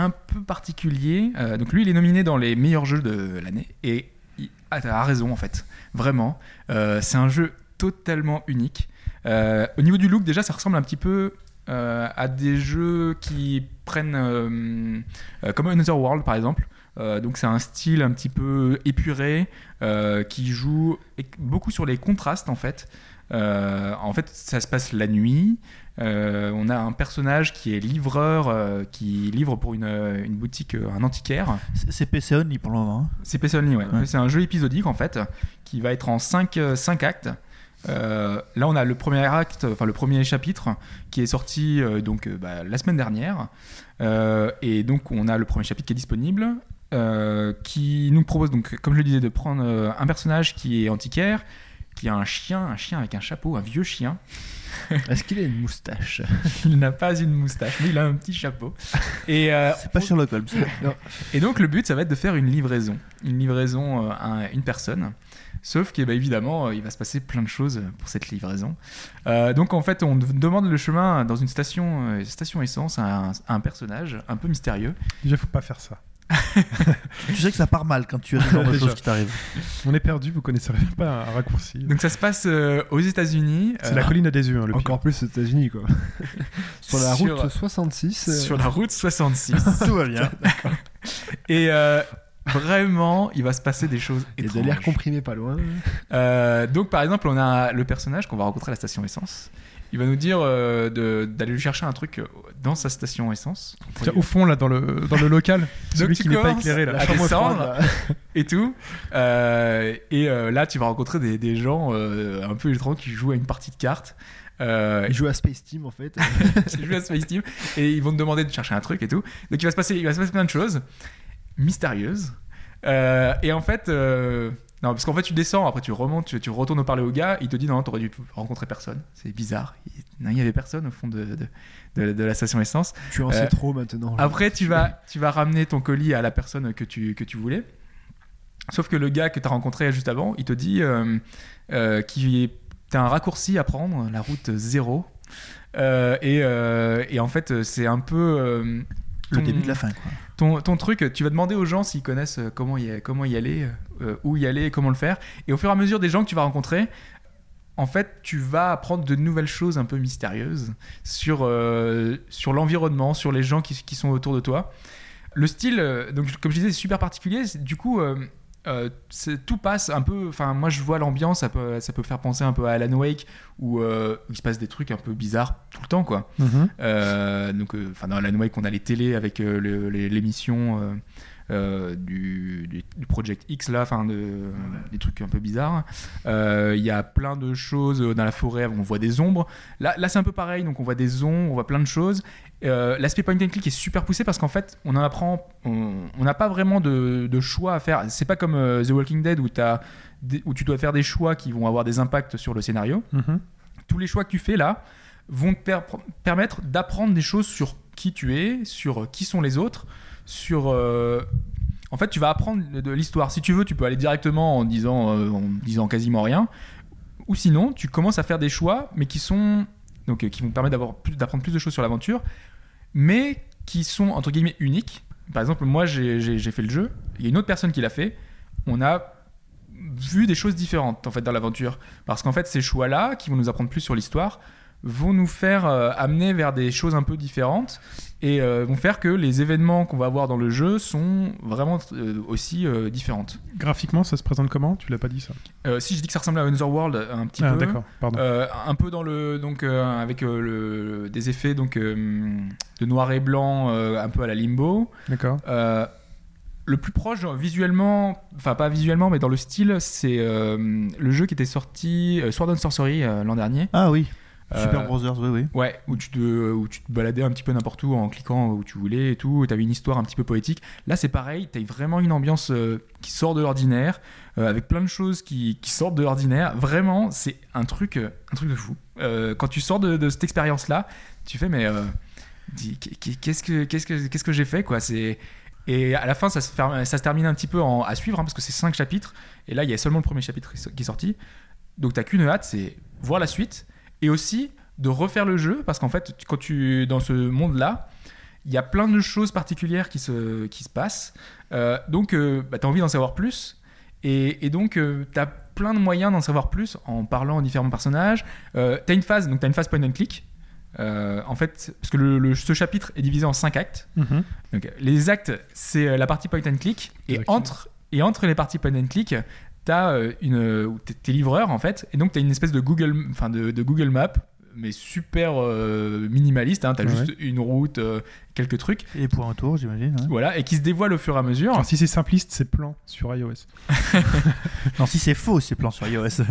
un peu particulier. Euh, donc lui, il est nominé dans les meilleurs jeux de l'année et il a, a raison en fait, vraiment. Euh, c'est un jeu totalement unique. Euh, au niveau du look, déjà, ça ressemble un petit peu euh, à des jeux qui prennent euh, euh, comme Another World par exemple. Euh, donc c'est un style un petit peu épuré euh, qui joue éc- beaucoup sur les contrastes en fait. Euh, en fait, ça se passe la nuit. Euh, on a un personnage qui est livreur, euh, qui livre pour une, euh, une boutique, euh, un antiquaire. C'est- C'est PC Only pour le moment. hein. C'est PC Only, ouais. Ouais. C'est un jeu épisodique en fait, qui va être en 5 actes. Euh, là, on a le premier acte, enfin le premier chapitre, qui est sorti euh, donc euh, bah, la semaine dernière. Euh, et donc, on a le premier chapitre qui est disponible, euh, qui nous propose donc, comme je le disais, de prendre euh, un personnage qui est antiquaire, qui a un chien, un chien avec un chapeau, un vieux chien. Est-ce qu'il a une moustache Il n'a pas une moustache, mais il a un petit chapeau. Et, euh, C'est pas Sherlock Holmes. et donc, le but, ça va être de faire une livraison. Une livraison euh, à une personne. Sauf qu'évidemment, euh, il va se passer plein de choses pour cette livraison. Euh, donc, en fait, on d- demande le chemin dans une station, euh, station essence à un- à un personnage un peu mystérieux. Déjà, faut pas faire ça. tu sais que ça part mal quand tu as ce genre de Déjà. choses qui t'arrivent. On est perdu, vous connaissez pas un raccourci. Donc ça se passe euh, aux États-Unis. C'est euh, la colline à des yeux, hein, le pire. Encore plus aux États-Unis, quoi. Sur la Sur- route 66. euh, sur la route 66. Tout va bien. Et euh, vraiment, il va se passer des choses Il y a de étranges. l'air comprimé pas loin. Euh, donc par exemple, on a le personnage qu'on va rencontrer à la station essence. Il va nous dire euh, de- d'aller lui chercher un truc euh, dans sa station essence. Tiens, au fond, là, dans le, dans le local, celui tu qui n'est pas commences éclairé, là. à descendre et tout. Euh, et euh, là, tu vas rencontrer des, des gens euh, un peu étranges qui jouent à une partie de cartes. Euh, Il joue à Space Team, en fait. J'ai joué à Space Team et ils vont te demander de chercher un truc et tout. Donc il va se passer, il va se passer plein de choses mystérieuses. Euh, et en fait, euh, non, parce qu'en fait tu descends, après tu remontes, tu, tu retournes parler au gars, il te dit non, t'aurais dû rencontrer personne. C'est bizarre. Il, non, il y avait personne au fond de, de, de- de la station essence. tu en Euh, sais trop maintenant. Après tu vas, tu vas ramener ton colis à la personne que tu, que tu voulais. Sauf que le gars que t'as rencontré juste avant, il te dit euh, euh, qu'il- t'as un raccourci à prendre, la route zéro. Euh, et, euh, et en fait, c'est un peu. euh, Le début de la fin, quoi. ton, ton truc, tu vas demander aux gens s'ils connaissent euh, comment y, comment y aller, euh, où y aller, comment le faire. Et au fur et à mesure des gens que tu vas rencontrer, en fait, tu vas apprendre de nouvelles choses un peu mystérieuses sur, euh, sur l'environnement, sur les gens qui, qui sont autour de toi. Le style, euh, donc, comme je disais, c'est super particulier. C'est- Du coup, euh, euh, c'est- tout passe un peu. Enfin, moi, je vois l'ambiance, ça peut, ça peut faire penser un peu à Alan Wake, où euh, il se passe des trucs un peu bizarres tout le temps, quoi. Mhm. Euh, donc, euh, enfin, dans la Wake, on a les télés avec euh, le- les- l'émission euh, euh, du, du- du Project X, là, enfin, de- des trucs un peu bizarres. Euh, Il y a plein de choses euh, dans la forêt, on voit des ombres. Là, là c'est un peu pareil, donc on voit des ombres, on voit plein de choses. Euh, L'aspect point and click est super poussé parce qu'en fait, on en apprend, on on n'a pas vraiment de, de choix à faire. C'est pas comme euh, The Walking Dead où, t'as des- où tu dois faire des choix qui vont avoir des impacts sur le scénario Mhm. tous les choix que tu fais là vont te per- permettre d'apprendre des choses sur qui tu es, sur euh, qui sont les autres, sur... euh, En fait, tu vas apprendre de de l'histoire. Si tu veux, tu peux aller directement en disant, euh, en disant quasiment rien. Ou sinon, tu commences à faire des choix, mais qui sont... Donc, euh, qui vont te permettre d'avoir plus- d'apprendre plus de choses sur l'aventure, mais qui sont, entre guillemets, uniques. Par exemple, moi, j'ai j'ai- j'ai fait le jeu. Il y a une autre personne qui l'a fait. On a vu des choses différentes, en fait, dans l'aventure. Parce qu'en fait, ces choix-là, qui vont nous apprendre plus sur l'histoire, vont nous faire euh, amener vers des choses un peu différentes et euh, vont faire que les événements qu'on va avoir dans le jeu sont vraiment euh, aussi euh, différentes. Graphiquement, ça se présente comment Tu l'as pas dit, ça. Euh, si je dis que ça ressemble à Another World un petit Ah, peu, d'accord, pardon. euh, un peu dans le donc euh, avec euh, le- des effets donc euh, de noir et blanc euh, un peu à la Limbo, D'accord. euh, le plus proche genre, visuellement, enfin pas visuellement, mais dans le style, c'est euh, le jeu qui était sorti euh, Sword and Sorcery euh, l'an dernier. Ah oui, Euh, Super Brothers, oui, oui. Ouais, où tu, te, où tu te baladais un petit peu n'importe où en cliquant où tu voulais et tout, et t'avais une histoire un petit peu poétique. Là, c'est pareil, t'as vraiment une ambiance euh, qui sort de l'ordinaire, euh, avec plein de choses qui, qui sortent de l'ordinaire. Vraiment, c'est un truc, euh, un truc de fou. Euh, quand tu sors de, de cette expérience-là, tu fais, mais euh, dis, qu'est- qu'est- qu'est-ce que, qu'est-ce que, qu'est-ce que j'ai fait, quoi c'est... Et à la fin, ça se, ferme- ça se termine un petit peu en- à suivre, hein, parce que c'est cinq chapitres, et là, il y a seulement le premier chapitre qui est- qui est sorti. Donc, t'as qu'une hâte, c'est voir la suite, et aussi de refaire le jeu parce qu'en fait tu- quand tu dans ce monde là il y a plein de choses particulières qui se, qui se passent Euh, donc tu as envie d'en savoir plus et, et donc tu as plein de moyens d'en savoir plus en parlant aux différents personnages tu as une phase donc t'as une phase point and click Euh, en fait parce que le, le- ce chapitre est divisé en cinq actes Mhm. donc, euh, les actes c'est euh, la partie point and click et Exactement. entre, et entre les parties point and click t'as euh, une euh, où t'es, t'es livreur en fait et donc t'as une espèce de Google enfin de, de Google Map mais super euh, minimaliste hein. t'as Ouais. juste une route euh, quelques trucs Et les points autour, j'imagine. ouais. voilà et qui se dévoile au fur et à mesure Enfin, si c'est simpliste, c'est plan sur iOS. Non, si c'est faux, ces plans sur iOS.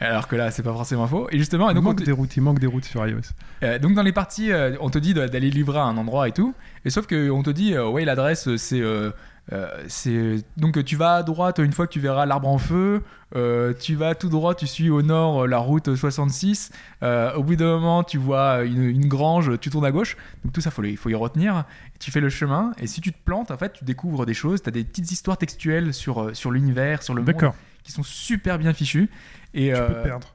Alors que là, c'est pas forcément faux. Et justement, et Ah, donc, on manque te- des routes, il manque des routes sur iOS. euh, donc dans les parties, euh, on te dit de- d'aller livrer à un endroit et tout. Et sauf que on te dit, euh, ouais, l'adresse, euh, c'est. euh, euh, c'est donc euh, tu vas à droite une fois que tu verras l'arbre en feu euh, tu vas tout droit tu suis au nord euh, la route 66 euh, au bout d'un moment tu vois une, une grange tu tournes à gauche donc tout ça faut le- il faut y retenir tu fais le chemin et si tu te plantes en fait tu découvres des choses tu as des petites histoires textuelles sur, euh, sur l'univers sur le monde D'accord, qui sont super bien fichues et tu peux euh, te perdre.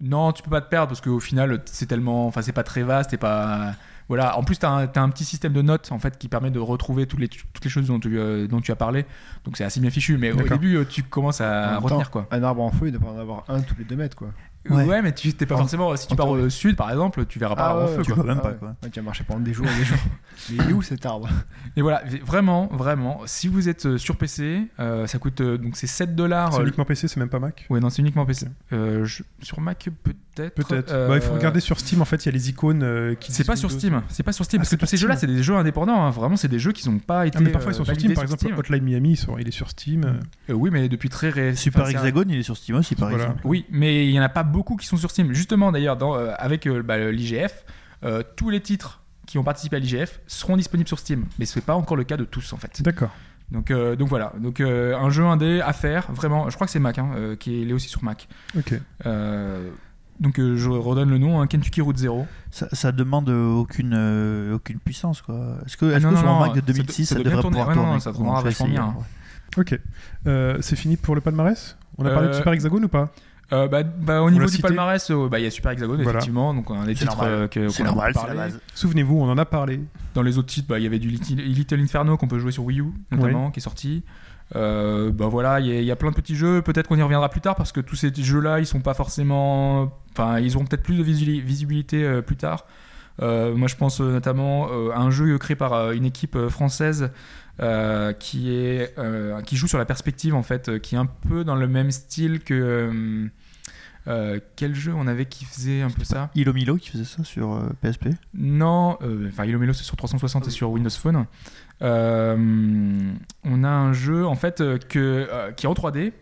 non, tu peux pas te perdre parce qu'au final, c'est tellement. Enfin, c'est pas très vaste et pas. Voilà. En plus, t'as un, t'as un petit système de notes en fait qui permet de retrouver toutes les, toutes les choses dont tu, euh, dont tu as parlé. Donc, c'est assez bien fichu. Mais au D'accord. début, euh, tu commences à En même retenir temps, quoi. Un arbre en feu, il devrait en avoir un tous les deux mètres, quoi. Ouais, Ouais. mais tu t'es pas En- forcément. Si tu en pars théorie. au sud, par exemple, tu verras pas l'arbre en feu. tu quoi. vois même Ah pas, ouais. quoi. Ouais, tu as marché pendant des jours et des jours. Mais il est où cet arbre Et voilà. Vraiment, vraiment. Si vous êtes euh, sur PC, euh, ça coûte euh, donc c'est 7 dollars. C'est uniquement PC, c'est même pas Mac. Ouais, non, c'est uniquement PC. Euh, je- Sur Mac, peut-être. Peut-être. euh, Bah, il faut regarder sur Steam, en fait, il y a les icônes euh, qui. C'est disent pas sur Windows. Steam, c'est pas sur Ah, Steam, parce que c'est tous pas ces jeux-là, c'est Steam. des jeux indépendants, hein. vraiment, c'est des jeux qui n'ont pas été. Ah, mais parfois ils sont euh, sur Steam, validés par sur exemple, Steam. Hotline Miami, ils sont- il est sur Steam. euh, Euh, oui, mais depuis très récemment. Super Hexagone, il est sur Steam aussi, par Voilà. exemple. Oui, mais il y en a pas beaucoup qui sont sur Steam. Justement, d'ailleurs, dans, euh, avec euh, bah, l'IGF, euh, tous les titres qui ont participé à l'IGF seront disponibles sur Steam, mais ce n'est pas encore le cas de tous en fait. D'accord. Donc, euh, donc voilà, donc euh, un jeu indé à faire, vraiment. Je crois que c'est Mac, hein, euh, qui est, il est aussi sur Mac. Ok. Euh, donc euh, je redonne le nom, hein, Kentucky Route Zero. Ça, ça demande euh, aucune, euh, aucune puissance, quoi. Est-ce que, est Ah non, que sur non, un Mac ça de doit- 2006, ça ça, doit bien devrait tourner. pouvoir Ouais, non, tourner ça quoi. tournera Je vais vachement essayer, hein. bien, ouais. Ok. Euh, c'est fini pour le palmarès On a Euh, parlé de Super Hexagone ou pas Euh, bah, bah, au Vous niveau le du citez palmarès, euh, bah, il y a Super Hexagone, Voilà. effectivement. Donc, on a des C'est titres normal. euh, que- C'est qu'on a normal, c'est parlé. la base. Souvenez-vous, on en a parlé. Dans les autres titres, bah, il y avait du Little, Little Inferno qu'on peut jouer sur Wii U, notamment, qui est sorti. Euh, bah voilà, il y, a- il y a plein de petits jeux. Peut-être qu'on y reviendra plus tard parce que tous ces jeux-là, ils sont pas forcément. Enfin, ils auront peut-être plus de visili- visibilité euh, plus tard. Euh, moi, je pense euh, notamment euh, à un jeu créé par euh, une équipe euh, française euh, qui est euh, qui joue sur la perspective en fait, euh, qui est un peu dans le même style que euh, euh, quel jeu on avait qui faisait un peu ça. Ilo Milo qui faisait ça sur euh, PSP. Non, euh, enfin Ilo Melo, c'est sur Ah 360 et sur Windows Phone. Euh, on a un jeu en fait euh, que, euh, qui est en 3D,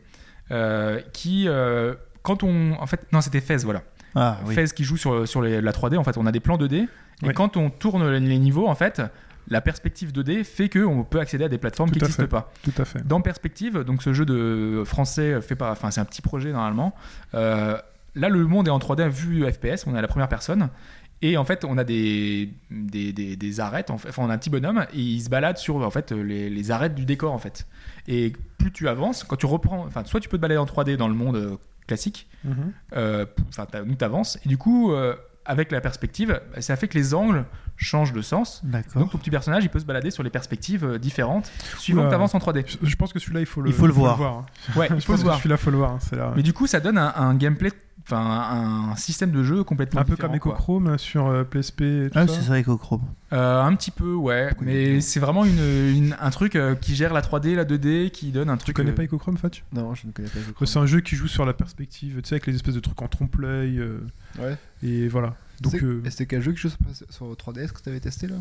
euh, qui euh, quand on en fait non c'était Fez voilà. Ah oui. Fez qui joue sur, sur les- la 3D en fait on a des plans 2D et Ouais. quand on tourne les, les niveaux en fait la perspective 2D fait que on peut accéder à des plateformes Tout qui à n'existent fait. pas. Tout à fait. Dans Perspective, donc ce jeu de français fait par, enfin c'est un petit projet normalement. euh, là, le monde est en 3D vu FPS, on est à la première personne. Et en fait, on a des, des, des, des arêtes, en fait. enfin on a un petit bonhomme, et il se balade sur en fait, les, les arêtes du décor. En fait. Et plus tu avances, quand tu reprends, enfin, soit tu peux te balader en 3D dans le monde euh, classique, Mhm. euh, enfin t'as- nous t'avances, et du coup, euh, avec la perspective, bah, ça fait que les angles changent de sens. D'accord. Donc ton petit personnage, il peut se balader sur les perspectives euh, différentes, suivant Oula. que tu avances en 3D. Je, je pense que celui-là, il faut le, Il faut le voir. hein. Ouais, Je il faut le pense que voir. Celui-là, il faut le voir. hein, c'est là. Mais du coup, ça donne un, un gameplay, enfin un système de jeu complètement Un peu différent, comme quoi. EcoChrome hein, sur euh, PSP. et tout Ah, ça. c'est ça, Ecochrome. Euh, un petit peu, ouais. Pourquoi il y a mais des- c'est vraiment une, une- un truc euh, qui gère la 3D, la 2D, qui donne un Tu truc. connais euh, pas EcoChrome, Fatch Non, je ne connais pas. je C'est crois. un jeu qui joue sur la perspective, tu sais, avec les espèces de trucs en trompe-l'œil. euh, Ouais. Et voilà. Donc, C'est- euh, et c'était quel jeu que je sais pas, sur 3DS que tu avais testé là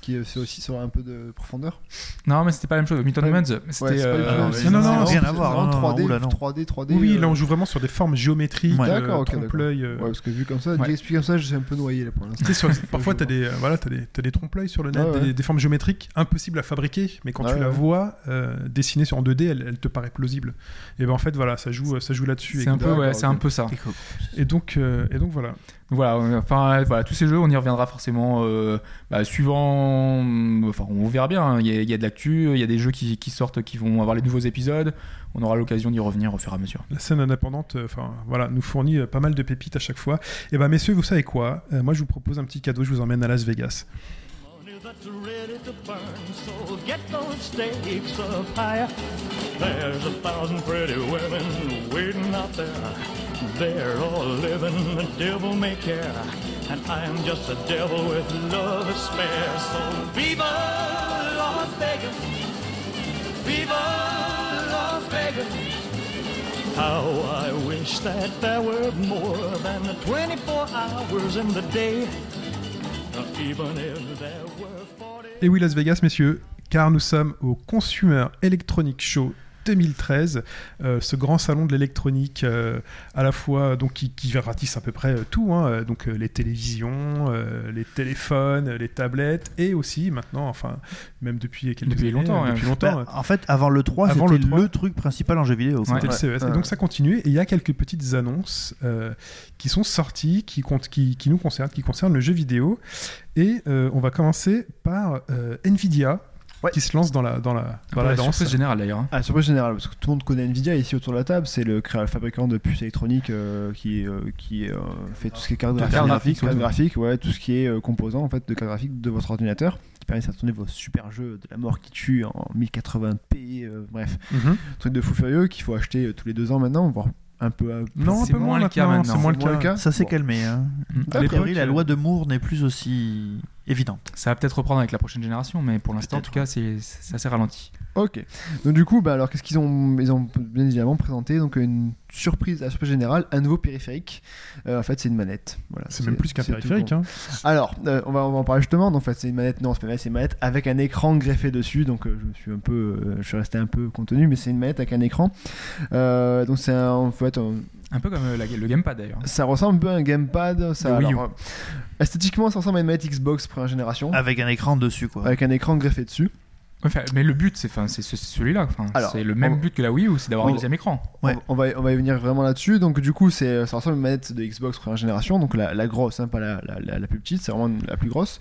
Qui euh, c'est aussi sur un peu de profondeur Non, mais c'était pas la même chose. Mutant Ouais, Humans, c'était. c'est pas du tout euh, la même ouais, chose. non, non, non, C'est rien à vraiment voir, non, non, non, 3D, oula, non. 3D, 3D. oui, euh, là, on joue vraiment sur des formes géométriques, Ouais. euh, D'accord, ok, d'accord. trompe-l'œil. euh, Ouais, parce que vu comme ça, j'ai expliqué comme ça, je suis un peu noyé là pour l'instant. Tu sais, sur- parfois, t'as des, euh, voilà, t'as des, t'as des trompe-l'œil sur le net, Ouais, ouais. Des, des formes géométriques impossibles à fabriquer, mais quand Ouais, tu la ouais. vois euh, dessinée sur en 2D, elle, elle te paraît plausible. Et ben en fait, voilà, ça joue, ça joue là-dessus. C'est Et, un peu, ouais, D'accord, c'est ok. un peu ça. Ecochrome. et donc, euh, et donc voilà. Voilà, euh, enfin, euh, voilà, tous ces jeux, on y reviendra forcément euh, bah, suivant. hum, Enfin, on verra bien. hein. Il y, a- il y a de l'actu, il y a des jeux qui, qui sortent, qui vont avoir les nouveaux épisodes. On aura l'occasion d'y revenir au fur et à mesure. La scène indépendante, euh, enfin voilà, nous fournit euh, pas mal de pépites à chaque fois. Et ben messieurs, vous savez quoi Euh, Moi, je vous propose un petit cadeau. Je vous emmène à Las Vegas. Money that's ready to burn, so get those stakes up higher. There's a thousand pretty women waiting out there. They're all living the devil may care, and I'm just a devil with love to spare. So viva Las Vegas, viva Las Vegas. How I wish that there were more than 24 hours in the day. Now, even if there were 40. Et oui, Las Vegas, messieurs, car nous sommes au Consumer Electronic Show 2013, euh, ce grand salon de l'électronique, euh, à la fois donc qui, qui ratisse à peu près euh, tout, hein, euh, donc euh, les télévisions, euh, les téléphones, les tablettes, et aussi maintenant, enfin même depuis quelques Depuis années, euh, longtemps, ouais. depuis longtemps, Bah, en fait, avant le 3, Avant c'était le 3. le truc principal en jeu vidéo. Ouais. c'était le CES. ouais. Et donc ça continue. Et il y a quelques petites annonces euh, qui sont sorties, qui, comptent, qui, qui nous concernent, qui concernent le jeu vidéo. Et euh, on va commencer par euh, Nvidia, Ouais. qui se lance dans la, dans la, dans la Ah bah, la danse. surprise générale d'ailleurs. hein. Ah, surprise générale, parce que tout le monde connaît Nvidia ici autour de la table, c'est le cré- fabricant de puces électroniques euh, qui, euh, qui euh, fait tout ce qui est carte De graphique, cartes graphiques, cartes surtout. graphiques, ouais, tout ce qui est euh, composant en fait de carte graphique de votre ordinateur, qui permet de faire tourner vos super jeux de la mort qui tue en 1080p, euh, bref, Mhm. truc de fou furieux qu'il faut acheter euh, tous les deux ans maintenant, voire un peu. à- Non, un C'est peu moins moins le cas maintenant, maintenant. C'est moins le C'est moins cas. le cas. Ça s'est Bon. calmé. Hein. Mm. A priori, l'époque, la euh, loi de Moore n'est plus aussi évidente. Ça va peut-être reprendre avec la prochaine génération, mais pour l'instant, en tout cas, Peut-être. c'est c'est assez ralenti. Ok. Donc du coup, bah, alors qu'est-ce qu'ils ont Ils ont bien évidemment présenté donc une surprise, la surprise générale, un nouveau périphérique. Euh, en fait, c'est une manette. Voilà. C'est même plus qu'un c'est tout périphérique. hein. Alors, euh, on, va, on va en parler justement. Donc, en fait, c'est une manette. Non, c'est pas une manette, c'est une manette avec un écran greffé dessus. Donc, euh, je me suis un peu, euh, je suis resté un peu contenu, mais c'est une manette avec un écran. Euh, donc, c'est un- en fait, un- Un peu comme euh, la- le gamepad d'ailleurs. ça ressemble un peu à un gamepad. Ça, Le Wii U. alors, euh, esthétiquement, ça ressemble à une manette Xbox première génération, Ah. Avec un écran dessus, quoi. avec un écran greffé dessus. Enfin, mais le but, c'est enfin, c'est ce- c'est celui-là. Enfin, Alors, c'est le on- même but que la Wii U, c'est d'avoir un on- deuxième écran. Ouais. On, on va, on va y venir vraiment là-dessus. Donc, du coup, c'est, ça ressemble à une manette de Xbox première génération, donc la, la grosse, hein, pas la, la- la- la plus petite, c'est vraiment la plus grosse.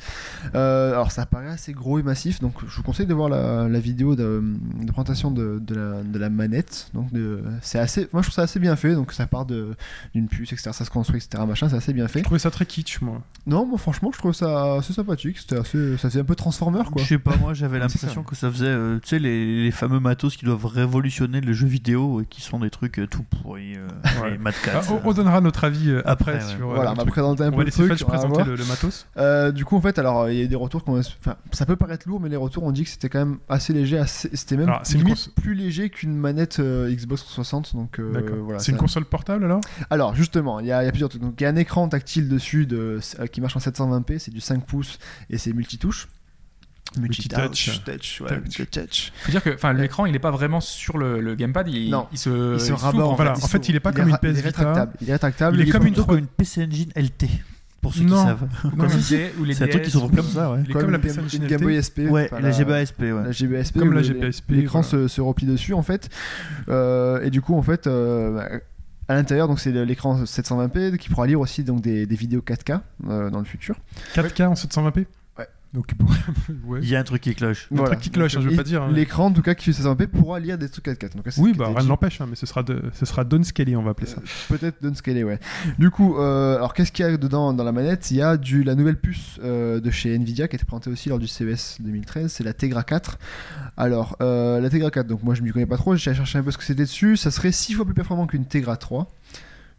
Euh, alors, ça paraît assez gros et massif, donc je vous conseille de voir la, la vidéo de, de présentation de, de la, de la manette. Donc, de- c'est assez, moi, je trouve ça assez bien fait. Donc, ça part de, d'une puce, etc., ça se construit, etc., machin, c'est assez bien Je fait. trouvais ça très kitsch, moi. Non, moi, franchement, je trouve ça assez sympathique. C'était assez, ça faisait un peu Transformer, quoi. Je sais pas, moi j'avais Ouais, c'est l'impression que ça faisait, euh, tu sais, les, les fameux matos qui doivent révolutionner le jeu vidéo et qui sont des trucs euh, tout pourris, euh, Ouais. les Mad Ah, Cats, on, euh. on donnera notre avis euh, après, Après, ouais. sur. euh, Voilà, le on va truc. présenter un On peu va le laisser truc. Fudge on va présenter voir. le, le matos. Euh, du coup, en fait, alors il y a eu des retours qu'on. Enfin, ça peut paraître lourd, mais les retours ont dit que c'était quand même assez léger. assez- C'était même Alors, c'est une limite cons- plus léger qu'une manette euh, Xbox 360. Donc euh, D'accord. voilà. c'est une ça- console portable alors Alors justement, il y, a il y a plusieurs trucs. Donc il y a un écran tactile dessus de, euh, qui marche en 720p. C'est du 5 pouces et c'est multitouche. Multitouch. euh, touch, ouais, Touch. multitouch. Faut dire que, enfin, l'écran, il n'est pas vraiment sur le, le gamepad. Il, Euh, Non. il se, il se s'ouvre, rabat en en fait. Euh, voilà. en fait, il est pas comme une ra- Il PS est Vita. rétractable. Il est rétractable. Il est il est comme une- plutôt comme une PC Engine LT, pour ceux Non. qui savent. Comme Non, une D ou les C'est un truc qui DS, s'ouvre ou- comme ça, ouais. Il est comme, la une PC Game- Engine une Game Boy SP. Ouais, enfin, la GBASP, ouais. la GBASP Comme où la le- GBASP, l'écran voilà. se, se replie dessus en fait Euh, et du coup en fait euh, bah, à l'intérieur donc c'est le- l'écran 720p qui pourra lire aussi donc des, des vidéos 4K euh, dans le futur 4K en 720p Ouais. Donc, bon, ouais. Il y a un truc qui cloche. Un truc qui cloche, hein, je veux Et pas dire, hein. l'écran en tout cas qui fait 720p pourra lire des trucs 4K donc là, c'est Oui, ce bah qui était rien ne dit. l'empêche, hein, mais ce sera, de, ce sera downscalé, on va appeler ça. peut-être downscalé ouais du coup euh, alors qu'est-ce qu'il y a dedans dans la manette il y a du, la nouvelle puce euh, de chez Nvidia qui a été présentée aussi lors du E CES 2013 c'est la Tegra 4 alors euh, la Tegra 4 donc moi je m'y connais pas trop j'ai cherché un peu ce que c'était dessus ça serait 6 fois plus performant qu'une Tegra 3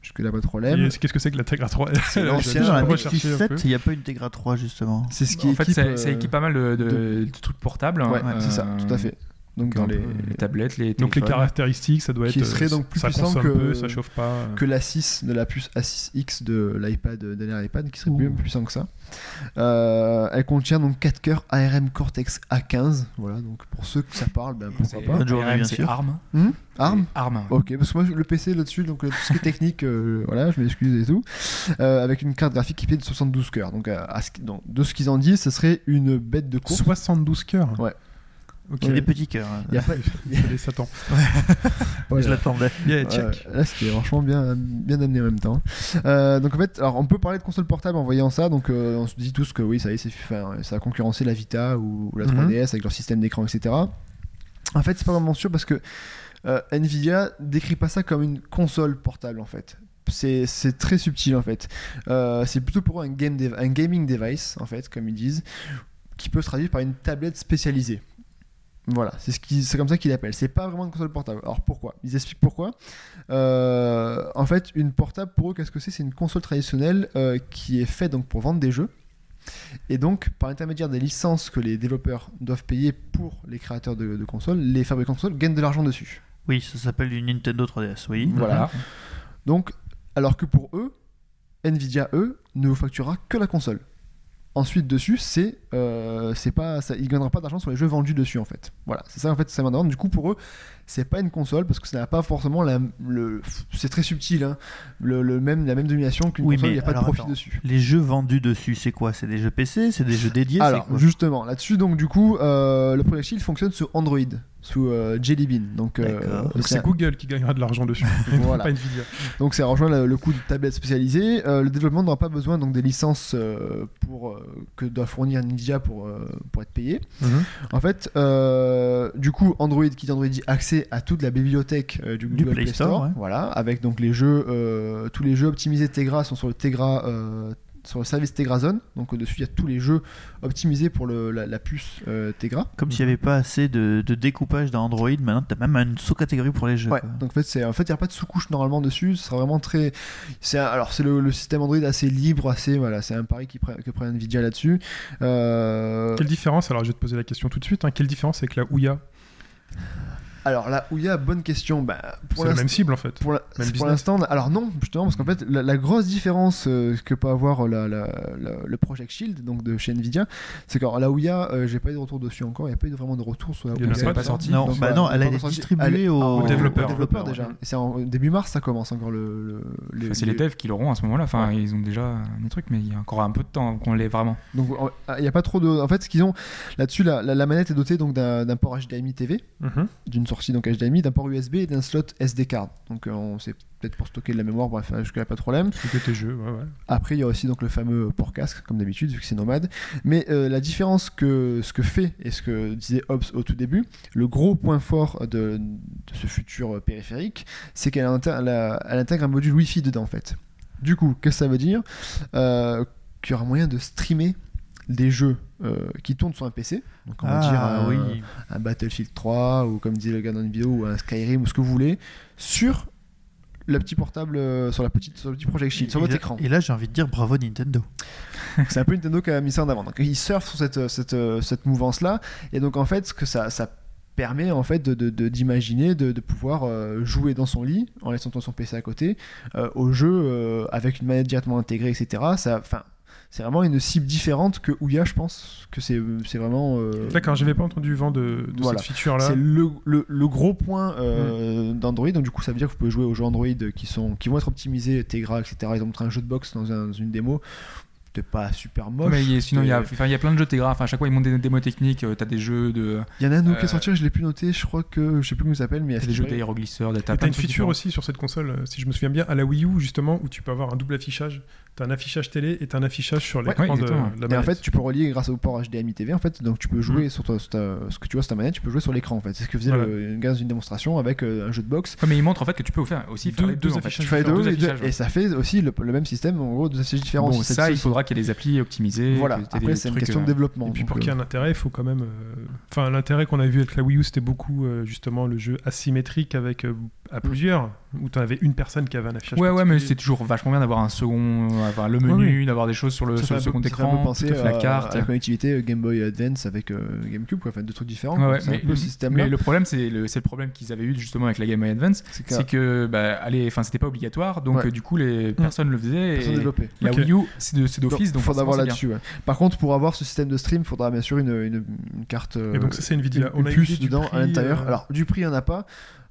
jusque là pas de problème Et c'est- Qu'est-ce que c'est que la Tegra 3 l'ancien, Je vais Dans la rechercher un peu. PS7, il n'y a pas une Tegra 3, justement. c'est ce qui En fait, équipe, ça, euh, ça équipe pas mal de, de- de trucs portables. ouais, hein, c'est ça euh, tout à fait donc dans un les peu les tablettes, les Donc les téléphones. caractéristiques, ça doit être. Qui serait euh, donc plus ça puissant consomme que- peu, ça chauffe pas. Hein. euh. que la 6 de la puce A6X de l'iPad euh, dernier iPad qui serait plus puissant que ça. Euh, elle contient donc 4 cœurs ARM Cortex A15. Voilà, donc pour ceux que ça parle, ben pourquoi C'est- pas. Bonne journée, ARM, bien c'est sûr. ARM. Hmm ARM ARM. ouais. Ok, parce que moi le PC là-dessus, donc euh, tout ce qui est technique, euh, voilà, je m'excuse et tout. Euh, avec une carte graphique équipée de 72 cœurs. Donc, euh, à ce qui- donc, de ce qu'ils en disent, ce serait une bête de course. 72 cœurs. Ouais. Ok. C'est des petits cœurs. hein. Il y a pas- Allez, ça tombe. Je l'attendais. Yeah, check. Ouais, là, c'était franchement bien, bien amené en même temps. Euh, donc, en fait, alors, on peut parler de console portable en voyant ça. Donc, euh, on se dit tous que oui, ça y est, c'est, enfin, ça a concurrencé la Vita ou, ou la Mhm. 3DS avec leur système d'écran, etc. En fait, c'est pas vraiment sûr parce que euh, Nvidia décrit pas ça comme une console portable en fait. C'est, c'est très subtil en fait. Euh, c'est plutôt pour eux un, game dev- un gaming device en fait, comme ils disent, qui peut se traduire par une tablette spécialisée. Voilà, c'est, ce qui, c'est comme ça qu'ils l'appellent. C'est pas vraiment une console portable. Alors pourquoi Ils expliquent pourquoi. Euh, en fait, une portable pour eux, qu'est-ce que c'est C'est une console traditionnelle euh, qui est faite donc pour vendre des jeux. Et donc, par intermédiaire des licences que les développeurs doivent payer pour les créateurs de, de consoles, les fabricants de consoles gagnent de l'argent dessus. Oui, ça s'appelle une Nintendo 3DS, oui. Voilà. Donc, alors que pour eux, Nvidia, eux, ne vous facturera que la console. ensuite dessus, c'est euh, c'est pas ça, ils gagneront pas d'argent sur les jeux vendus dessus en fait. Voilà, c'est ça en fait, ça m'intéresse. Du coup pour eux, c'est pas une console parce que ça n'a pas forcément la le c'est très subtil hein, le, le même la même domination qu'une Oui, console, il mais n'y a pas de alors, profit attends. dessus. Les jeux vendus dessus, c'est quoi C'est des jeux PC C'est des jeux dédiés c'est Alors quoi justement là-dessus donc du coup euh, le Project Shield fonctionne sous Android sous euh, Jelly Bean donc euh, D'accord. donc Donc c'est c'est Google qui gagnera de l'argent dessus, un- voilà. pas Nvidia. Donc ça rejoint le, le coût de tablette spécialisée. Euh, le développement n'aura pas besoin donc des licences euh, pour euh, que doit fournir Nvidia pour euh, pour être payé. Mhm. En fait, euh, du coup, Android qui dit Android dit accès à toute la bibliothèque euh, du Google Play, Store, ouais. voilà, avec donc les jeux, euh, tous les jeux optimisés Tegra sont sur le Tegra. euh, sur le service Tegra Zone, donc au-dessus il y a tous les jeux optimisés pour le, la, la puce euh, Tegra. Comme s'il n'y avait pas assez de, de découpage dans Android, maintenant t'as même une sous-catégorie pour les jeux. Ouais, quoi. donc en fait, c'est en fait, il n'y a pas de sous-couche normalement dessus. Ce sera vraiment très. C'est un- alors c'est le, le système Android assez libre, assez voilà, c'est un pari qui pre- que prend Nvidia là-dessus. Euh, Quelle différence Alors je vais te poser la question tout de suite. hein. Quelle différence avec la Ouya Alors là, où il y a bonne question. Bah, C'est pour la l'instant- même cible en fait. pour la- Même c'est pour business. l'instant, alors non, justement, parce qu'en fait, la, la grosse différence euh, que peut avoir la- la- la- le Project Shield, donc de chez Nvidia, c'est que alors, la Ouya, euh, j'ai pas eu de retour dessus encore, il n'y a pas eu de- vraiment de retour sur la Il y en a Ouya. pas de- sorti. Non, Donc, bah voilà, non, elle pas a été encore sortie. Elle distribuée est- aux ah, aux développeurs. aux développeurs, déjà. ouais. Et c'est en début mars, ça commence encore le. le- le- c'est les le- devs qui l'auront à ce moment-là. Enfin, ils ont déjà des trucs, mais il y a encore un peu de temps avant qu'on l'ait vraiment. Donc ah, il n'y a pas trop de. En fait, ce qu'ils ont là-dessus, la, la- la manette est dotée donc d'un d'un port HDMI TV, Mhm. d'une sortie donc HDMI, d'un port USB et d'un slot SD card. Donc euh, on sait peut-être pour stocker de la mémoire, bref, euh, jusque-là pas de problème. C'était tes jeux, ouais, ouais. Après, il y a aussi donc le fameux port casque, comme d'habitude, vu que c'est nomade. Mais euh, la différence que ce que fait et ce que disait Hobbes au tout début, le gros point fort de, de ce futur euh, périphérique, c'est qu'elle inter- la- elle intègre un module Wi-Fi dedans, en fait. Du coup, qu'est-ce que ça veut dire Euh, Qu'il y aura moyen de streamer des jeux euh, qui tournent sur un PC, donc on va dire Ah un, oui. un Battlefield 3 ou comme disait le gars dans une vidéo ou un Skyrim ou ce que vous voulez, sur le petit portable, euh, sur la petite, sur le petit Project Shield, sur Et votre là- écran. Et là, j'ai envie de dire bravo Nintendo. C'est un peu Nintendo qui a mis ça en avant. Donc ils surfent sur cette, cette, cette mouvance-là. Et donc en fait, ce que ça, ça permet en fait de- de- de- d'imaginer de, de, pouvoir euh, jouer dans son lit en laissant ton- son PC à côté euh, au jeu euh, avec une manette directement intégrée, etc. Ça, enfin, c'est vraiment une cible différente que Ouya, je pense que c'est c'est vraiment. euh, D'accord, j'avais pas entendu vent de, de Voilà. cette feature là. c'est le, le- le gros point euh, Mm. d'Android. Donc, du coup, ça veut dire que vous pouvez jouer aux jeux Android qui, sont, qui vont être optimisés, Tegra, etc. Ils ont montré un jeu de boxe dans, un- dans une démo. C'était pas super moche. mais il y a- sinon, il y, a, c'était- enfin, il y a plein de jeux Tegra. Enfin, à chaque fois, ils montent des démos techniques. euh, T'as des jeux de, Il y en a un nouveau qui est Euh, sorti, je l'ai plus noté, je crois que je sais plus comment il s'appelle, mais il y a t'as ce des jeux jeu. d'aéroglisseurs. T'as Et T'as plein de une trucs feature différents. aussi sur cette console, euh, si je me souviens bien, à la Wii U justement, où tu peux avoir un double affichage. T'as un affichage télé et t'as un affichage sur l'écran Ouais, de, exactement. de la Et en manette. fait, tu peux relier grâce au port HDMI TV, en fait, donc tu peux Mm. jouer sur ta- sur ta- ce que tu vois sur ta manette, tu peux jouer sur l'écran, en fait. C'est ce que faisait Voilà. le- le gars dans une démonstration avec euh, un jeu de boxe. Ouais, mais ils montrent en fait que tu peux faire aussi faire Deux- les deux, deux en fait. affichages Tu fais différents. deux deux, et deux- affichages, ouais. et ça fait aussi le, le même système, en gros, deux affichages différents. Bon, C'est ça, cette- il faudra qu'il y ait des applis optimisées. Voilà, que t'aies après, des c'est une trucs, question euh, de développement. Et puis donc, pour euh, qu'il y ait un intérêt, il faut quand même. euh, Enfin, l'intérêt qu'on a vu avec la Wii U, c'était beaucoup euh, justement le jeu asymétrique avec euh, Mm. à plusieurs, où tu avais une personne qui avait un affichage. Ouais, ouais, mais c'est particulier. toujours vachement bien d'avoir un second, avoir le menu, d'avoir des choses sur le, ça sur le fait un second peu- ça fait un peu écran, penser tout à fait la à- carte. à la connectivité euh, Game Boy Advance avec euh, GameCube, quoi, enfin, deux trucs différents. Ouais, quoi. ouais, c'est mais, un peu le système mais le problème, c'est le, c'est le problème qu'ils avaient eu justement avec la Game Boy Advance, c'est que c'est que bah, allez, enfin, c'était pas obligatoire, donc Ouais. euh, du coup, les personnes le faisaient. personne et développé. la Ok. Wii U, c'est de- c'est d'office, donc, il forcément, faudra voir c'est bien. là-dessus. ouais. Par contre, pour avoir ce système de stream, il faudra bien sûr une, une- une carte. euh, Et donc ça, c'est Nvidia. une, On a une idée puce du dedans prix, à l'intérieur. euh, Alors du prix, il n'y en a pas.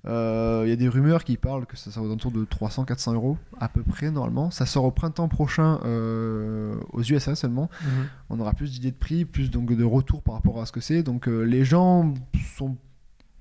Euh, Il y a des rumeurs qui parlent que ça sera aux alentours de 300-400 euros à peu près normalement. Ça sort au printemps prochain euh, aux USA seulement. Mhm. On aura plus d'idées de prix, plus donc de retours par rapport à ce que c'est. Donc euh, les gens sont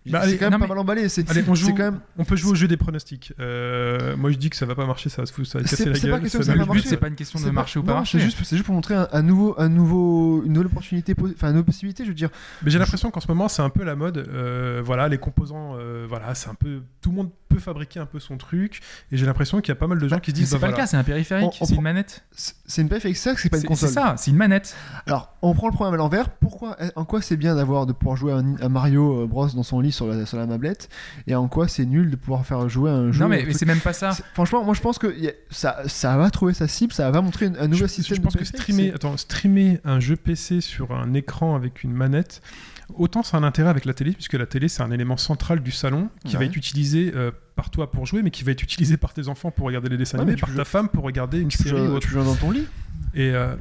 Bah, c'est allez, quand même non, pas mais- mal emballé. C'est Allez, on c'est joue- quand même. On peut jouer au jeu des pronostics. Euh, moi, je dis que ça va pas marcher, ça va se foutre, ça va C'est- casser la c'est pas gueule. question que va ça va Le mal but, marcher. c'est pas une question de c'est marcher ou non, pas C'est marcher. juste, c'est juste pour montrer un, un nouveau, un nouveau, une nouvelle opportunité, po- enfin une nouvelle possibilité. Je veux dire, Mais j'ai l'impression qu'en ce moment, c'est un peu la mode. Euh, voilà, les composants, euh, voilà, c'est un peu. Tout le monde peut fabriquer un peu son truc. Et j'ai l'impression qu'il y a pas mal de gens qui se Mais disent. C'est pas bah, le voilà. cas, c'est un périphérique, On- on c'est une prend- manette. c'est c'est une PFX, c'est pas une C'est console. c'est ça, c'est une manette. Alors, on prend le problème à l'envers. Pourquoi, eh, en quoi c'est bien d'avoir de pouvoir jouer à un- à Mario euh, Bros dans son lit sur la, sur la mablette, et en quoi c'est nul de pouvoir faire jouer à un jeu Non, mais un mais truc- c'est même pas ça. C'est- Franchement, moi je pense que y a- ça, ça va trouver sa cible, ça va montrer une- un nouveau je, système. je de pense que PFX, streamer, attends, streamer un jeu PC sur un écran avec une manette, autant ça a un intérêt avec la télé, puisque la télé c'est un élément central du salon qui va Ouais. être utilisé euh, par toi pour jouer, mais qui va être utilisé par tes enfants pour regarder les dessins Ouais, mais animés, tu par joues- ta femme pour regarder une c'est- Tu série ou joues, autre. tu joues dans ton lit Et euh,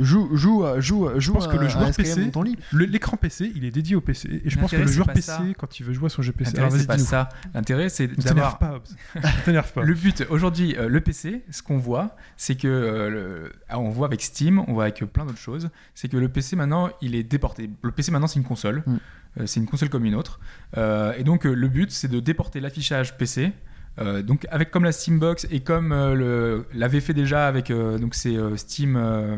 Joue, joue, à- joue, à- joue pense à- que le à joueur Skyrim PC dans ton lit. Le- L'écran PC, il est dédié au PC. Et je pense que L'intérêt, le c'est joueur pas PC, ça. quand il veut jouer à son jeu PC. L'intérêt, Alors vas-y, c'est pas dis-nous. ça. L'intérêt, c'est Ne t'énerve d'avoir pas, Hobbs. Ne t'énerve pas. Le but aujourd'hui, euh, le PC, ce qu'on voit, c'est que euh, le- ah, on voit avec Steam, on voit avec euh, plein d'autres choses, c'est que le PC maintenant, il est déporté. Le PC maintenant, c'est une console, Mm. Euh, c'est une console comme une autre, Euh, et donc euh, le but, c'est de déporter l'affichage PC. euh, donc avec comme la Steambox et comme euh, le- l'avait fait déjà avec euh, donc c'est euh, Steam euh,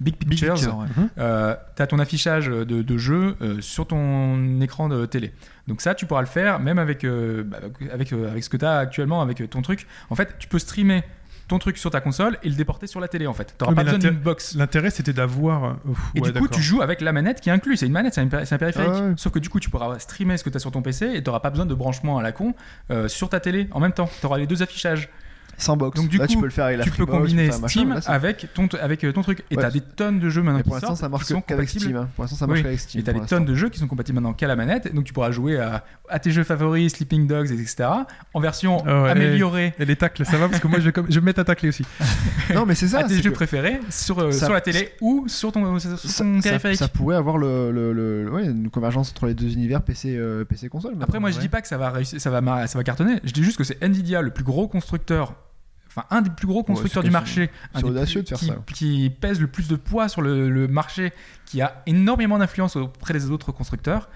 Big Big Pictures, Picture, ouais. Mhm. euh, t'as ton affichage de, de jeu euh, sur ton écran de télé. Donc ça, tu pourras le faire même avec, euh, bah, avec- avec, euh, avec ce que t'as actuellement, avec euh, ton truc. En fait, tu peux streamer ton truc sur ta console et le déporter sur la télé, en fait. T'auras Oui, pas mais besoin d'une l'intér- box. L'intérêt, c'était d'avoir. euh, Ouf, Et ouais, du coup, d'accord. tu joues avec la manette qui est inclue. C'est une manette, c'est un, péri- c'est un périphérique. Ah ouais. Sauf que du coup, tu pourras streamer ce que tu as sur ton PC et tu n'auras pas besoin de branchement à la con euh, sur ta télé en même temps. Tu auras les deux affichages. Sans box. Donc, du là, tu coup, peux le faire avec la tu peux Freebox, combiner faire un machin, Steam mais là, c'est- avec, ton, avec euh, ton truc. Et Ouais. tu as des tonnes de jeux maintenant mais qui pour l'instant, sortent ça marche qui sont que- qu'avec compatibles Steam. hein. Pour l'instant, ça marche Oui. qu'avec Steam. Et t'as pour des l'instant. tonnes de jeux qui sont compatibles maintenant qu'à la manette, donc tu pourras jouer à, à tes jeux favoris, Sleeping Dogs, etc. En version Ah ouais, améliorée Et les tacles, ça va Parce que moi, je vais, comme- je vais me mettre à tacler aussi. Non, mais c'est à ça. tes c'est jeux que- préférés sur, euh, ça- sur la télé ou sur ton, sur ton ça, ça, périphérique. ça pourrait avoir le, le- le- ouais, une convergence entre les deux univers PC, euh, PC console. maintenant. Après, moi, je Ouais. dis pas que ça va réussir, ça va, mar- ça va cartonner. Je dis juste que c'est Nvidia, le plus gros constructeur, enfin un des plus gros constructeurs c'est du que marché, un c'est des audacieux de plus- faire qui, ça. qui pèse le plus de poids sur le, le marché, qui a énormément d'influence auprès des autres constructeurs,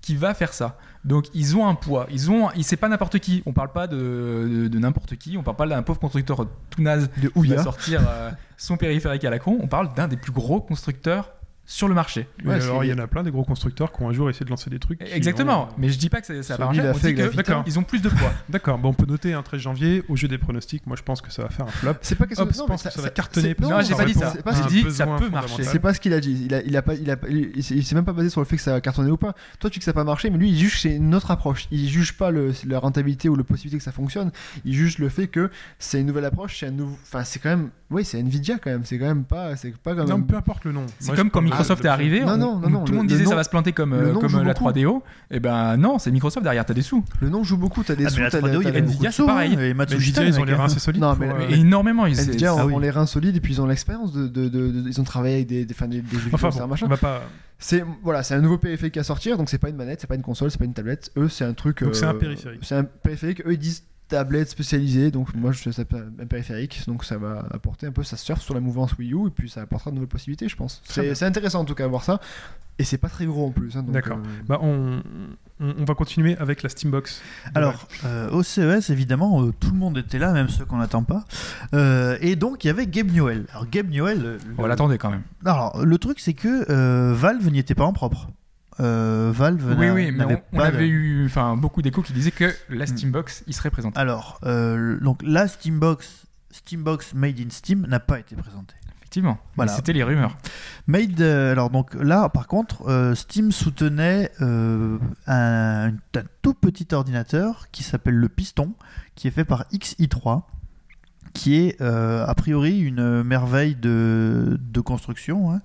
qui va faire ça. Donc ils ont un poids, ils ont, ils- c'est pas n'importe qui. On parle pas de, de- de n'importe qui, on parle pas d'un pauvre constructeur tout naze qui De va Ouya. sortir euh, son périphérique à la con. On parle d'un des plus gros constructeurs sur le marché. Mais Ouais, Euh, alors, c'est- il y en a plein des gros constructeurs qui ont un jour essayé de lancer des trucs. qui Exactement, ont- mais je dis pas que ça, ça va Sony marcher. l'a On fait dit avec la que Vita. d'accord, ils ont plus de poids. D'accord, bon, on peut noter un 13 janvier au jeu des pronostics. Moi, je pense que ça va faire un flop. C'est pas question Hop, de- je non, mais pense que ça va cartonner. c'est- parce non, que Ah, j'ai pas dit répond ça. à c'est pas- un J'ai dit, besoin ça peut fondamental. marcher. C'est pas ce qu'il a dit. Il, a, il, a pas, il, a, il, il s'est- il s'est même pas basé sur le fait que ça a cartonné ou pas. Toi, tu dis que ça a pas marché, mais lui, il juge que c'est une autre approche. Il juge pas le- la rentabilité ou la possibilité que ça fonctionne. Il juge le fait que c'est une nouvelle approche, c'est un nouveau. Enfin, c'est quand même. Oui, c'est Nvidia quand même. C'est quand même pas. C'est pas quand Non, même. peu importe le nom. C'est Moi, comme je quand pense- Microsoft est arrivé, hein, Non, on- non, non, on- non, tout le le- monde le disait ça nom- va se planter comme, le euh, nom comme joue euh, la beaucoup. 3DO. Et ben non, c'est Microsoft derrière, t'as des sous. Le nom joue beaucoup. T'as des Ah, sous. mais la t'as- 3DO, il y t'as- avait Nvidia, beaucoup de c'est sous, hein. pareil. Et Matsushita, Nvidia, ils ont mec, les hein. reins assez solides. Non, pour, mais- euh, Et énormément. Ils, ah Nvidia c'est- Ah ont, oui. ont ah, les reins solides et puis ils ont l'expérience de, de, de- de- Ils ont travaillé avec des, des, enfin, des, des jeux Enfin, vidéo, c'est un bon, machin. on va pas. C'est voilà, c'est un nouveau périphérique à sortir, donc c'est pas une manette, c'est pas une console, c'est pas une tablette. Eux, c'est un truc. euh, Donc c'est un périphérique. C'est un périphérique. Eux, ils disent tablette spécialisée, donc moi je ça un périphérique, donc ça va apporter un peu, ça surfe sur la mouvance Wii U et puis ça apportera de nouvelles possibilités, je pense. Très bien. C'est c'est intéressant en tout cas à voir ça, et c'est pas très gros en plus. hein, donc, D'accord. euh, Bah, on, on, on va continuer avec la Steambox. Alors, euh, au CES, évidemment, euh, tout le monde était là, même ceux qu'on n'attend pas. Euh, et donc, il y avait Gabe Newell. Alors, Gabe Newell. euh, On le- l'attendait quand même. Alors, le truc, c'est que euh, Valve n'y était pas en propre. Euh, Valve. Oui, n'a- oui, mais n'avait on, on pas de- avait eu enfin, beaucoup d'échos qui disaient que la Steambox, il serait présent. Alors, euh, donc la Steambox, Steambox Made in Steam n'a pas été présentée. Effectivement. Voilà. C'était les rumeurs. Made, euh, alors donc là, par contre, euh, Steam soutenait euh, un, un tout petit ordinateur qui s'appelle le Piston, qui est fait par XI3, qui est euh, a priori une merveille de, de construction. hein.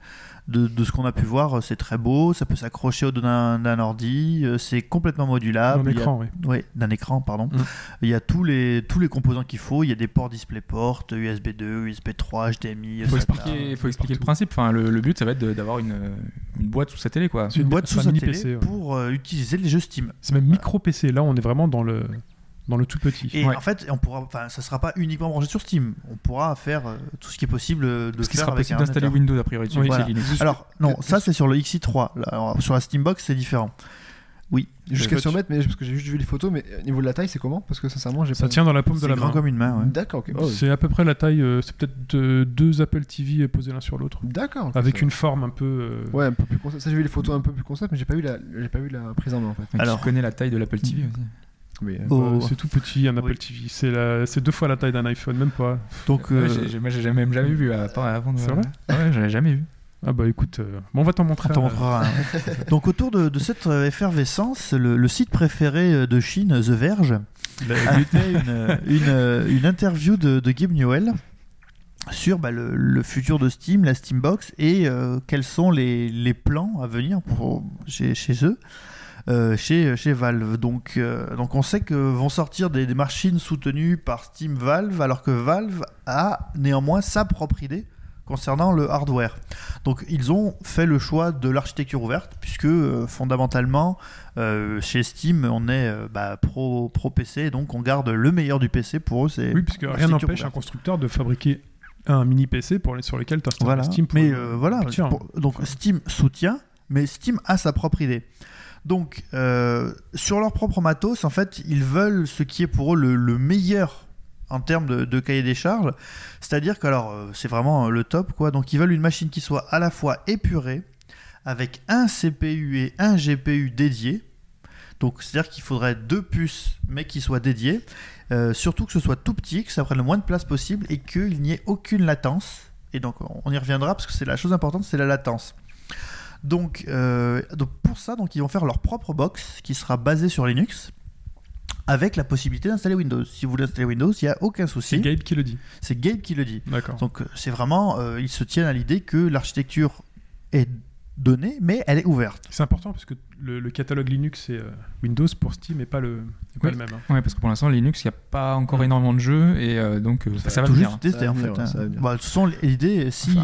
De, de ce qu'on a pu voir, c'est très beau, ça peut s'accrocher au dos d'un d'un ordi, euh, c'est complètement modulable. Mon il Ah, y a écran, oui. Ouais, d'un écran, pardon. Mm. Il y a tous les, tous les composants qu'il faut. Il y a des ports DisplayPort, USB 2, USB 3, HDMI, Il faut SATA. expliquer, faut expliquer le principe. Enfin, le, le but, ça va être de- d'avoir une, euh, une boîte sous sa télé, quoi. Une boîte c'est sous un sa mini télé PC, ouais. pour euh, utiliser les jeux Steam. C'est même micro PC. Là, on est vraiment dans le, dans le tout petit. Et Ouais. en fait, on pourra, enfin, ça sera pas uniquement branché sur Steam. On pourra faire euh, tout ce qui est possible euh, de Parce qu'il faire sera avec un possible d'installer ordinateur. Windows, a priori, dessus. Oui, c'est voilà. Linux. Alors non, ça c'est sur le XI3. Là, alors, sur la Steambox, c'est différent. Oui, Jusqu'à Euh, sur mais parce que j'ai juste vu les photos, mais au niveau de la taille, c'est comment Parce que sincèrement, j'ai pas. Ça tient dans la paume de c'est la grand main. comme une main. ouais. D'accord, ok. Oh, C'est à peu près la taille. euh, c'est peut-être euh, deux Apple TV posés l'un sur l'autre. D'accord. ok, Avec ça- une forme un peu. euh, Ouais, un peu plus concept. Ça, j'ai vu les photos un peu plus concept, mais j'ai pas vu la, j'ai pas vu la prise en main en fait. Alors, Alors- tu connais la taille de l'Apple TV aussi. Mais, euh, euh, Oh. c'est tout petit, un Apple Oui. TV. C'est la- c'est deux fois la taille d'un iPhone, même pas. Donc Ouais, euh, j'ai- j'ai- Moi, j'ai jamais, jamais vu à part avant. de- C'est vrai Ouais, j'avais jamais vu. Ah bah écoute, euh, bon, on va t'en montrer. On t'en un, montrera un. Donc autour de, de cette euh, effervescence, le, le site préféré euh, de Chine, The Verge, a fait une, une, euh, une interview de, de Gabe Newell sur bah, le, le futur de Steam, la Steambox, et euh, quels sont les, les plans à venir pour, chez, chez eux. euh, chez, chez Valve. Donc, euh, donc on sait que vont sortir des, des machines soutenues par Steam Valve, alors que Valve a néanmoins sa propre idée concernant le hardware. Donc ils ont fait le choix de l'architecture ouverte puisque euh, fondamentalement euh, chez Steam on est euh, bah, pro, pro PC donc on garde le meilleur du PC pour eux Bah, c'est Oui, puisque rien l'architecture n'empêche ouverte. un constructeur de fabriquer un mini PC pour les- sur lequel tu installes Voilà. Steam. pour- mais euh, voilà, Picture. hein. pour- donc Steam soutient, mais Steam a sa propre idée. Donc euh, sur leur propre matos, en fait, ils veulent ce qui est pour eux le, le meilleur en termes de, de cahier des charges. C'est-à-dire que alors euh, c'est vraiment euh, le top quoi. Donc ils veulent une machine qui soit à la fois épurée, avec un CPU et un GPU dédiés. Donc c'est-à-dire qu'il faudrait deux puces, mais qui soient dédiées. Euh, surtout que ce soit tout petit, que ça prenne le moins de place possible et qu'il n'y ait aucune latence. Et donc on on y reviendra parce que c'est la chose importante, c'est la latence. Donc, euh, donc pour ça, donc ils vont faire leur propre box qui sera basée sur Linux avec la possibilité d'installer Windows. Si vous voulez installer Windows, il n'y a aucun C'est souci. Gabe qui le dit. C'est Gabe qui le dit. D'accord. Donc euh, c'est vraiment, euh, ils se tiennent à l'idée que l'architecture est donnée, mais elle est ouverte. C'est important parce que le, le catalogue Linux et euh, Windows pour Steam n'est pas le, n'est pas Oui. le même. hein. Ouais, parce que pour l'instant, Linux, il n'y a pas encore énormément de jeux, et euh, donc euh, ça, va tout venir. juste tester Ça va en fait. venir, ouais, ça va hein. venir. Bah, de toute façon, l'idée, si-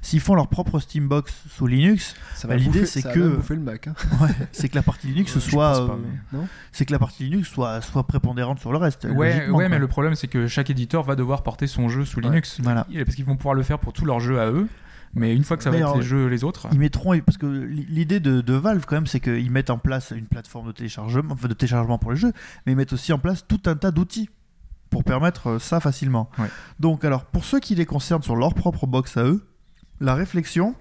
s'ils Enfin. font leur propre Steambox sous Linux, Ça Bah, l'idée, bouffer- c'est ça que- va bouffer le Mac. hein. Ouais, c'est que la partie Linux Euh, je soit, pense pas, euh, mais- Non c'est que la partie Linux soit soit prépondérante sur le reste. Ouais, logiquement, ouais quoi. mais le problème, c'est que chaque éditeur va devoir porter son jeu sous Linux. voilà. Il- Parce qu'ils vont pouvoir le faire pour tous leurs jeux à eux, mais une fois que ça va Mais être alors, les jeux les autres. ils mettront parce que l- l'idée de, de Valve quand même, c'est qu'ils mettent en place une plateforme de téléchargement, enfin, de téléchargement pour les jeux, mais ils mettent aussi en place tout un tas d'outils pour permettre euh, ça facilement. Ouais. Donc alors pour ceux qui les concernent sur leur propre box à eux, la réflexion,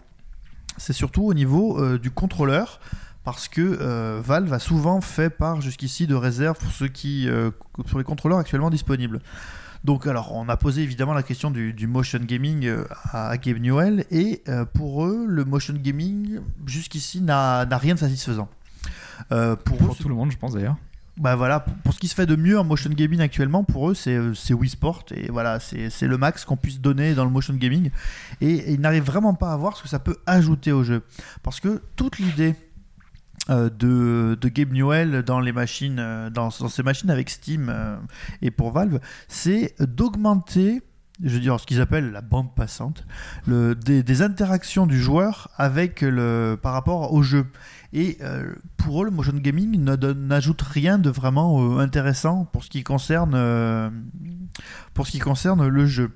c'est surtout au niveau euh, du contrôleur. Parce que euh, Valve a souvent fait part jusqu'ici de réserves pour ceux qui euh, sur les contrôleurs actuellement disponibles. Donc, alors, on a posé évidemment la question du, du motion gaming euh, à à Gabe Newell, et euh, pour eux, le motion gaming jusqu'ici n'a n'a rien de satisfaisant. Euh, pour eux, Pour ce- tout le monde, je pense d'ailleurs. bah voilà, pour, pour ce qui se fait de mieux en motion gaming actuellement, pour eux, c'est euh, c'est Wii Sport, et voilà, c'est c'est le max qu'on puisse donner dans le motion gaming, et, et ils n'arrivent vraiment pas à voir ce que ça peut ajouter au jeu. Parce que toute l'idée euh, de, de Gabe Newell dans les machines, euh, dans, dans ces machines avec Steam euh, et pour Valve, c'est d'augmenter, je veux dire, ce qu'ils appellent la bande passante, le, des, des interactions du joueur avec le, par rapport au jeu. Et euh, pour eux, le motion gaming ne donne- n'ajoute rien de vraiment euh, intéressant pour ce qui concerne, euh, pour ce qui concerne le jeu.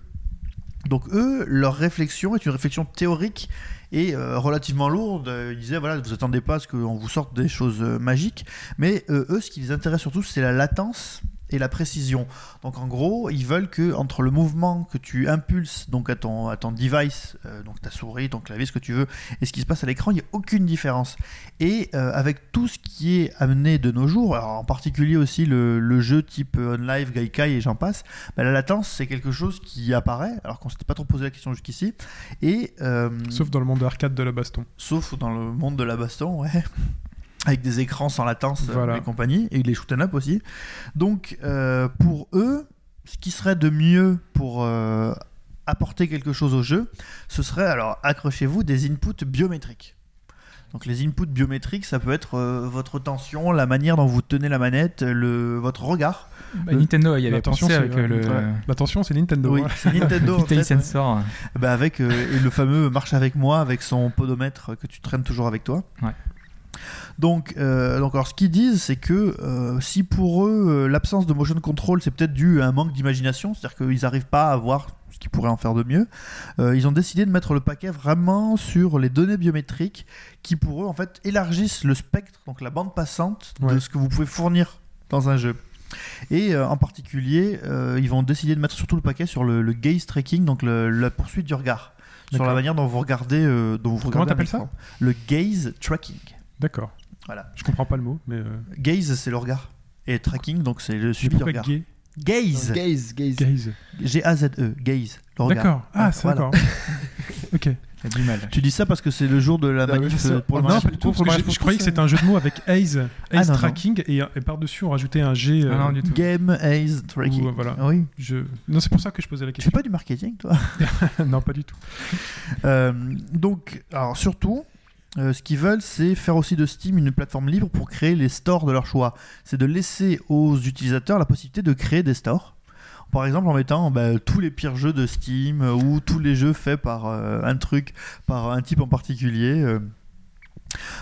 Donc eux, leur réflexion est une réflexion théorique et euh, relativement lourde. Euh, Ils disaient, voilà, vous attendez pas à ce qu'on vous sorte des choses euh, magiques. Mais euh, eux, ce qui les intéresse surtout, c'est la latence et la précision. Donc en gros, ils veulent que entre le mouvement que tu impulses donc à ton, à ton device, euh, donc ta souris, ton clavier, ce que tu veux, et ce qui se passe à l'écran, il n'y a aucune différence. Et euh, avec tout ce qui est amené de nos jours, alors en particulier aussi le, le jeu type euh, OnLive, Gaikai et j'en passe, bah, la latence c'est quelque chose qui apparaît, alors qu'on s'était pas trop posé la question jusqu'ici, et euh, Sauf dans le monde arcade de la baston. sauf dans le monde de la baston, ouais. Avec des écrans sans latence euh, Voilà. et compagnie, et les shoot 'em up aussi. Donc, euh, pour eux, ce qui serait de mieux pour euh, apporter quelque chose au jeu, ce serait, alors accrochez-vous, des inputs biométriques. Donc, les inputs biométriques, ça peut être euh, votre tension, la manière dont vous tenez la manette, le, votre regard. Bah, Nintendo, il y avait L'attention, pensé c'est- avec euh, le ouais. L'attention, c'est Nintendo. oui, hein. c'est Nintendo. en Vitae fait, ouais. Sensor. Bah, avec euh, et le fameux marche avec moi avec son podomètre que tu traînes toujours avec toi. Ouais. Donc, euh, donc alors ce qu'ils disent, c'est que euh, si pour eux euh, l'absence de motion control c'est peut-être dû à un manque d'imagination, c'est-à-dire qu'ils n'arrivent pas à voir ce qu'ils pourraient en faire de mieux, euh, ils ont décidé de mettre le paquet vraiment sur les données biométriques qui pour eux en fait élargissent le spectre, donc la bande passante de Ouais. ce que vous pouvez fournir dans un jeu. Et euh, en particulier, euh, ils vont décider de mettre surtout le paquet sur le, le gaze tracking, donc le- la poursuite du regard, sur D'accord. la manière dont vous regardez. euh, dont vous Comment regardez un t'appelles ça écran. Le gaze tracking. D'accord. Voilà. Je comprends pas le mot, mais. euh, Gaze, c'est le regard. Et tracking, donc c'est le mais suivi du pourquoi regard. gay- Gaze, Gaze, gaze. gaze G-A-Z-E, E, gaze, le regard. D'accord. Ah, Ah, c'est voilà. d'accord. ok. Il a du mal. Tu dis ça parce que c'est le jour de Ah la mais manif je sais. euh, pour le Non, mariage pas pour Parce tous, que j'ai- le mariage je pour croyais que tous, c'était un jeu de mots avec Ace, Ah, Ace non, non. tracking, et, et par-dessus on rajoutait un G. euh, Ah non, du tout. Game Ace Tracking. Ah ou, euh, voilà. Oui. je- Non, c'est pour ça que je posais la Tu fais question. pas du marketing, toi non, pas du tout. Euh, donc, alors surtout, euh, ce qu'ils veulent, c'est faire aussi de Steam une plateforme libre pour créer les stores de leur choix. C'est de laisser aux utilisateurs la possibilité de créer des stores. Par exemple, en mettant bah, tous les pires jeux de Steam euh, ou tous les jeux faits par euh, un truc, par un type en particulier. euh.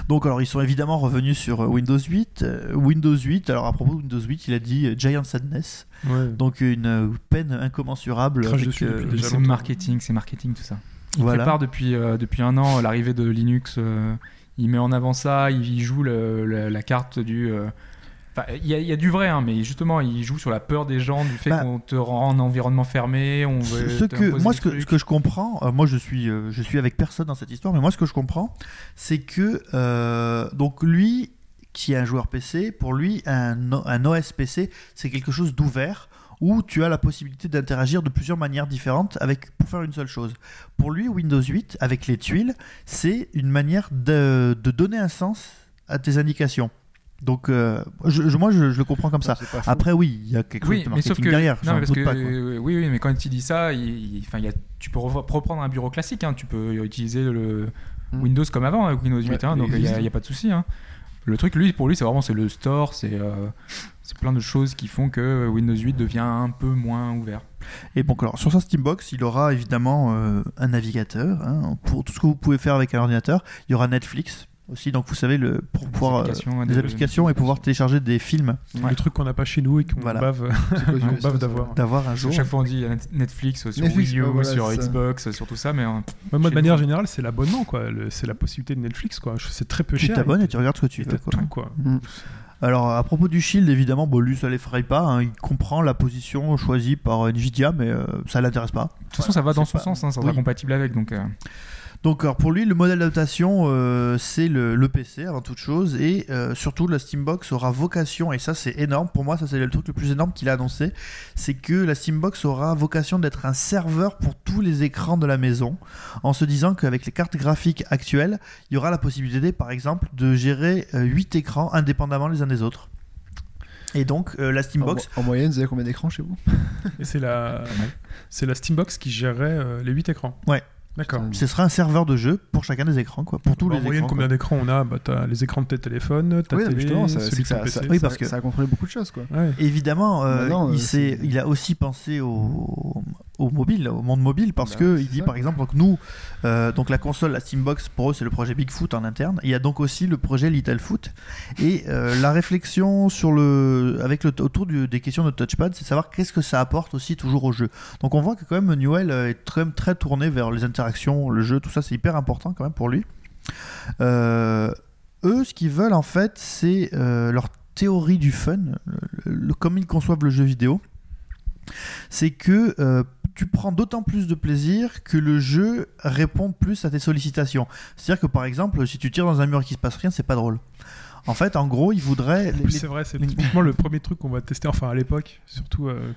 Donc, alors, ils sont évidemment revenus sur euh, Windows 8. Euh, Windows 8, alors à propos de Windows 8, il a dit euh, Giant Sadness. Ouais. Donc, une euh, peine incommensurable. Crache avec, euh, dessus depuis déjà C'est longtemps. marketing, c'est marketing tout ça. Il Voilà. prépare depuis, euh, depuis un an euh, l'arrivée de Linux. euh, il met en avant ça, il joue le- le- la carte du. euh, Enfin, il y, a- il y a du vrai, hein, mais justement, il joue sur la peur des gens, du fait Bah, qu'on te rend en environnement fermé, on Ce veut. ce que, t'imposer moi, des ce que, trucs. ce que je comprends, euh, moi je suis, euh, je suis avec personne dans cette histoire, mais moi ce que je comprends, c'est que euh, donc lui, qui est un joueur PC, pour lui, un, O- un OS PC, c'est quelque chose d'ouvert où tu as la possibilité d'interagir de plusieurs manières différentes avec, pour faire une seule chose. Pour lui, Windows 8, avec les tuiles, c'est une manière de, de donner un sens à tes indications. Donc, euh, je- je- moi, je, je le comprends comme ça. C'est pas faux. Après, oui, il y a quelque chose Oui, de mais sauf marketing que derrière. non, j'en mais parce doute que- pas, quoi. euh, oui, oui, mais quand il dit ça, il, il- enfin, il y a- tu peux re- reprendre un bureau classique. hein, tu peux utiliser le Mm. Windows comme avant avec Windows 8, Ouais, hein, il donc il n'y a, existe. il y a pas de souci. hein. Le truc, lui, pour lui, c'est vraiment c'est le store, c'est euh, c'est plein de choses qui font que Windows 8 devient un peu moins ouvert. Et bon, alors sur sa Steambox, il aura évidemment euh, un navigateur hein, pour tout ce que vous pouvez faire avec un ordinateur. Il y aura Netflix aussi, donc vous savez le pour pouvoir euh, applications, hein, des des- applications et pouvoir télécharger des films, Ouais. Le truc qu'on n'a pas chez nous et qu'on Voilà. bave, euh, C'est quoi, qu'on du- Ah, bave d'avoir. d'avoir un jour. Chaque fois, on dit il y a Net- Netflix euh, sur Netflix, Wii U, bah voilà, sur c'est ça. Xbox, euh, sur tout ça, mais euh, Bah, moi, de Chez manière nous. générale, c'est l'abonnement, quoi. Le- C'est la possibilité de Netflix, quoi. Je- C'est très peu Tu cher. t'abonnes et et tu regardes ce que tu tu veux. quoi. tout, quoi. Alors à propos du Shield, évidemment, bon, lui ça l'effraie pas. hein, il comprend la position choisie par Nvidia, mais euh, ça l'intéresse pas. de toute façon, ça va dans son sens, hein, ça sera Oui. compatible avec. Donc, euh, Donc alors, pour lui, le modèle d'adaptation, euh, c'est le, le PC avant toute chose, et euh, surtout la Steambox aura vocation, et ça c'est énorme, pour moi ça c'est le truc le plus énorme qu'il a annoncé, c'est que la Steambox aura vocation d'être un serveur pour tous les écrans de la maison, en se disant qu'avec les cartes graphiques actuelles, il y aura la possibilité par exemple de gérer 8 écrans indépendamment les uns des autres. Et donc euh, la Ah, En, Steambox... en moyenne, vous avez combien d'écrans chez vous Et c'est la, c'est la Steambox qui gérait euh, les 8 écrans. Ouais. D'accord. Putain, Ce sera un serveur de jeu pour chacun des écrans, quoi, pour tous Bah, les en moyenne, écrans. combien quoi. d'écrans on a bah, T'as les écrans de tes téléphones, ta Oui, non, mais télé, justement, ça- c'est celui de que ton ça- PC. Oui, parce ça- que- ça a contrôlé beaucoup de choses, quoi. Ouais. Évidemment, euh, Maintenant, euh, il, s'est- c'est- il a aussi pensé au, au mobile, au monde mobile, parce Bah, que c'est il dit ça. par exemple donc nous, euh, donc la console, la Steambox, pour eux c'est le projet Bigfoot en interne. Il y a donc aussi le projet Littlefoot et euh, la réflexion sur le, avec le, autour du- des questions de touchpad, c'est de savoir qu'est-ce que ça apporte aussi toujours au jeu. Donc on voit que quand même Newell euh, est très, très tourné vers les interactions, le jeu, tout ça, c'est hyper important quand même pour lui. Euh, eux, ce qu'ils veulent en fait, c'est euh, leur théorie du fun, le- le- comme ils conçoivent le jeu vidéo, c'est que euh, tu prends d'autant plus de plaisir que le jeu répond plus à tes sollicitations. C'est-à-dire que par exemple, si tu tires dans un mur et qu'il se passe rien, c'est pas drôle. En fait, en gros, ils voudraient. En plus, c'est vrai, c'est les- typiquement le premier truc qu'on va tester, enfin à l'époque, surtout. euh,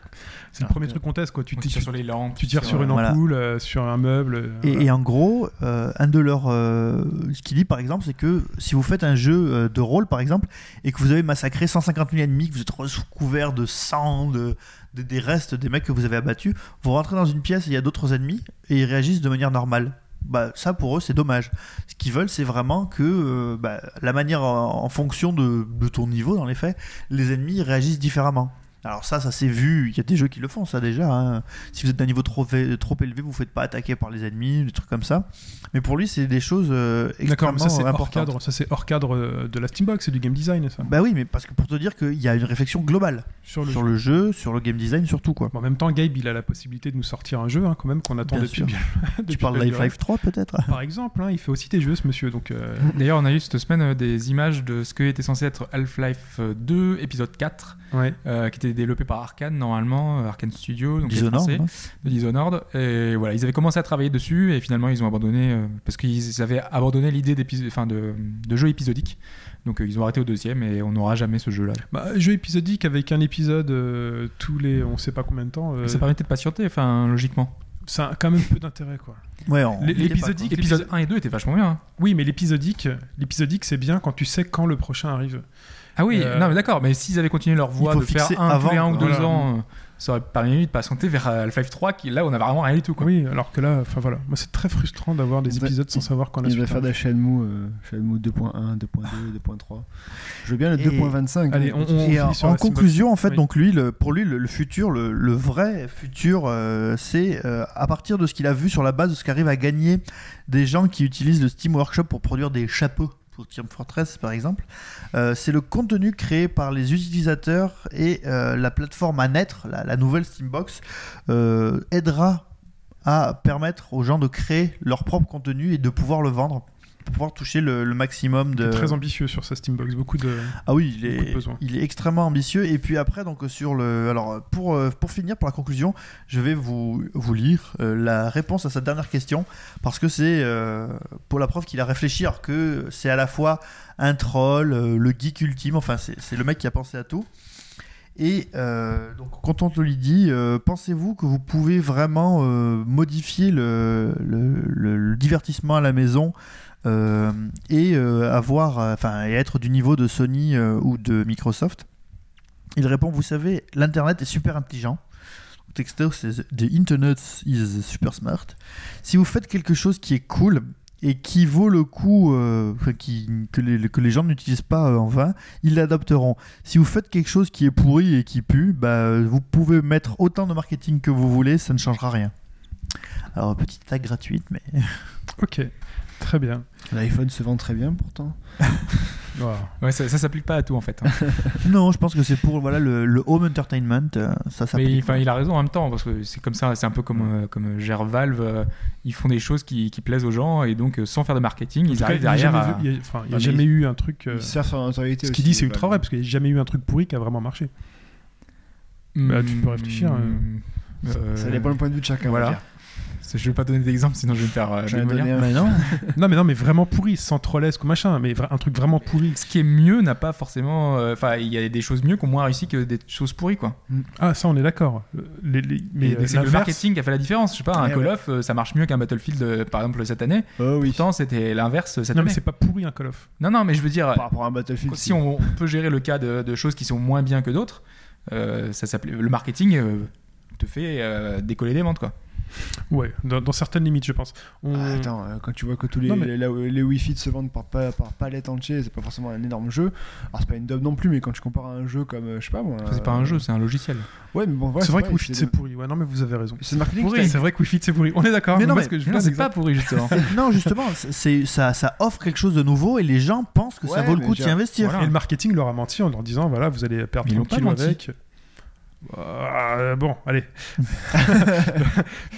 c'est Ah, le premier truc qu'on teste, quoi. Tu, on tu- tire sur les lampes, tu tires sur une Voilà. ampoule, euh, sur un meuble. euh, Et, voilà. et en gros, euh, un de leurs. euh, ce qu'il dit par exemple, c'est que si vous faites un jeu euh, de rôle par exemple, et que vous avez massacré 150 000 ennemis, que vous êtes recouvert de sang, de, de- des restes des mecs que vous avez abattus, vous rentrez dans une pièce et il y a d'autres ennemis, et ils réagissent de manière normale. Bah, ça pour eux c'est dommage. Ce qu'ils veulent c'est vraiment que euh, bah, la manière en, en fonction de, de ton niveau dans les faits, les ennemis réagissent différemment. Alors ça ça s'est vu, il y a des jeux qui le font ça déjà. hein si vous êtes d'un niveau trop, fait- trop élevé, vous ne faites pas attaquer par les ennemis, des trucs comme ça. Mais pour lui, c'est des choses euh, D'accord, extrêmement mais ça c'est hors importantes. cadre, ça c'est hors cadre euh, de la Steambox, c'est du game design, ça. Bah oui, mais parce que pour te dire qu'il y a une réflexion globale Sur le sur le jeu, sur le game design, sur tout quoi. Bon, en même temps, Gabe, il a la possibilité de nous sortir un jeu hein, quand même qu'on attend Bien depuis, sûr. bien- depuis Tu parles bien Life longtemps. Life 3 peut-être Par exemple, hein, il fait aussi des jeux, ce monsieur. Donc, euh, D'ailleurs, on a eu cette semaine euh, des images de ce que était censé être Half-Life 2, épisode 4, ouais. euh, qui était développé par Arkane normalement, euh, Arkane Studio, donc les Dishonored Français, non de Dishonored. Et voilà, ils avaient commencé à travailler dessus et finalement ils ont abandonné euh, parce qu'ils avaient abandonné l'idée d'épiso- enfin, de, de jeu épisodique. Donc euh, ils ont arrêté au deuxième et on n'aura jamais ce jeu-là. Bah, jeu épisodique avec un épisode euh, tous les, on sait pas combien de temps. euh, Ça permettait de patienter, enfin logiquement. ça a quand même peu d'intérêt, quoi. Ouais, L- on- on y est pas, l'épisodique- quoi. L'épisode 1 et 2 étaient vachement bien. hein. Oui, mais l'épisodique, l'épisodique, c'est bien quand tu sais quand le prochain arrive. Ah oui, Euh, non mais d'accord, mais s'ils avaient continué leur voie faut de faire fixer un tous les avant, un ou deux quoi. Voilà. ans, euh, ça aurait permis de patienter vers euh, Half-Life 3, qui là on a vraiment rien du tout quoi. Oui, alors que là, enfin voilà, moi c'est très frustrant d'avoir des Il devrait- épisodes sans savoir quand la Il devrait suite. hein. faire de arrive. la Shenmue, euh, Shenmue 2.1, 2.2, 2.3. Je veux bien le Et- 2.25. Allez, mais- on, on Et en, finit sur en la conclusion, en fait, Oui. donc lui, le- pour lui, le, le futur, le, le vrai futur, euh, c'est euh, à partir de ce qu'il a vu sur la base de ce qu'arrivent à gagner des gens qui utilisent le Steam Workshop pour produire des chapeaux pour Team Fortress, par exemple. Euh, c'est le contenu créé par les utilisateurs et euh, la plateforme à naître, la, la nouvelle Steambox, euh, aidera à permettre aux gens de créer leur propre contenu et de pouvoir le vendre, pour pouvoir toucher le, le maximum de. symbole. Très ambitieux sur sa Steambox, beaucoup de. Ah oui, il Beaucoup de est, besoins. il est extrêmement ambitieux. Et puis après, donc sur le, alors pour euh, pour finir pour la conclusion, je vais vous vous lire euh, la réponse à sa dernière question parce que c'est euh, pour la preuve qu'il a réfléchi alors que c'est à la fois un troll, euh, le geek ultime. Enfin, c'est c'est le mec qui a pensé à tout. Et euh, donc, quand on te lui dit, euh, pensez-vous que vous pouvez vraiment euh, modifier le, le- le- le divertissement à la maison euh, et euh, avoir, euh, enfin, et être du niveau de Sony euh, ou de Microsoft Il répond, vous savez, l'internet est super intelligent. Au Texto, c'est the internet is super smart. Si vous faites quelque chose qui est cool et qui vaut le coup, euh, enfin, qui, que, les, que les gens n'utilisent pas euh, en vain, ils l'adopteront. Si vous faites quelque chose qui est pourri et qui pue, bah, euh, vous pouvez mettre autant de marketing que vous voulez, ça ne changera rien. Alors, petite tag gratuite, mais. Ok, très bien. L'iPhone se vend très bien pourtant. Voilà. Ouais, ça, ça s'applique pas à tout en fait. hein. non, je pense que c'est pour voilà, le, le home entertainment. euh, Ça, ça mais enfin, il a raison en même temps parce que c'est comme ça, c'est un peu comme euh, comme gère Valve, euh, ils font des choses qui, qui plaisent aux gens et donc euh, sans faire de marketing, En tout ils cas, arrivent il n'y a derrière. jamais à- Ah, vu- il y a- enfin, il y a Enfin, jamais eu un truc. euh, Il sert sur la Ce notoriété aussi, bah, qu'il dit, c'est voilà. ultra vrai parce qu'il n'y a jamais eu un truc pourri qui a vraiment marché. Bah, tu peux réfléchir, Hmm, euh, Ça dépend le point de vue de chacun. voilà. on va Bah, dire. c'est- Je vais pas donner d'exemple sinon je vais me faire euh, J'en ai démolir. donné un. Mais non, non, mais non, mais vraiment pourri, sans trollesque ou machin, mais vra- un truc vraiment pourri. Ce qui est mieux n'a pas forcément. euh, Enfin, il y a des choses mieux qui ont moins réussi que des choses pourries, quoi. Ah, ça, on est d'accord. Euh, les- les- Mais Mais euh, c'est le l'inverse- marketing qui a fait la différence. Je sais pas, un Ouais, Call ouais. of, euh, ça marche mieux qu'un Battlefield, euh, par exemple, cette année. Oh oui. Pourtant, c'était l'inverse euh, cette Non, mais année. c'est pas pourri un Call of. Non, non, mais je veux dire, Par rapport à un Battlefield. si on, on peut gérer le cas de, de choses qui sont moins bien que d'autres, euh, ça s'appelait le marketing euh, te fait euh, décoller des ventes, quoi. Ouais, dans, dans certaines limites, je pense. On- Mmh. Ah, attends, euh, quand tu vois que tous les, Non, mais- les, là où les Wi-Fi se vendent par, pa- par palette entier, c'est pas forcément un énorme jeu. Alors c'est pas une dub non plus, mais quand tu compares à un jeu comme, euh, je sais pas moi. Enfin, C'est pas euh, un jeu, c'est un logiciel. Ouais, mais bon, voilà. c'est vrai que pareil, wi c'est pourri. Ouais, non, mais vous avez raison. C'est le marketing. Putain, C'est vrai que Wi-Fi c'est pourri. On est d'accord. Mais non, moi, mais- ce que je Mais veux, non, c'est c'est pas pourri, justement. non, justement, c'est- c'est ça, ça offre quelque chose de nouveau et les gens pensent que ça Ouais, vaut le mais coup de s'y genre, investir. Et le marketing leur a menti en leur disant voilà, vous allez perdre Ils l'ont 30 pas kilos menti. avec. Euh, bon, allez.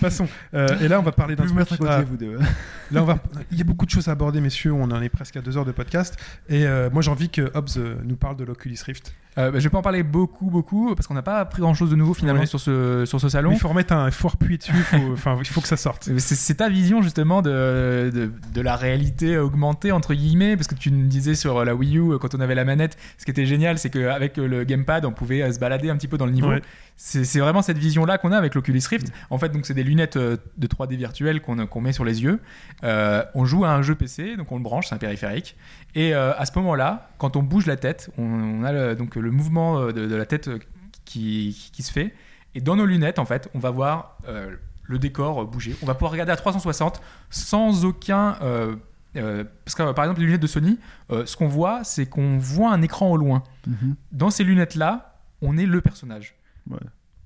Passons. Euh, et là, on va parler d'un Plus vous mettre à truc- côté, Ah, vous deux. hein. Là, on va... Il y a beaucoup de choses à aborder, messieurs. On en est presque à deux heures de podcast. Et euh, moi, j'ai envie que Hobbs euh, nous parle de l'Oculus Rift. Euh, bah, je vais pas en parler beaucoup, beaucoup, parce qu'on n'a pas appris grand chose de nouveau finalement Ouais. sur ce sur ce salon. Mais Il faut remettre un fort puits dessus. faut- Enfin, il faut que ça sorte. C'est- C'est ta vision justement de, de, de la réalité augmentée entre guillemets parce que tu nous disais sur la Wii U euh, quand on avait la manette ce qui était génial c'est qu'avec euh, le gamepad on pouvait euh, se balader un petit peu dans le niveau Ouais. c'est c'est vraiment cette vision là qu'on a avec l'Oculus Rift en fait donc c'est des lunettes euh, de 3D virtuelles qu'on qu'on met sur les yeux Euh, on joue à un jeu PC donc on le branche c'est un périphérique et euh, à ce moment là quand on bouge la tête on, on a le, donc le mouvement euh, de, de la tête euh, qui, qui se fait et dans nos lunettes en fait on va voir euh, le décor euh, bouger. On va pouvoir regarder à 360 sans aucun. euh, euh, parce que euh, par exemple, les lunettes de Sony, euh, ce qu'on voit, c'est qu'on voit un écran au loin. Mhm. Dans ces lunettes-là, on est le personnage. Ouais.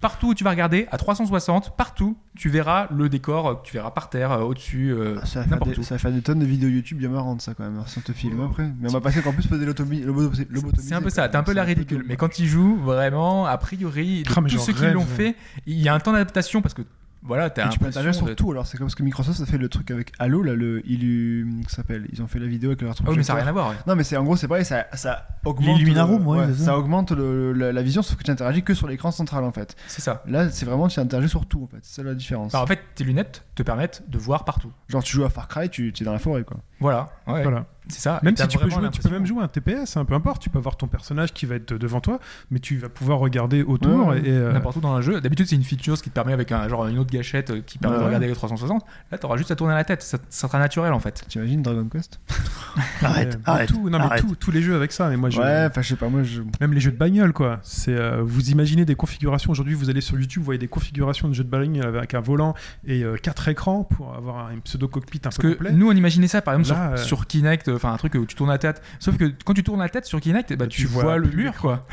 Partout où tu vas regarder, à 360, partout, tu verras le décor, euh, que tu verras par terre, euh, au-dessus, euh, Ah, Ça va, faire n'importe des, où. ça va faire des tonnes de vidéos YouTube bien marrantes, ça quand même. Si on te filme après. Mais on va passer qu'en plus peut-être lobotomi- lobotomi- lobotomiser. C'est un peu ça, t'es un peu la ridicule. Mais Mais quand ils jouent, vraiment, a priori, de Ah, mais tous j'en ceux qui rêve. l'ont fait, il y a un temps d'adaptation parce que voilà, t'as tu peux l'impression interagir sur de- tout alors c'est comme ce que Microsoft a fait le truc avec Halo là le Illu comment ça s'appelle ils ont fait la vidéo avec leur Ah truc oui, mais ça n'a rien à voir. ouais. Non, mais c'est en gros, c'est pareil, ça, ça augmente. L'illuminarum, le- ouais, c'est ça. ça augmente le- la, la vision, sauf que tu interagis que sur l'écran central en fait. C'est ça. Là, c'est vraiment, tu interagis sur tout en fait, c'est ça la différence. Enfin, Bah, en fait, tes lunettes te permettent de voir partout. Genre, tu joues à Far Cry, tu tu es dans la forêt quoi. Voilà. ouais. Voilà. C'est ça. Même Et si t'as tu peux, vraiment jouer, tu peux l'impression- même jouer un TPS, hein, peu importe, tu peux avoir ton personnage qui va être devant toi, mais tu vas pouvoir regarder autour Ouais, et, euh, n'importe où dans le jeu. D'habitude, c'est une feature ce qui te permet avec un, genre une autre gâchette euh, qui Bah permet Ouais. de regarder les 360. Là, t'auras juste à tourner la tête. Ça, ça sera naturel en fait. T'imagines Dragon Quest Arrête, euh, arrête. tout- non, mais arrête. tout- tous les jeux avec ça, mais moi je. Ouais, enfin je sais pas, moi je. Même les jeux de bagnole, quoi. C'est, euh, vous imaginez des configurations. Aujourd'hui, vous allez sur YouTube, vous voyez des configurations de jeux de bagnole avec un volant et euh, quatre écrans pour avoir un pseudo cockpit un Parce peu que complet. nous, on imaginait ça par exemple sur, Là, euh, sur Kinect, enfin un truc où tu tournes la tête. Sauf que quand tu tournes la tête sur Kinect, bah, tu, Tu vois, vois le plus mur quoi.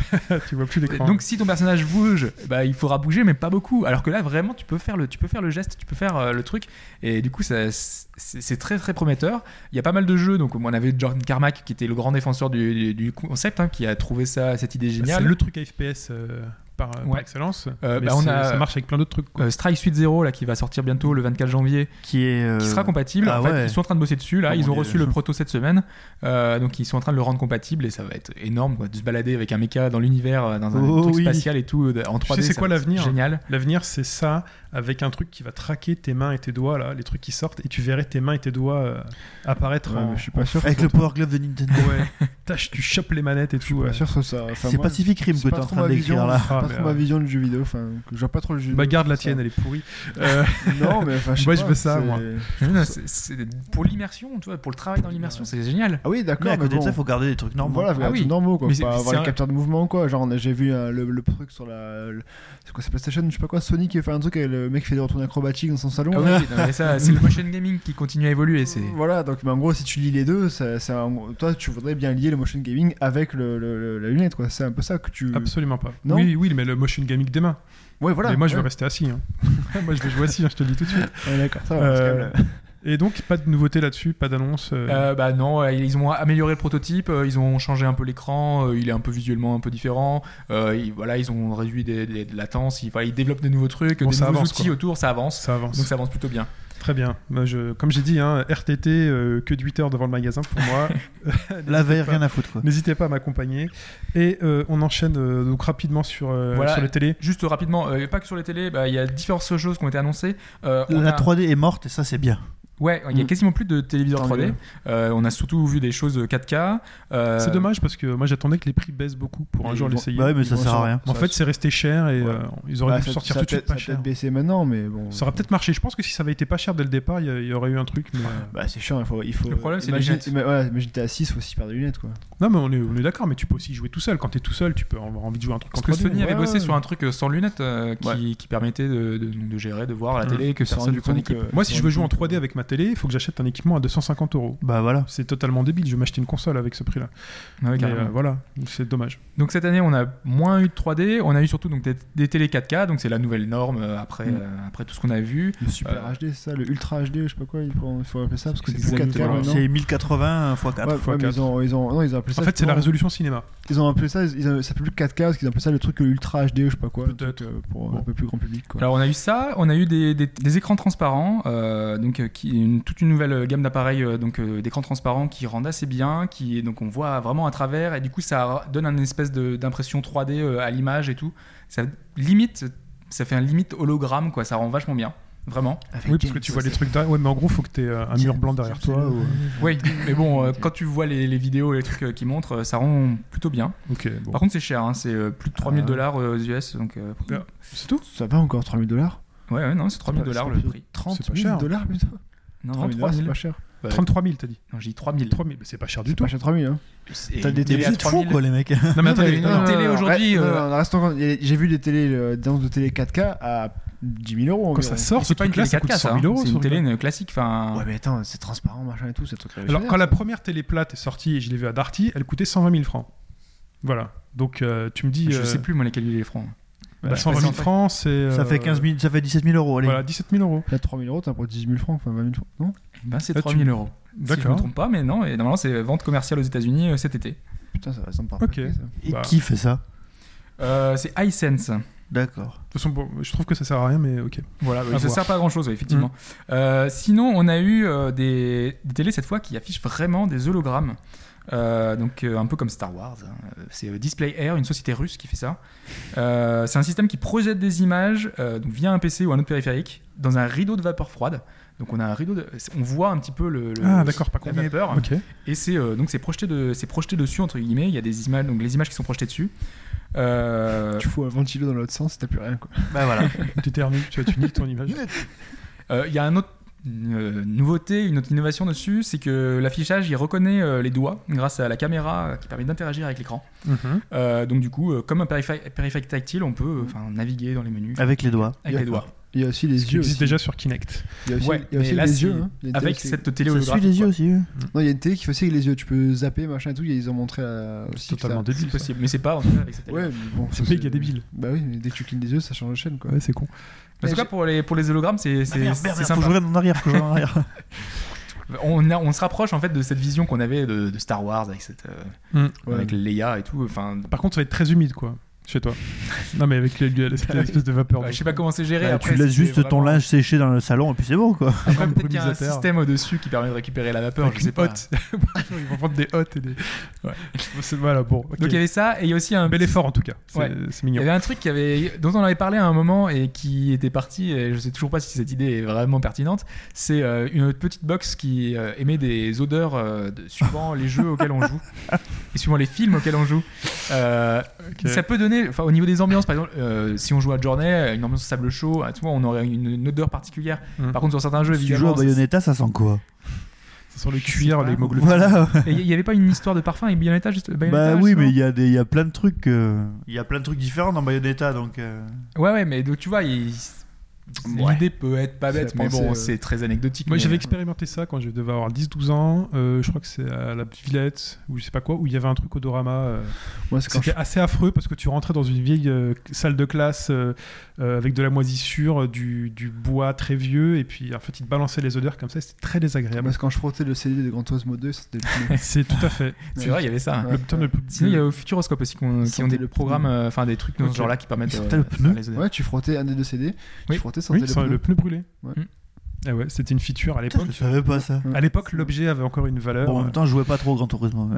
tu vois plus l'écran. Donc si ton personnage bouge, bah, il faudra bouger mais pas beaucoup. Alors que là vraiment tu peux faire le, tu peux faire le geste, tu peux faire euh, le truc et du coup ça- c'est c'est très très prometteur. Il y a pas mal de jeux donc on avait Jordan Carmack qui était le grand défenseur du, du- du concept hein, qui a trouvé ça cette idée c'est géniale. le truc à FPS euh, par, par Ouais. excellence. Euh, mais bah, on c'est- a- Ça marche avec plein d'autres trucs. quoi. Euh, Strike Suite Zero là qui va sortir bientôt le 24 janvier Qui est. euh, qui sera compatible ah en fait ouais. ils sont en train de bosser dessus là Ah Comment ils ont on dit, reçu euh, le proto cette semaine Euh, donc ils sont en train de le rendre compatible et ça va être énorme quoi, de se balader avec un mecha dans l'univers euh, dans un Oh truc oui. spatial et tout de- en 3D c'est ça quoi va être l'avenir hein génial L'avenir, c'est ça, avec un truc qui va traquer tes mains et tes doigts, là, les trucs qui sortent, et tu verrais tes mains et tes doigts euh, apparaître. Ouais, en- mais je suis pas sûr. Avec le Power Glove de Nintendo. Tâche, tu chopes les manettes et tout. Bien ouais. sûr, ça. ça- enfin, C'est moi, Pacific Rim c'est que pas t'es en trop train ma d'écrire, vision- là. C'est Ah, pas mais, trop ma euh, vision du jeu vidéo. Enfin, que je vois pas trop le jeu. Bah, vidéo, garde la ça. tienne, elle est pourrie. Euh, Non, mais enfin, je sais Moi, je pas, veux ça, c'est- moi. Non, non, c'est- c'est- pour l'immersion, tu vois, pour le travail dans l'immersion, c'est génial. Ah oui, Mais d'accord. à mais côté de ça, bon. il faut garder des trucs normaux. Voilà, Ah voilà, oui. tout normaux quoi. Mais c'est- Pas c'est avoir les un- capteurs de mouvement quoi. Genre, on a- j'ai vu un- le, le truc sur la. le- c'est quoi, c'est PlayStation Je sais pas quoi. Sony qui a fait un truc et le mec fait des retournées acrobatiques dans son salon. Ah oui, non, mais ça, c'est le motion gaming qui continue à évoluer. C'est Voilà, donc, mais en gros, si tu lis les deux, ça, ça- toi, tu voudrais bien lier le motion gaming avec le, le- le- la lunette quoi. C'est un peu ça que tu. Absolument pas. Non oui, oui, mais le motion gaming des mains. Ouais, voilà. Ah, mais moi, je ouais. vais rester assis. hein. moi, je vais jouer assis, hein, je te le dis tout de suite. Ouais, d'accord, ça va. parce Euh, que, euh, Et donc, pas de nouveauté là-dessus, pas d'annonce. euh, Euh, bah non, euh, ils ont amélioré le prototype, euh, ils ont changé un peu l'écran, euh, il est un peu visuellement un peu différent. euh, ils- voilà, ils ont réduit des, des- de latence, ils, voilà, ils développent des nouveaux trucs, Bon, des ça nouveaux avance, outils quoi. autour, ça avance. Ça avance. Donc ça avance plutôt bien. Très bien. Moi, je, comme j'ai dit, hein, RTT, euh, que de 8 heures devant le magasin pour moi. La veille, pas. rien à foutre, quoi. N'hésitez pas à m'accompagner. Et euh, on enchaîne euh, donc rapidement sur, euh, Voilà. sur les télés. Juste rapidement, euh, pas que sur les télés, bah, il y a différentes choses qui ont été annoncées. Euh, on La a- 3D est morte et ça, c'est bien. Ouais, il y a Mm. quasiment plus de téléviseurs Tant 3D. mieux. Euh, on a surtout vu des choses 4K. euh, C'est dommage parce que moi j'attendais que les prix baissent beaucoup pour un Ils jour vont- l'essayer. Bah ouais, mais ça vont sert à sur- rien. en ça- fait, c'est resté cher et Ouais. euh, ils auraient bah, dû ça- sortir ça tout de suite peut-être- pas ça cher. peut-être baissé maintenant, mais bon. Ça aurait peut-être marché. Je pense que si ça avait été pas cher dès le départ, il y a- il y, aurait eu un truc. mais, euh, Bah, c'est chiant, il faut. Il faut Le problème, c'est les imagine- lunettes. ima- voilà, imagine t'es à 6, faut aussi perdre des lunettes quoi. Non, mais on est, on est d'accord, mais tu peux aussi jouer tout seul. Quand t'es tout seul, tu peux avoir envie de jouer un truc en Parce que 3D. Sony avait ouais, bossé ouais. sur un truc euh, sans lunettes euh, qui, Ouais. qui permettait de, de- de gérer, de voir à la Ouais. télé, que Ils se sont personne rendus de son compte équipe. que- hein. Moi, si ils je se veux sont jouer en rendus compte 3D avec ma télé, il faut que j'achète un équipement à 250 euros. Bah voilà. C'est totalement débile. Je vais m'acheter une console avec ce prix-là. Ah Ouais, Mais, carrément. euh, voilà, c'est dommage. Donc cette année, on a moins eu de 3D, on a eu surtout donc, des, des télé 4K, donc c'est la nouvelle norme euh, après, Mm. euh, après tout ce qu'on a vu. Le super Euh, HD, c'est ça, le ultra HD, je sais pas quoi, il faut, il faut appeler ça parce que C'est c'est plus 4K exactement- maintenant. C'est 1080 x 4. Ouais, fois ouais, mais quatre. ils ont, ils ont, non, ils ont appelé ça. En fait, c'est la justement- résolution cinéma. Ils ont appelé ça, ils ont, ça s'appelle plus 4K parce qu'ils ont appelé ça le truc euh, ultra HD, je sais pas quoi. le Peut-être. truc, euh, Pour Bon. un peu plus grand public quoi. Alors on a eu ça, on a eu des, des- des écrans transparents, euh, donc euh, qui, une, toute une nouvelle gamme d'appareils euh, donc euh, d'écrans transparents qui rendent assez bien, qui donc on voit vraiment à travers et du coup ça donne une espèce de- d'impression 3D euh, à l'image et tout. Ça limite, ça fait un limite hologramme quoi, ça rend vachement bien, vraiment. Oui, parce que tu vois les trucs derrière. Ouais, mais en gros, faut que t'aies euh, un mur blanc derrière toi. ou- Oui, mais bon, euh, quand tu vois les, les vidéos et les trucs euh, qui montrent, euh, ça rend plutôt bien. Ok, bon. Par contre, c'est cher, hein, c'est euh, plus de 3000 dollars aux US. Donc, euh, Ah. C'est tout Ça va encore 3000 dollars ouais, ouais, non, c'est 3000 dollars le prix. 30 C'est pas 000 cher. dollars plutôt Non, 3000 dollars, c'est 3000. pas cher. Ouais. 33 000, t'as dit Non, j'ai dit 3000. 3000, mais c'est pas cher du C'est tout. pas cher 3000 hein. C'est- T'as il des est télés à à C'est trop, 3000. quoi, les mecs. Non, mais attendez, mais non, non. télé aujourd'hui, ouais, euh, non, non, reste encore- il y a- J'ai vu des télés, euh, des annonces de télé 4K à 10 000 euros. quand ça environ. sort, ce C'est pas une truc-là, télé ça coûte 4K, ça. 100 hein. 000 euros. C'est ce une truc-là. télé une classique. Enfin, Ouais, mais attends, c'est transparent, machin et tout, c'est truc Alors, quand révolutionnaire. la première télé plate est sortie, et je l'ai vue à Darty, elle coûtait 120 000 francs. Voilà. Donc, euh, tu me dis. je euh, sais plus moi lesquels les francs. bah, Ouais, 120 ça 000 fait- francs, c'est. Ça euh, fait 15 000, ça fait 17 000 euros, allez. Voilà, 17 000 euros. Là, 3000 euros, t'as pour 10 000 francs, enfin 20 000 francs, non Ben, c'est Là, tu- 3000 euros. Si je me D'accord. trompe pas, mais non, et normalement c'est vente commerciale aux États-Unis euh, cet été. Putain, ça ressemble pas Ok. paquet, ça. Et Bah. qui fait ça Euh, c'est iSense. D'accord. De toute façon, bon, je trouve que ça sert à rien, mais ok. Voilà, À ça voir. Mm. sert pas à grand chose, effectivement. Euh, sinon, on a eu euh, des, des télés cette fois qui affichent vraiment des hologrammes. Euh, donc, euh, un peu comme Star Wars. hein. Euh, C'est euh, Display Air, une société russe qui fait ça. Euh, c'est un système qui projette des images euh, donc via un PC ou un autre périphérique dans un rideau de vapeur froide. Donc on a un rideau, de- on voit un petit peu le, le- Ah, d'accord, pas la compris. vapeur. Ok. Et c'est euh, donc c'est projeté de, c'est projeté dessus entre guillemets. Il y a des images, donc les images qui sont projetées dessus. Euh, Tu fous un ventilo dans l'autre sens, t'as plus rien. Quoi. Bah voilà. Tu termines, tu, vois, tu niques ton image. Euh, Il y a un autre, une euh, nouveauté, une autre innovation dessus, c'est que l'affichage, il reconnaît euh, les doigts grâce à la caméra euh, qui permet d'interagir avec l'écran. Mhm. Euh, donc du coup, euh, comme un périphérique périphérique tactile, on peut euh, enfin, naviguer dans les menus Avec les doigts. avec les doigts. Il y a aussi les Qui yeux. existe aussi. déjà sur Kinect. Il y a aussi, Ouais, il y a aussi mais là, les c'est- yeux. hein. Il y a une télé Avec qui- cette télé Ça suit les yeux aussi. eux. Non, il y a une télé qui fait aussi avec les yeux. Tu peux zapper, machin et tout. Ils ont montré euh, aussi. C'est que ça- totalement C'est débile. ça. possible, mais c'est pas en tout cas avec cette télé. Ouais, mais bon. C'est ça, méga débile. Bah oui, mais dès que tu clignes des yeux, ça change de chaîne, quoi. Ouais, c'est con. En tout cas, pour les, pour les hologrammes, c'est Ah, c'est- merde, c'est merde, faut sympa. que je regarde en arrière. Faut que je regarde en arrière. On, a- on se rapproche en fait de cette vision qu'on avait de, de Star Wars avec, cette, euh, Mm. Ouais. avec Leia et tout. Enfin, Par contre, ça va être très humide, quoi, chez toi. non, mais avec le- le- l'espèce de vapeur. euh, d'eau. je sais pas comment c'est géré. Bah, après, tu laisses si c'est juste ton vraiment- linge sécher dans le salon et puis c'est bon quoi. Après, peut-être qu'il y a un brumisateur. système au-dessus qui permet de récupérer la vapeur. Avec Je sais une pas. hotte. Ils vont prendre des hottes et des. Ouais. C'est- voilà, bon. ok. Donc il y avait ça et il y a aussi un Bel effort en tout cas. C'est Ouais. c'est Il y mignon. avait un truc qui avait, dont on avait parlé à un moment et qui était parti, et je sais toujours pas si cette idée est vraiment pertinente, c'est euh, une petite box qui euh, émet des odeurs euh, de- suivant les jeux auxquels on joue et suivant les films auxquels on joue. Euh, Ok. Ça peut donner, enfin, au niveau des ambiances, par exemple, euh, si on joue à Journey, une ambiance sable chaud, à tout moment, on aurait une, une odeur particulière. Mm. Par contre, sur certains jeux, Si tu joues à évidemment, c'est- Bayonetta, ça sent quoi Ce sont le cuir, pas. l'hémoglobine. Voilà. Et il n'y avait pas une histoire de parfum avec Bayonetta juste Bayonetta, Bah oui, justement mais il y a des, il y a plein de trucs. euh, Il y a plein de trucs différents dans Bayonetta, donc. euh, Ouais, ouais, mais donc tu vois, il- Ouais. l'idée peut être pas bête, C'est mais pensé, bon, euh, c'est très anecdotique. Moi mais- j'avais expérimenté ça quand je devais avoir 10-12 ans. Euh, je crois que c'est à la Villette ou je sais pas quoi, où il y avait un truc odorama. euh, Moi, c'est quand C'était assez affreux parce que tu rentrais dans une vieille euh, salle de classe euh, euh, avec de la moisissure, euh, du, du bois très vieux, et puis en fait ils te balançaient les odeurs comme ça, c'était très je- désagréable. parce que quand je frottais le CD de Grand Turismo 2, c'était le C'est tout à fait. C'est vrai, il y avait ça. Ouais. Le putain de pub- Sinon, il y a au Futuroscope aussi qu'on- qui ont Sentez Mm. des le programmes, euh, enfin des trucs dans Ok. ce genre-là qui permettent Ils euh, sentaient le de pneu. faire les odeurs. Ouais, tu frottais un des deux CD. Oui. Tu frottais sans Oui, sans le le pneu brûlé. Ouais. Mm. Ah ouais, c'était une feature à Putain, l'époque. je savais pas ça. je- À l'époque, l'objet avait encore une valeur. Bon, en même temps, je jouais pas trop au Grand Tourisme.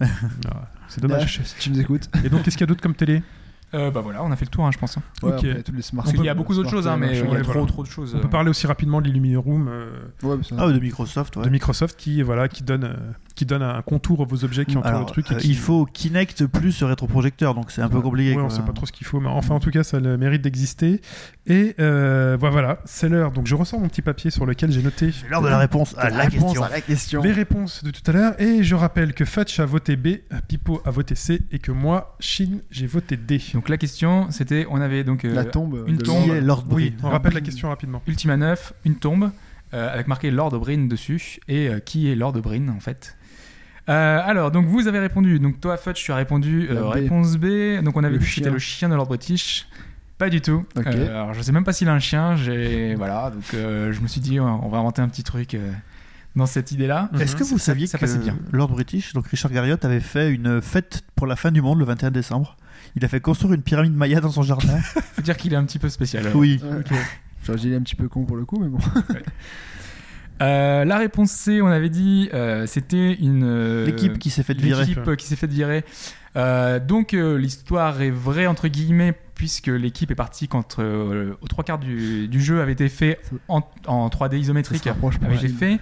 Ah, c'est dommage. Si tu nous écoutes. Et donc, qu'est-ce qu'il y a d'autre comme télé Euh, bah voilà, on a fait le tour, hein, je pense. hein. Ouais, Ok. après, il y a tous les smartphones, Parce qu'il y a beaucoup d'autres smart- choses, hein, mais machin. il y a ouais, trop voilà. trop de choses. euh. On peut parler aussi rapidement de l'Illuminarium euh, Ouais, mais ça- Ah, de Microsoft, ouais. de Microsoft qui voilà qui donne euh, qui donne un contour à vos Mm. objets qui entourent Alors, le truc. et euh, qui- il faut Kinect plus rétroprojecteur, donc c'est un peu compliqué. Ouais, on quoi. sait pas trop ce qu'il faut, mais enfin, en tout cas, ça a le mérite d'exister. Et euh, bah, voilà, c'est l'heure. Donc, je ressors mon petit papier sur lequel j'ai noté C'est l'heure de la réponse à la réponse question. à la question. les réponses de tout à l'heure. Et je rappelle que Fetch a voté B, Pipo a voté C, et que moi, Shin, j'ai voté D. Donc la question, c'était, on avait donc euh, La tombe. une de- tombe. Qui est Lord Oui, Oh, Breen on rappelle la question rapidement. Ultima 9, une tombe euh, avec marqué Lord Brin dessus. Et euh, qui est Lord Brin en fait Euh, alors, donc vous avez répondu. Donc toi, Fudge, tu as répondu euh, La B. réponse B. Donc on avait Le dit que c'était chien. le chien de Lord British. Pas du tout. Ok. Euh, alors je sais même pas s'il a un chien. J'ai voilà. Donc euh, je me suis dit, on va inventer un petit truc euh, dans cette idée-là. Mm. Est-ce que vous saviez ça que passait bien. Lord British, donc Richard Garriott, avait fait une fête pour la fin du monde le 21 décembre Il a fait construire une pyramide maya dans son jardin. Faut dire qu'il est un petit peu spécial. oui. Ouais. Genre, j'ai dit un petit peu con pour le coup, mais bon. Euh, la réponse C, on avait dit, euh, c'était une euh, L'équipe qui s'est faite virer. L'équipe euh, qui s'est fait virer. Euh, donc euh, l'histoire est vraie entre guillemets puisque l'équipe est partie quand euh, aux trois quarts du, du jeu avait été fait en, en 3D isométrique Ça se rapproche pas avec mal. l'effet.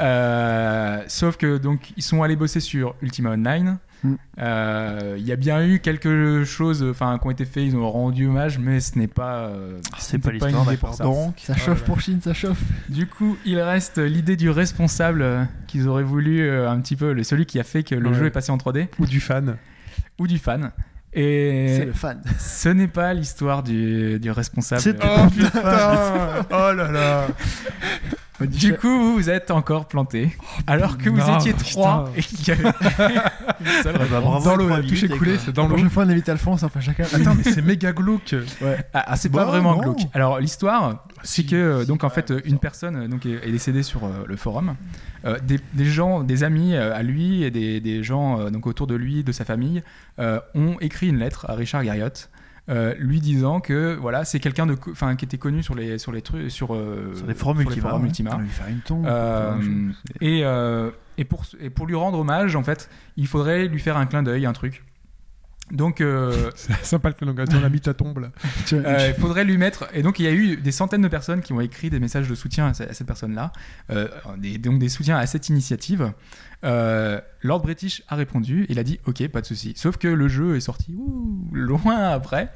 Euh, sauf que donc ils sont allés bosser sur Ultima Online. Mm. Euh, Il y a bien eu quelque chose, enfin, qui ont été faits, ils ont rendu hommage, mais ce n'est pas, euh, ce C'est pas n'était l'histoire, une idée pour ça. d'accord. Ça chauffe pour Chine, ça chauffe. Du coup, il reste l'idée du responsable euh, qu'ils auraient voulu euh, un petit peu, le- celui qui a fait que le Ouais. jeu est passé en 3D Ou du fan. ou du fan. C'est Et le fan. ce n'est pas l'histoire du, du responsable. C'était- Euh, putain Oh là là Du coup, vous vous êtes encore planté. alors que vous Oh, non, étiez putain. trois et qu'il y avait une seule Ah bah, réponse. bravo, Dans l'eau, trois elle a touché minutes, et coulé, quoi. c'est La dans l'eau. prochaine fois, on invite Alphonse, enfin chacun. Attends, mais c'est méga glauque Ah, ah, c'est Bah, pas vraiment non. glauque. Alors l'histoire, c'est si, que euh, si, donc en fait ouais, euh, une personne euh, donc est, est décédée sur euh, le forum. Euh, des, des gens, des amis euh, à lui et des, des gens euh, donc autour de lui, de sa famille, euh, ont écrit une lettre à Richard Garriott. euh, lui disant que voilà c'est quelqu'un de co- enfin qui était connu sur les sur les trucs sur, euh, Sur les forums hein. sur les Ultima. forums Ultima. On va lui faire une tombe. Euh, Enfin, je- c'est- et, euh, et, pour, et pour lui rendre hommage, en fait, il faudrait lui faire un clin d'œil, un truc. Donc, euh, C'est sympa le clonogation, on a mis ta tombe là. Tu vois, euh, il faudrait lui mettre. Et donc, il y a eu des centaines de personnes qui ont écrit des messages de soutien à, ce- à cette personne-là, euh, des- donc des soutiens à cette initiative. Euh, Lord British a répondu, il a dit Ok, pas de souci. Sauf que le jeu est sorti ouh, loin après.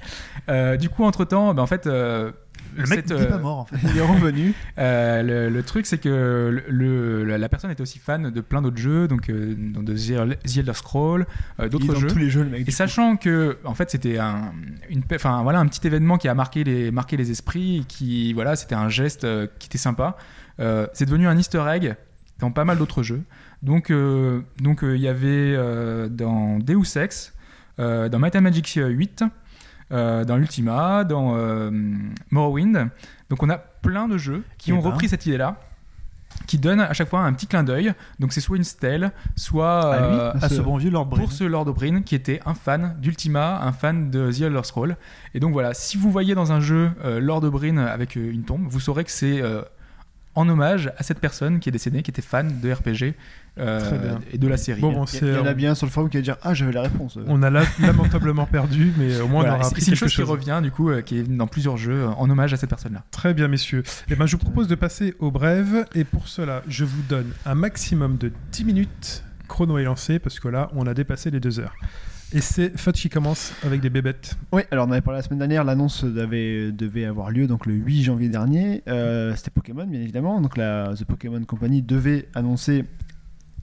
Euh, du coup, entre temps, en fait. euh, Le mec cette, n'est euh, pas mort en fait. il est revenu. euh, le, le truc, c'est que le- le- la, la personne était aussi fan de plein d'autres jeux, donc euh, dans de The The Elder Scrolls, euh, Il est d'autres dans jeux. tous les jeux, le mec. Et sachant que, en fait, c'était un, une, pe- enfin, voilà, un petit événement qui a marqué les, marqué les esprits, et qui, voilà, c'était un geste euh, qui était sympa. Euh, c'est devenu un Easter egg dans pas mal d'autres jeux. Donc, euh, donc, euh, il y avait euh, dans Deus Ex, euh, dans Might and Magic 8, euh, dans Ultima, dans euh, Morrowind. Donc, on a plein de jeux qui Eh ont ben. repris cette idée-là. Qui donnent à chaque fois un petit clin d'œil. Donc, c'est soit une stèle, soit À Ah, lui, euh, à ce bon vieux Lord Bryn. pour ce Lord O'Brien qui était un fan d'Ultima, un fan de The Elder Scrolls. Et donc voilà, si vous voyez dans un jeu euh, Lord O'Brien avec euh, une tombe, vous saurez que c'est euh, en hommage à cette personne qui est décédée, qui était fan de RPG euh, Très bien. et de la série. Bon, bon, Il c'est- y en a euh, on, bien sur le forum qui va dire Ah, j'avais la réponse. on a la- lamentablement perdu, mais au moins on Voilà, aura c'est- appris c'est une quelque chose, chose. qui revient du coup, euh, qui est dans plusieurs jeux euh, en hommage à cette personne-là. Très bien, messieurs. Eh ben, je vous propose de passer au brève. Et pour cela, je vous donne un maximum de 10 minutes. Chrono est lancé parce que là, on a dépassé les deux heures. Et c'est Fudge qui commence avec des bébêtes. Oui, alors on avait parlé la semaine dernière, l'annonce devait, devait avoir lieu donc le 8 janvier dernier. Euh, C'était Pokémon, bien évidemment. Donc la The Pokémon Company devait annoncer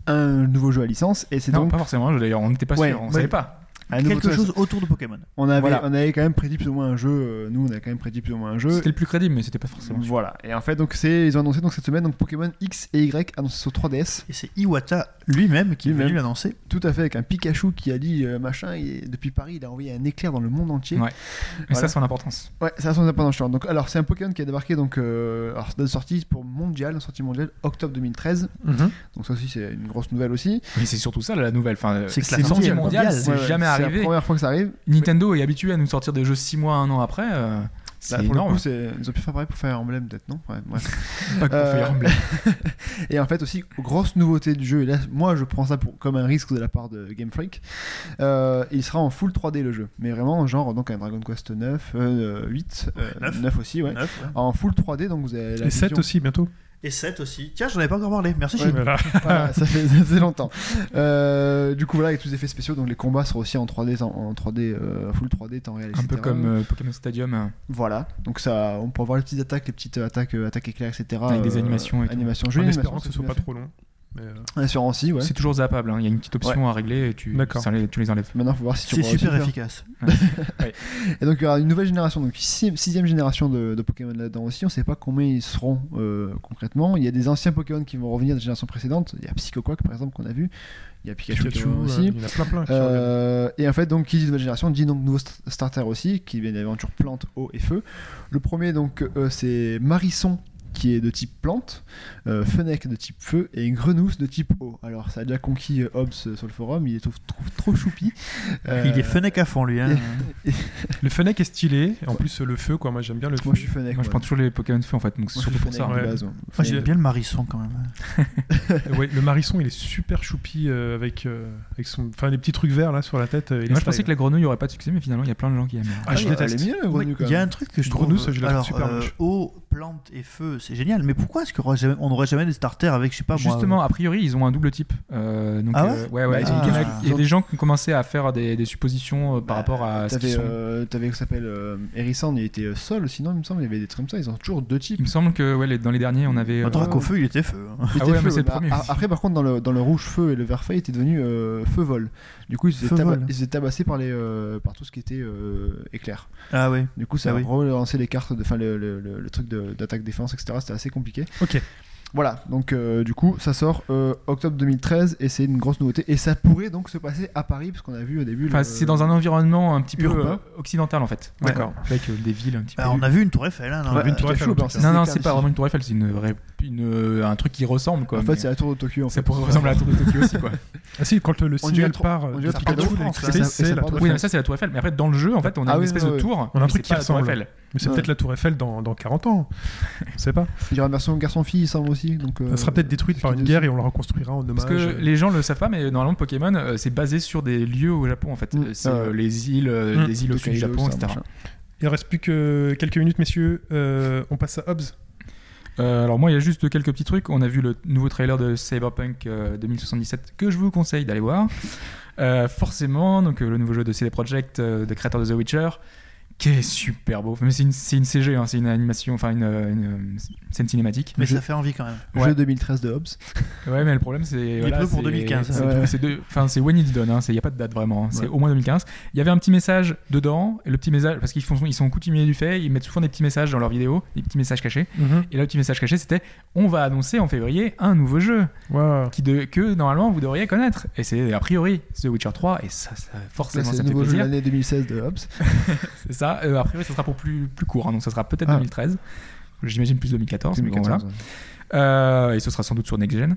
un nouveau jeu à licence et c'est Non, donc pas forcément, d'ailleurs, on n'était pas Ouais, sûr, on ouais. savait pas. un nouveau Quelque chose autour de Pokémon. On avait, Voilà. on avait quand même prédit plus ou moins un jeu. euh, Nous, on avait quand même prédit plus ou moins un jeu. C'était le plus crédible, mais c'était pas forcément. sûr. Voilà. Et en fait, donc c'est ils ont annoncé donc cette semaine donc Pokémon X et Y annoncés sur 3DS. Et c'est Iwata lui-même qui est Lui-même. venu l'annoncer. Tout à fait avec un Pikachu qui a dit euh, machin. et depuis Paris, il a envoyé un éclair dans le monde entier. Ouais. Mais ça, Voilà. c'est son importance. Ouais, ça a son indépendance. je crois. Donc, alors, c'est un Pokémon qui a débarqué donc, euh, alors, date de sortie pour mondial, sortie mondiale, octobre 2013. Mhm. Donc, ça aussi, c'est une grosse nouvelle aussi. Mais c'est surtout ça, la nouvelle. Enfin, C'est que c'est la sortie sortie est mondiale, mondiale. c'est Ouais, ouais, jamais C'est arrivé. la première fois que ça arrive. Nintendo est habitué à nous sortir des jeux 6 mois, 1 an après. euh, c'est Là, Bah, pour énorme. le coup, c'est- ils ont pu faire pareil pour faire Emblem, peut-être, non Ouais, bref. Pas que pour Euh, Fire Emblem. Et en fait aussi, grosse nouveauté du jeu, et là moi je prends ça pour, comme un risque de la part de Game Freak, euh, il sera en full 3D le jeu. Mais vraiment genre donc un Dragon Quest 9, euh, 8, euh, Neuf. 9. aussi ouais. Neuf, ouais. En full 3D donc vous avez la Et 7 vision- aussi, bientôt. Et 7 aussi. Tiens, j'en avais pas encore parlé. Merci Ouais, Chine. Voilà. Voilà, ça fait ça faisait longtemps. Euh, du coup voilà avec tous les effets spéciaux donc les combats seront aussi en 3D en, en 3D euh, full 3D temps réel. Un etc. peu comme euh, Pokémon Stadium. hein. voilà donc ça on pourra voir les petites attaques les petites euh, attaques euh, attaques éclairs etc. Avec des animations et tout. animations En jolies espérant que animations, ce soit bien pas fait. trop long. Mais, euh, Assurance, si, ouais. C'est toujours zappable. hein. Il y a une petite option à régler et tu, D'accord. ça les- tu les enlèves. Maintenant faut voir si tu C'est pourras super aussi faire. efficace. Et donc il y aura une nouvelle génération, donc sixi- sixième génération de, de Pokémon là-dedans aussi. On ne sait pas combien ils seront euh, concrètement. Il y a des anciens Pokémon qui vont revenir des générations précédentes. Il y a Psychoquack par exemple qu'on a vu. Il y a Pikachu, qui Pikachu, revient euh, aussi. il y en a plein plein. qui reviennent. Euh, et en fait, donc, qui dit nouvelle génération dit donc nouveau st- starter aussi, qui est bien aventure plante, eau et feu. Le premier, donc, euh, c'est Marisson qui est de type plante, euh, Fennec de type feu et Grenousse de type eau. Alors, ça a déjà conquis euh, Hobbs euh, sur le forum, il les trouve, trouve trop choupi. Euh, Il est Fennec à fond lui. hein. Le Fennec est stylé. Et En plus, euh, le feu, quoi. Moi, j'aime bien le feu. Moi, je suis Fennec. Moi, je ouais. prends toujours les Pokémon Feu en fait, donc c'est Moi, je surtout suis pour Fennec ça. de ouais. base, ouais. Moi j'aime bien le marisson quand même. Euh, ouais, le marisson, il est super choupi euh, avec, euh, avec son... enfin, les petits trucs verts là sur la tête. euh, il est Et moi, je style. pensais que la grenouille aurait pas de succès, mais finalement, il y a plein de gens qui aiment. Ah, je Ah, elle déteste. est mignonne, la grenouille, quand Il y a même. un truc que je trouve. Grenouille, ça, je la alors, euh, trouve super moche. eau, plante et feu, c'est génial. Mais pourquoi est-ce qu'on jamais... on n'aurait jamais des starters avec, je sais pas moi. Justement, a priori, ils ont un double type. Euh, donc, Ah ouais euh, ouais, Bah, ouais, il ils y a ont des tous- mecs- il y ils a ont- des gens qui ont commencé à faire des, des suppositions euh, par Bah, rapport à ce qu'ils T'avais, sont. euh, t'avais, comment ça s'appelle, euh, Hérissant, il était euh, seul, sinon, il me semble, il y avait des trucs comme ça, ils ont toujours deux types. Il me semble que ouais, les- dans les derniers, on avait. Un euh, drac au feu, il était feu. hein. Ah C'était ouais, mais feu, c'est le bah, premier. a- Après, par contre, dans le, dans le rouge feu et le vert feu, il était devenu euh, feu vol. Du coup, ils étaient, Feu taba- vol. ils étaient tabassés par, les, euh, par tout ce qui était euh, éclair. Ah ouais. Du coup, ça Ah a oui. relancé les cartes, de- enfin le, le- le- le truc de- d'attaque-défense, etc. C'était assez compliqué. Ok. Voilà, donc euh, du coup, ça sort euh, octobre 2013 et c'est une grosse nouveauté. Et ça pourrait donc se passer à Paris, parce qu'on a vu au début. Enfin, le- c'est dans un environnement un petit peu euh, Urbain. euh, occidental en fait. D'accord. Avec euh, des villes un petit peu. Bah, on a vu une tour Eiffel. Hein, non Ouais, vu une tour c'était Eiffel, chaud, en tout alors, cas. ça, Non, non, clair, c'est pas ici. vraiment une tour Eiffel, c'est une vraie- une, euh, un truc qui ressemble quoi. En fait, mais c'est la tour de Tokyo. En ça fait. pourrait ressembler à la tour de Tokyo aussi quoi. Ah si, quand le, le On signal dirait trop- part on euh, dirait de trop Pikachu, de France, l'électricité, là. Ça- c'est ça la part tour de France. Oui, Eiffel. non, mais ça c'est la Tour Eiffel. Mais après, dans le jeu, en fait, on a Ah une oui, espèce oui, de oui. tour. On a un mais truc c'est qui pas la Tour ressemble. Eiffel. Mais c'est Ouais. peut-être la tour Eiffel dans, dans 40 ans. On sait pas. Il y aura une version garçon-fille, il semble aussi. Donc, euh, Ça sera peut-être détruite c'est par une une des- guerre et on la reconstruira en hommage. Parce que les gens le savent pas, mais normalement Pokémon, euh, c'est basé sur des lieux au Japon en fait. Mm. C'est Ah euh, ouais. les îles, euh, Mm. des îles au Tokyo, sud du Japon, ça, etc. machin. Il ne reste plus que quelques minutes, messieurs. Euh, on passe à Hobbs. Euh, alors moi, il y a juste quelques petits trucs. On a vu le nouveau trailer de Cyberpunk euh, 2077 que je vous conseille d'aller voir. Euh, forcément, donc euh, le nouveau jeu de CD Projekt, euh, des créateurs de The Witcher, qui est super beau. Mais c'est une, c'est une CG, hein, c'est une animation, enfin une, euh, une, euh, c'est une cinématique. Mais ça fait envie quand même. Ouais. Jeu 2013 de Hobbs. Ouais, mais le problème, c'est. Il pleut pour 2015, C'est ouais. c'est deux- enfin, c'est when it's done, hein, c'est- il n'y a pas de date vraiment, hein, c'est Ouais. au moins 2015. Il y avait un petit message dedans, et le petit message, parce qu'ils font- ils sont coutumiers du fait, ils mettent souvent des petits messages dans leurs vidéos, des petits messages cachés. Et là, le petit message caché, c'était on va annoncer en février un nouveau jeu Wow. qui de, que normalement vous devriez connaître. Et c'est a priori The Witcher 3, et ça, ça Ça, forcément, C'est ça le fait nouveau jeu de plaisir. l'année 2016 de Hobbs. C'est ça. Euh, a priori, ça sera pour plus, plus court, hein, donc ça sera peut-être Ah. 2013. J'imagine plus 2014. mais bon, 2014, voilà. ouais. Euh, et ce sera sans doute sur Next Gen.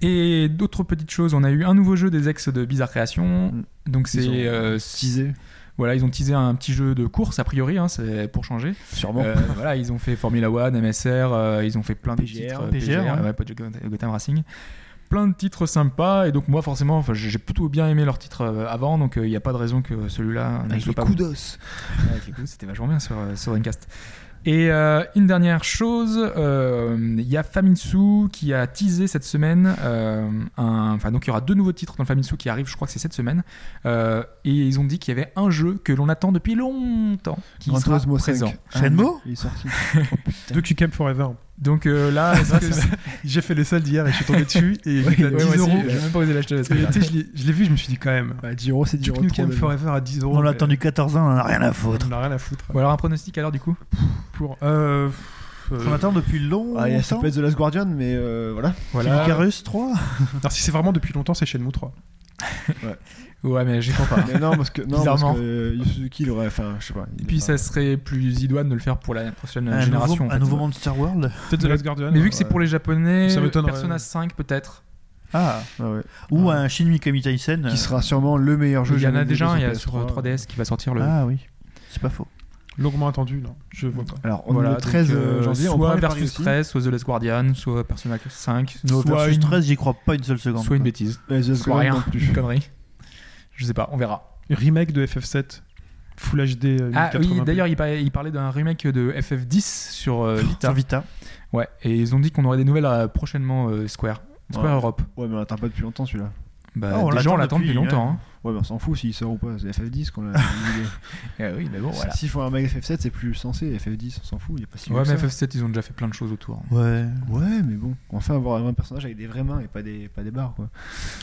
Et d'autres petites choses, on a eu un nouveau jeu des ex de Bizarre Création. Mm. Donc Ils c'est. ont euh, Teasé, voilà, ils ont teasé un petit jeu de course, a priori, hein, c'est pour changer. sûrement. Euh, voilà, ils ont fait Formula One, MSR, euh, ils ont fait plein de PGR, titres. euh, PGR, ouais. ouais, Project Gotham- Gotham Racing. Plein de titres sympas, et donc moi, forcément, enfin, j'ai j'ai plutôt bien aimé leurs titres euh, avant, donc euh, il n'y a pas de raison que celui-là ne avec soit les pas coups d'os. Ouais, avec les coups, c'était vachement bien sur, euh, sur Dreamcast. Et euh, une dernière chose, euh, il y a Famitsu qui a teasé cette semaine. euh, un- Enfin, donc il y aura deux nouveaux titres dans le Famitsu qui arrivent, je crois que c'est cette semaine. Euh, et ils ont dit qu'il y avait un jeu que l'on attend depuis longtemps qui Gran sera Turismo 5. présent. Shenmue Ah, Il est sorti. Oh, De QCam Forever. Donc euh, là, est-ce que c'est- J'ai fait les soldes hier et je suis tombé dessus. Et il coûte à Ouais, 10 moi aussi, euros. j'ai même pas osé l'acheter. parce que- Et tu sais, je l'ai- je l'ai vu, je me suis dit quand même. Bah, 10 euros, c'est 10 Du euros. New trop Game bien. Forever à 10 euros. On l'a mais- attendu 14 ans, on en a rien à foutre. On a rien à foutre. Ou alors un pronostic alors du coup Pour. euh, euh, On attend depuis longtemps. Ah, il y a ça peut être The Last Guardian, mais euh, voilà. Voilà. Icarus 3 alors, si c'est vraiment depuis longtemps, c'est Shenmue 3. Ouais, mais j'y crois pas. Mais non, parce que, non, parce Bizarrement. que euh, Yu Suzuki, il aurait. Enfin, je sais pas. il Et est puis pas- ça serait plus idoine de le faire pour la prochaine Ah, un génération. nouveau, en un fait. nouveau Monster World Peut-être The Last Guardian. Mais vu que ouais. c'est pour les japonais, Ça m'étonnerait, Persona ouais. 5 peut-être. ah. Ah ouais. ou Ouais. un Shin Mikami Tyson Qui sera sûrement le meilleur jeu. Il y en a jamais déjà joué un, il y a PS3. sur euh, 3DS qui va sortir le. ah oui c'est pas faux euh, Longuement attendu, non, je Mm. vois pas. Alors, on voilà, est le 13 donc, euh, janvier. on prend soit les paris Versus aussi. 13, soit The Last Guardian, soit Persona 5, No soit versus une, 13 j'y crois pas une seule seconde soit une bêtise. Mais Bah, The Last Soit Guardian rien, non plus. une connerie. Je sais pas, on verra. Remake de FF7, Full HD. euh, Ah 1080p. oui, d'ailleurs, il, par- il parlait d'un remake de FF10 sur euh, Sur Vita. Vita Ouais, et ils ont dit qu'on aurait des nouvelles euh, prochainement euh, Square. Square Ouais. Europe. Ouais, mais on attend pas depuis longtemps celui-là. Bah, Ah, on les gens l'attend l'attendent depuis depuis, longtemps. hein. Ouais, mais on s'en fout s'il sort ou pas. C'est FF10 qu'on a. Eh oui, mais bon, voilà. S'ils font un mag FF7, c'est plus censé. FF10, on s'en fout. Il y a pas si Ouais, vieux mais que ça. FF7, ils ont déjà fait plein de choses autour. hein. ouais Ouais, mais bon. Enfin, avoir un vrai personnage avec des vraies mains et pas des, pas des barres, quoi.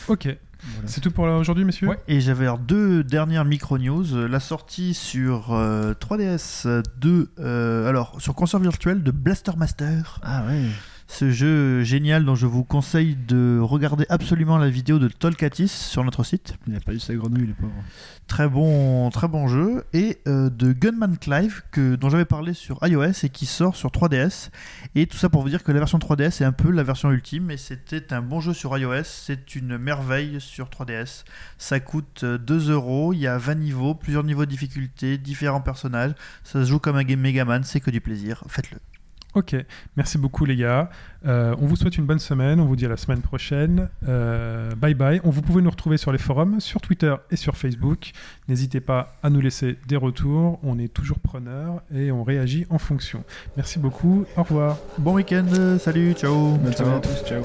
Ok, Voilà. c'est tout pour là aujourd'hui, messieurs Ouais. et j'avais alors deux dernières micro news Euh, la sortie sur euh, 3DS de euh, alors sur console virtuelle de Blaster Master Ah ouais. ce jeu génial dont je vous conseille de regarder absolument la vidéo de Tolkatis sur notre site Il a pas eu sa grenouille, les pauvres. Très bon, très bon jeu. Et euh, de Gunman Clive, que, dont j'avais parlé sur iOS et qui sort sur 3DS. Et tout ça pour vous dire que la version 3DS est un peu la version ultime. Et c'était un bon jeu sur iOS. C'est une merveille sur 3DS. Ça coûte euh, 2 euros. Il y a 20 niveaux, plusieurs niveaux de difficulté, différents personnages. Ça se joue comme un game Megaman. C'est que du plaisir. Faites-le. Ok, merci beaucoup les gars. Euh, on vous souhaite une bonne semaine, on vous dit à la semaine prochaine. Euh, bye bye. On vous pouvez nous retrouver sur les forums, sur Twitter et sur Facebook. N'hésitez pas à nous laisser des retours, on est toujours preneurs et on réagit en fonction. Merci beaucoup, au revoir. Bon week-end. euh, Salut. Ciao. Bonne semaine à tous. Ciao.